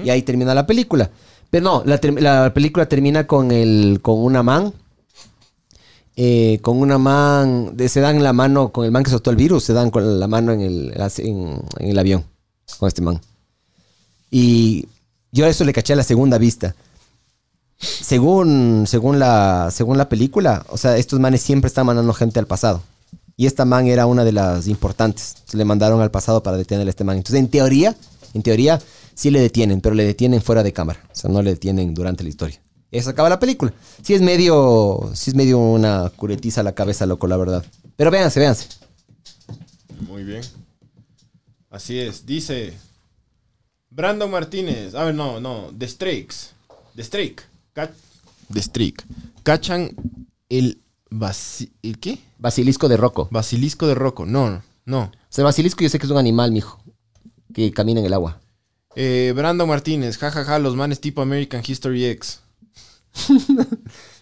Y ahí termina la película. Pero no, la, ter- la película termina con el con una man. eh, con una man. de- se dan la mano con el man que soltó el virus. Se dan con la mano en el, en, en el avión. Con este man. Y yo eso le caché a la segunda vista. Según, según, la, según la película, o sea, estos manes siempre están mandando gente al pasado. Y esta man era una de las importantes. Entonces, le mandaron al pasado para detener a este man. Entonces, en teoría, en teoría, sí le detienen, pero le detienen fuera de cámara. O sea, no le detienen durante la historia. Y eso acaba la película. Sí es medio, sí es medio una curetiza a la cabeza, loco, la verdad. Pero véanse, véanse.
Muy bien. Así es. Dice Brandon Martínez. A ver, no, no. The Strakes. The Strake. Ca-
The Streak. ¿Cachan el, basi- ¿el qué?
Basilisco de Rocco.
Basilisco de Rocco. No, no, no.
O sea, basilisco yo sé que es un animal, mijo. Que camina en el agua.
Eh, Brandon Martínez. Jajaja, los manes tipo American History X.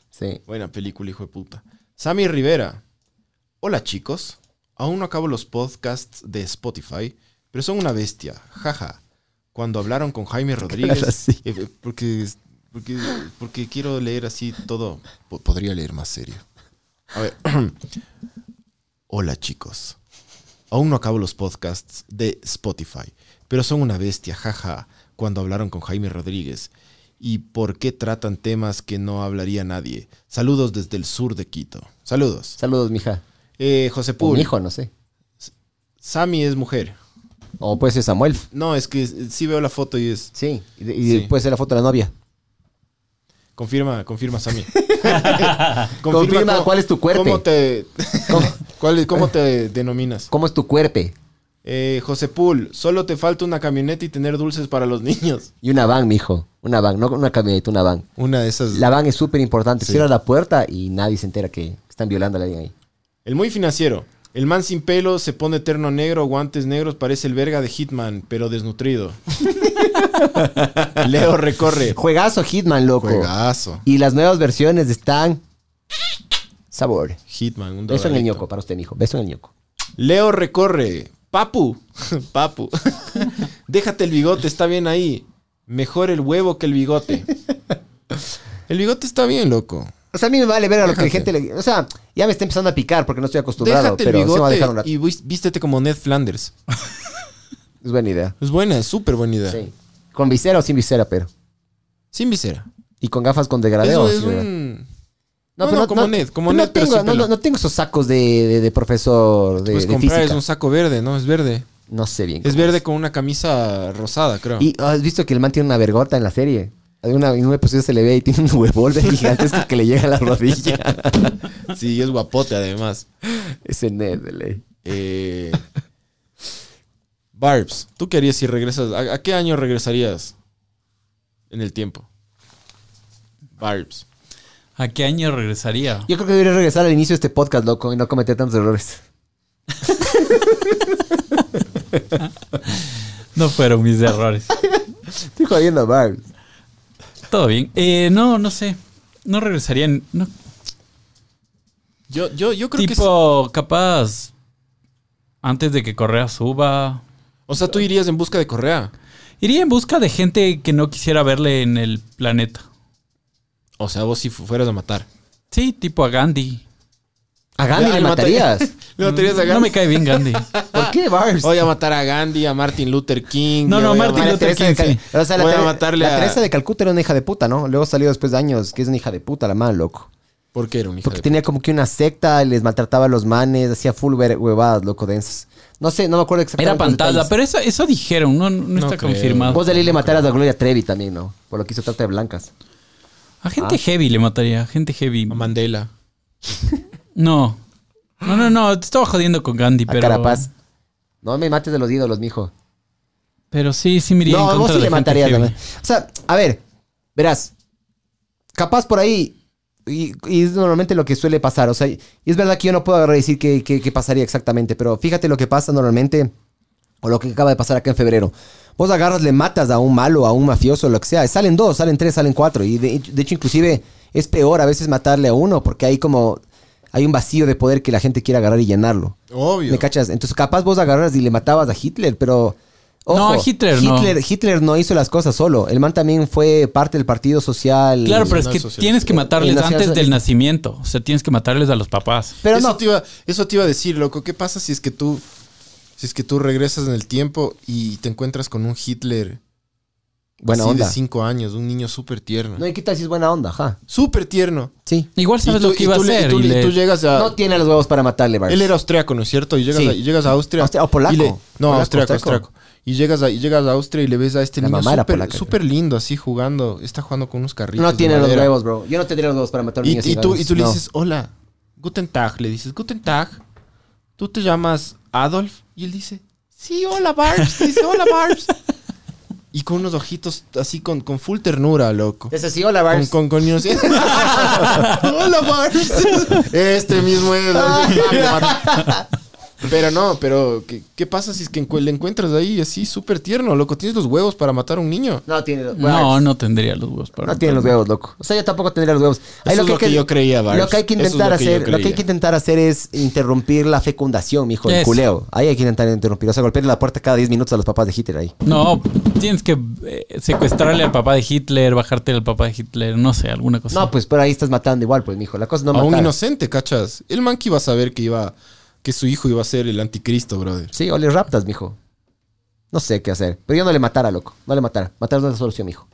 Sí.
Buena película, hijo de puta. Sammy Rivera. Hola chicos. Aún no acabo los podcasts de Spotify, pero son una bestia. Jaja. Cuando hablaron con Jaime Rodríguez.
así.
eh, eh, porque, porque, porque quiero leer así todo. Po- podría leer más serio. A ver. <clears throat> Hola chicos. Aún no acabo los podcasts de Spotify, pero son una bestia, jaja, cuando hablaron con Jaime Rodríguez. ¿Y por qué tratan temas que no hablaría nadie? Saludos desde el sur de Quito. Saludos.
Saludos, mija.
Eh, José
O mi
Pul,
hijo, no sé.
Sami es mujer.
O puede ser Samuel.
No, es que eh, sí veo la foto y es...
Sí. Y, de- y
Sí.
puede ser la foto de la novia.
Confirma,
<laughs>
confirma, Sami.
Confirma
cómo-
cuál es tu cuerpo.
¿Cómo te,
<laughs>
<laughs>
¿Cómo,
cuál- cómo te denominas?
cómo es tu cuerpo?
Eh, José Pul, solo te falta una camioneta y tener dulces para los niños.
Y una van, mijo. Una van, no una camioneta, una van.
Una de esas...
La van es súper importante. Cierra la puerta y nadie se entera que están violando a alguien ahí.
El muy financiero. El man sin pelo se pone terno negro, guantes negros, parece el verga de Hitman, pero
<laughs>
desnutrido. Leo recorre.
Juegazo Hitman, loco.
Juegazo.
Y las nuevas versiones están. Sabor.
Hitman, un
Beso en el
dolarito.
ñoco para usted, mijo. Beso en el ñoco.
Leo recorre. Papu. <laughs> Papu. Déjate el bigote, está bien ahí. Mejor el huevo que el bigote. El bigote está bien, loco.
O sea, a mí me vale ver a lo que la gente le. O sea, ya me está empezando a picar porque no estoy acostumbrado.
Déjate el
pero se va a
bigote
dejar un rato.
y vis- vístete como Ned Flanders.
Es buena idea.
Es buena, es súper buena idea.
Sí. Con visera o sin visera, pero.
Sin visera.
Y con gafas con degradeo.
Eso es
sí, ¿verdad?
un... no, pues no, como Ned, como
pero no
Ned, pero
tengo,
sin
no,
pelo.
no- no tengo esos sacos de, de- de profesor de,
Pues
de
comprar
física.
es un saco verde, ¿no? Es verde.
No sé bien.
Es
cómo
verde con una camisa rosada, creo.
Y oh, has visto que el man tiene una vergota en la serie. Hay una- en un episodio se le ve y tiene un revólver <laughs> gigantesco que le llega a la rodilla. <laughs>
Sí, es guapote además.
Ese Ned de ley.
Eh... <laughs> Barbs, ¿tú qué harías si regresas? ¿A, a qué año regresarías en el tiempo? Barbs.
¿A qué año regresaría?
Yo creo que debería regresar al inicio de este podcast, loco, y no cometer tantos errores.
No fueron mis errores.
Estoy jodiendo, Barb.
Todo bien. Eh, no, no sé. No regresaría. en- no.
Yo, yo, yo creo que... es-
Tipo, capaz. Antes de que Correa suba.
O sea, tú irías en busca de Correa.
Iría en busca de gente que no quisiera verle en el planeta.
O sea, vos si fu- fueras a matar.
Sí, tipo a Gandhi.
A Gandhi
Ah,
le
le mataría.
matarías.
¿Le matarías a
No me
Gandhi?
cae bien Gandhi.
<laughs> ¿Por qué, Barb?
<laughs> Voy a matar a Gandhi, a Martin Luther King.
No,
le
no,
voy a
Martin
matar-
Luther King, sí.
O sea, la,
Voy a
Tere-
matarle
la
a-
Teresa de Calcuta era una hija de puta, ¿no? Luego salió después de años que es una hija de puta la man, loco.
¿Por qué era un hijo
Porque
de
tenía como que una secta, les maltrataba a los manes, hacía full ver- huevadas, loco, densas. No sé, no me acuerdo exactamente.
Era
los
pantalla,
detalles.
pero eso, eso dijeron, no, no está
creo.
confirmado.
Vos de ley le mataras a Gloria Trevi también, ¿no? Por lo que hizo trata de blancas.
A gente heavy le mataría, a gente heavy.
A Mandela.
No. No, no, no, te estaba jodiendo con Gandhi,
A
pero.
Carapaz. No me mates de los ídolos, mijo.
Pero sí, sí me iría en
No, vos
contra
sí
de
le
gente
matarías
heavy.
también. O sea, a ver, verás. Capaz por ahí. Y, y es normalmente lo que suele pasar. O sea, y es verdad que yo no puedo agarrar y decir qué qué- qué pasaría exactamente. Pero fíjate lo que pasa normalmente. O lo que acaba de pasar acá en febrero. Vos agarras, le matas a un malo, a un mafioso, lo que sea. Salen dos, salen tres, salen cuatro. Y de, de hecho, inclusive es peor a veces matarle a uno. Porque hay como. Hay un vacío de poder que la gente quiere agarrar y llenarlo.
Obvio.
¿Me cachas? Entonces, capaz vos agarras y le matabas a Hitler, pero. ojo,
No, a Hitler no.
Hitler, Hitler no hizo las cosas solo. El man también fue parte del Partido Social.
Claro, pero es
Nacional
que
socialista.
tienes que
El
matarles
nacional
antes del
socialista.
nacimiento. O sea, tienes que matarles a los papás.
Pero
eso,
no.
te iba, eso te iba a decir, loco. ¿Qué pasa si es que tú. Si es que tú regresas en el tiempo y te encuentras con un Hitler
Buena
así
onda.
de 5 años, un niño súper tierno.
No, y qué tal si es buena onda, ajá.
Súper tierno.
Sí.
Igual sabes lo que iba a
tú le-
hacer.
tú
y
le-
le-
tú llegas a.
No tiene los huevos para matarle, Barnes.
Ah. él era austriaco, ¿no es cierto? Y llegas,
Pues, Sí.
a, y llegas a Austria.
Austria- o polaco.
y le- no,
Polaco,
austriaco,
austriaco.
austriaco. Y llegas, a, y llegas a Austria y le ves a este
La
niño
mamá era
súper-
polaca,
súper lindo así jugando. Está jugando con unos carritos.
No
de
tiene los
madera.
huevos, bro. Yo no tendría los huevos para matar a un
Y,
niño
y
sin
tú,
ganas.
y tú le
No.
dices, hola, Guten Tag. Le dices, Guten Tag, ¿tú
<laughs>
te llamas Adolf? Y él dice, sí, hola, Barbs. Dice, hola, Barbs. Y con unos ojitos así con, con full ternura, loco.
Es así, hola,
Con,
Bars.
con, con <laughs> inocencia. Hola, Bars. Este mismo es. <laughs> pero no, pero ¿qué, qué pasa si es que encu- le encuentras ahí así súper tierno, loco? Tienes los huevos para matar a un niño.
No tiene los huevos.
No, no tendría los huevos para.
No tiene los huevos, loco. O sea, yo tampoco tendría los huevos. Ahí
Eso es lo que yo creía, Barbs.
Lo que hay que
Eso es
intentar
lo que yo
hacer, lo que hay
creía.
que intentar hacer es interrumpir la fecundación, mijo, el
Eso.
culeo. Ahí hay que intentar interrumpir. O sea, golpearle la puerta cada 10 minutos a los papás de Hitler ahí.
No, tienes que eh, secuestrarle al papá de Hitler, bajarte al papá de Hitler, no sé, alguna cosa.
No, pues, pero ahí estás matando igual, pues, mijo. La cosa no
a un
matar.
inocente, ¿cachas? El man que iba a saber que iba. que su hijo iba a ser el anticristo, brother.
Sí, o le raptas, mijo. No sé qué hacer. Pero yo no le matara, loco. No le matara. Matar no es la solución, mijo.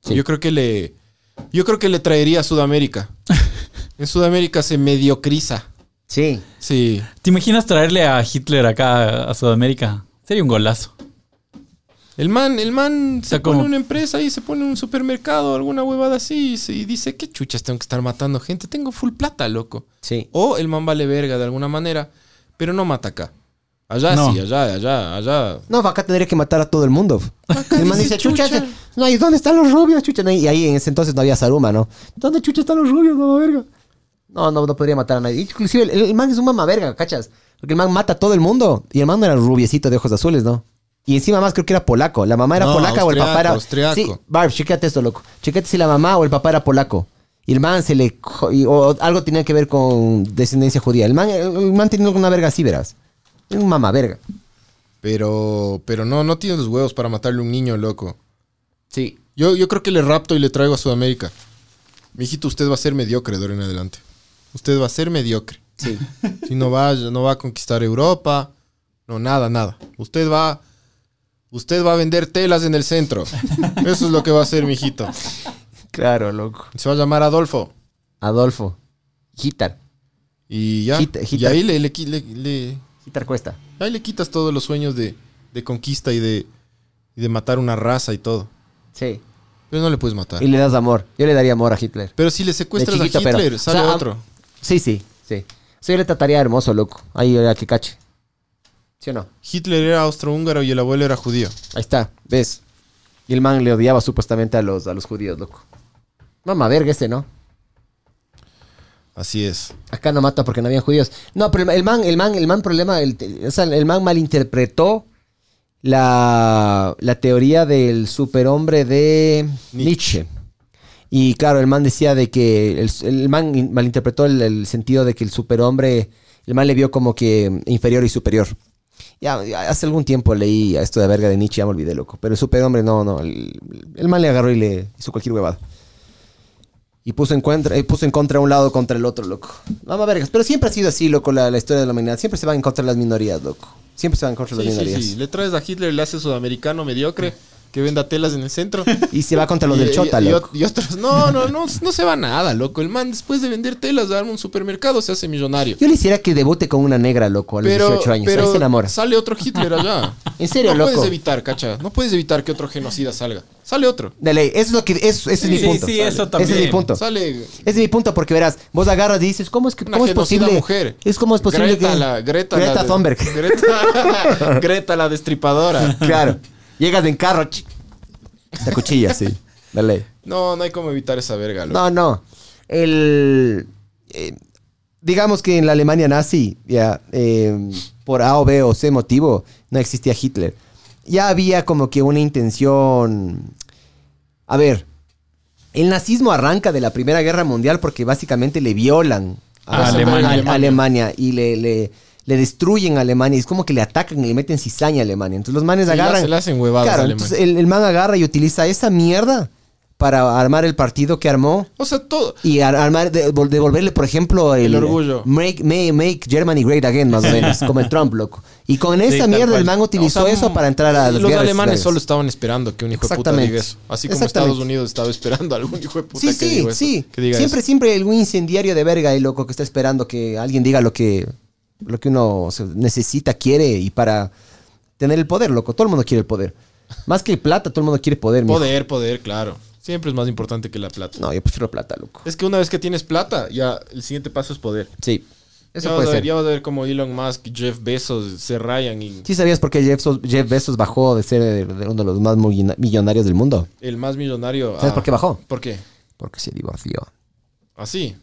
Sí.
Yo creo que le. Yo creo que le traería a <laughs> Sudamérica. en Sudamérica se mediocriza.
Sí.
Sí.
¿Te imaginas traerle a Hitler acá a Sudamérica? Sería un golazo.
El man, el man se
sea, como-
pone una empresa y se pone un supermercado, alguna huevada así, y, se- y dice, ¿qué chuchas tengo que estar matando gente? Tengo full plata, loco.
Sí.
O el man vale verga de alguna manera, pero no mata acá. Allá
No.
sí, allá, allá, allá.
No, acá tendría que matar a todo el mundo. El man dice, chucha, no, ¿y dónde están los rubios, chucha? No, y ahí en ese entonces no había Saruma, ¿no? ¿Dónde chucha están los rubios, mamá verga? No, no, no podría matar a nadie. Inclusive el, el man es un mamá verga, ¿cachas? Porque el man mata a todo el mundo. Y el man no era rubiecito de ojos azules, ¿no? Y encima más creo que era polaco. La mamá era
No,
polaca o el papá era...
austriaco,
Sí,
austriaco.
Barb, chécate esto, loco. Chécate si la mamá o el papá era polaco. Y el man se le... co- y- o algo tenía que ver con descendencia judía. El man, el, el man tenía una verga así, verás. Era un mamá verga.
Pero, pero no, no tienes los huevos para matarle a un niño, loco.
Sí.
Yo, yo creo que le rapto y le traigo a Sudamérica. Mijito, usted va a ser mediocre de ahora en adelante. Usted va a ser mediocre.
Sí.
<laughs> Si no va, no va a conquistar Europa. No, nada, nada. Usted va. Usted va a vender telas en
<laughs>
el centro. Eso es lo que va a hacer, mijito.
Claro, loco.
Se va a llamar Adolfo.
Adolfo. Gitar.
Y ya.
Gita-
Y
gita-
ahí le, le qui- le- le-
Gitar cuesta.
ahí le quitas todos los sueños de, de conquista y de, y de matar una raza y todo.
Sí.
Pero no le puedes matar.
Y le das amor. Yo le daría amor a Hitler.
Pero si le secuestras
chiquito,
a Hitler,
pero-
sale
o sea,
otro.
Sí, sí, sí. O sea, yo le trataría hermoso, loco. Ahí a que cache. ¿Sí o no?
Hitler era austrohúngaro y el abuelo era judío.
Ahí está, ves. Y el man le odiaba supuestamente a los, a los judíos, loco. Mamá verga ese, ¿no?
Así es.
Acá no mata porque no había judíos. No, pero el man, el man, el man problema, el, te- o sea, el man malinterpretó la, la teoría del superhombre de Nietzsche. Y claro, el man decía de que el, el man in- malinterpretó el, el sentido de que el superhombre, el man le vio como que inferior y superior. Ya, ya hace algún tiempo leí a esto de verga de Nietzsche, ya me olvidé, loco. Pero el superhombre, no, no. El, el man le agarró y le hizo cualquier huevada. Y puso en, contra, eh, puso en contra un lado contra el otro, loco. Mamá vergas. Pero siempre ha sido así, loco, la, la historia de la humanidad. Siempre se van en contra de las minorías, loco. Siempre se van en contra de
Sí,
las
sí,
minorías.
sí. Le traes a Hitler, le haces sudamericano mediocre, que venda telas en el centro.
<laughs> Y se va contra los del
Y- y-
chota,
y,
loco.
ot- y otros, no, no, no, no se va nada, loco. El man, después de vender telas, arma un supermercado, se hace millonario.
Yo le hiciera que debute con una negra, loco, a los
Pero,
18 años. Ahí
pero
se enamora.
sale
<laughs>
otro Hitler allá.
En serio,
no
loco.
puedes evitar, cacha. No puedes evitar que otro genocida salga. Sale otro.
De ley. Eso es lo que. Eso, ese es mi
Sí,
punto.
sí, eso
Ese es mi
también.
punto.
Sale
Ese es mi punto, porque verás, vos agarras y dices, ¿cómo es que
una
cómo es
genocida
posible?
mujer.
Es como es posible
Greta,
que.
la, Greta,
Greta
la de-
Thunberg.
Greta, <laughs> Greta la destripadora.
<laughs> claro. Llegas en carro. ch- La cuchilla, sí. De ley.
No, no hay como evitar esa verga, loco.
No, no. El. eh, digamos que en la Alemania nazi, ya, eh, por A o B o C motivo, no existía Hitler. Ya había como que una intención. A ver. El nazismo arranca de la Primera Guerra Mundial porque básicamente le violan
A Alemania.
a Alemania y le, le, le destruyen a Alemania. Es como que le atacan y le meten cizaña a Alemania. Entonces los manes
Sí, le
agarran.
hace- le hacen huevadas
Claro,
a Alemania.
entonces el, el man agarra y utiliza esa mierda para armar el partido que armó.
O sea, todo.
Y ar- armar, de- vol- devolverle, por ejemplo, el,
El orgullo.
Make, may- make Germany great again, más o
<laughs>
menos, como el Trump, loco. Y con esa
tal
mierda el
cual.
man utilizó
O sea,
eso para entrar a las
Los
guerras
alemanes
sociales.
solo estaban esperando que un hijo de puta
Exactamente.
diga eso. Así como
Exactamente.
Estados Unidos estaba esperando a algún hijo de puta
Sí,
que
sí,
diga eso,
sí.
que diga
siempre,
eso.
siempre algún incendiario de verga y loco que está esperando que alguien diga lo que, lo que uno o sea, necesita, quiere y para tener el poder, loco. Todo el mundo quiere el poder. Más que plata, todo el mundo quiere poder, mijo.
Poder, poder, claro. Siempre es más importante que la plata.
No, yo prefiero plata, loco.
Es que una vez que tienes plata, ya el siguiente paso es poder.
Sí. Eso puede
ya, vamos a ver,
ser.
ya vamos a ver cómo Elon Musk, Jeff Bezos se rayan y
¿Sí sabías por qué Jeff, Bezos- Jeff Bezos bajó de ser de- de uno de los más mullina- millonarios del mundo?
el más millonario.
¿Sabes
ah,
por qué bajó?
¿Por qué?
Porque se divorció.
Así.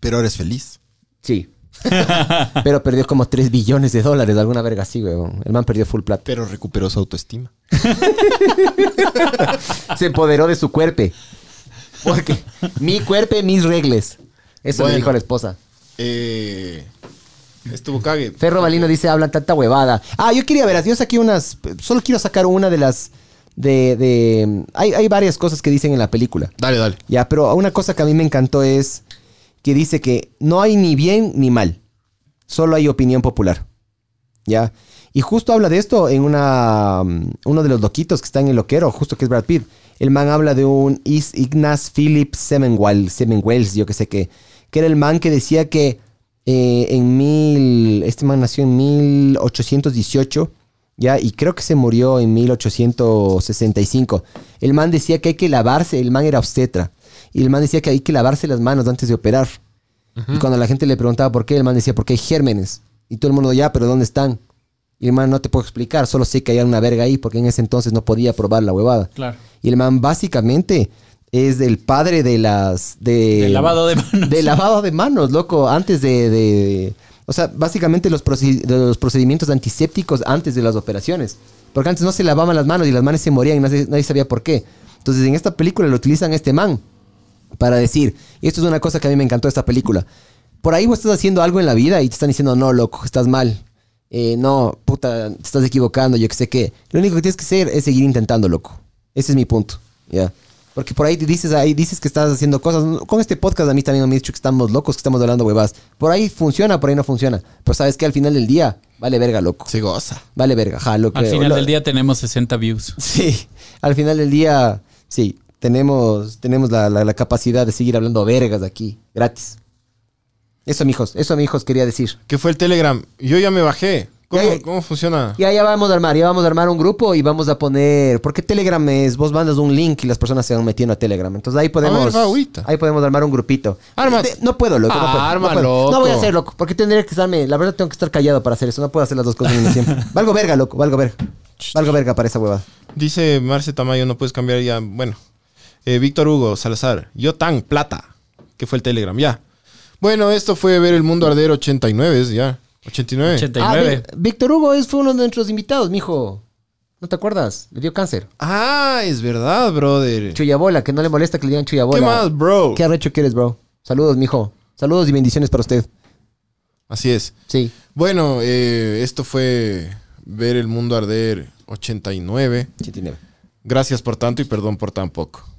Pero eres feliz.
<laughs> Sí. Pero perdió como 3 billones de dólares, alguna verga así, weón. El man perdió full plata.
Pero recuperó su autoestima.
Se empoderó de su cuerpo. Porque mi cuerpo, mis reglas. Eso
Bueno.
le dijo a la esposa.
Eh, estuvo cague.
Ferro Balino dice, hablan tanta huevada. Ah, yo quería ver, yo saqué unas, solo quiero sacar una de las, de, de, hay, hay varias cosas que dicen en la película.
Dale, dale.
Ya, pero una cosa que a mí me encantó es que dice que no hay ni bien ni mal, solo hay opinión popular. Ya. Y justo habla de esto en una mm, uno de los loquitos que está en el loquero, justo que es Brad Pitt. El man habla de un Is Ignaz Philip Semenwell, Semenwells, yo que sé qué, que era el man que decía que eh, en mil, este man nació en 1818, ya, y creo que se murió en 1865. El man decía que hay que lavarse, el man era obstetra. Y el man decía que hay que lavarse las manos antes de operar. Y cuando la gente le preguntaba por qué, el man decía, porque hay gérmenes. Y todo el mundo, ya, pero ¿dónde están? Y el man, no te puedo explicar, solo sé que hay una verga ahí, porque en ese entonces no podía probar la huevada.
Claro.
Y el man básicamente es el padre de las... De,
Del lavado de manos.
De lavado de manos, loco, antes de... de- o sea, básicamente los, proced- de los procedimientos antisépticos antes de las operaciones. Porque antes no se lavaban las manos y las manos se morían y nadie, nadie sabía por qué. Entonces en esta película lo utilizan a este man para decir, y esto es una cosa que a mí me encantó de esta película. Por ahí vos estás haciendo algo en la vida y te están diciendo, no, loco, estás mal. Eh, no, puta, te estás equivocando, yo que sé qué. Lo único que tienes que hacer es seguir intentando, loco. Ese es mi punto, ¿ya? Porque por ahí te dices, ahí dices que estás haciendo cosas. Con este podcast a mí también me han dicho que estamos locos, que estamos hablando huevas. Por ahí funciona, por ahí no funciona. Pero sabes que al final del día, vale verga, loco.
Se goza.
Vale verga, ja, loco.
Al final del día tenemos 60 views.
Sí, al final del día, sí, tenemos, tenemos la, la- la capacidad de seguir hablando vergas aquí, gratis. Eso, mijos, eso, mijos, quería decir.
¿Qué fue el Telegram? Yo ya me bajé. ¿Cómo,
Ya, ya.
cómo funciona?
Eh, Ya, ya vamos a armar, ya vamos a armar un grupo y vamos a poner. Porque Telegram es, vos mandas un link y las personas se van metiendo a Telegram. Entonces ahí podemos.
va, ahorita.
ahí podemos armar un grupito.
Arma-
De- no puedo, loco. no
Ah,
puedo, no
arma,
puedo. no,
loco.
voy a hacer, loco. Porque tendría que estarme. La verdad, tengo que estar callado para hacer eso. No puedo hacer las dos cosas al mismo
<laughs>
tiempo. Valgo verga, loco. Valgo verga. Valgo verga para esa huevada.
Dice Marce Tamayo, no puedes cambiar ya. Bueno. Eh, Víctor Hugo, Salazar. Yo tan plata. Que fue el Telegram, ya. Bueno, esto fue ver el mundo arder 89, es ya. 89.
89.
Ah, Ví- Víctor Hugo es, fue uno de nuestros invitados, mijo. ¿No te acuerdas? Le dio cáncer.
Ah, es verdad, brother.
Chuyabola, que no le molesta que le digan
¿Qué
Chuyabola.
más, bro?
¿Qué arrecho que eres, bro? Saludos, mijo. Saludos y bendiciones para usted.
Así es.
Sí.
Bueno, eh, esto fue ver el mundo arder 89. Gracias por tanto y perdón por tan poco.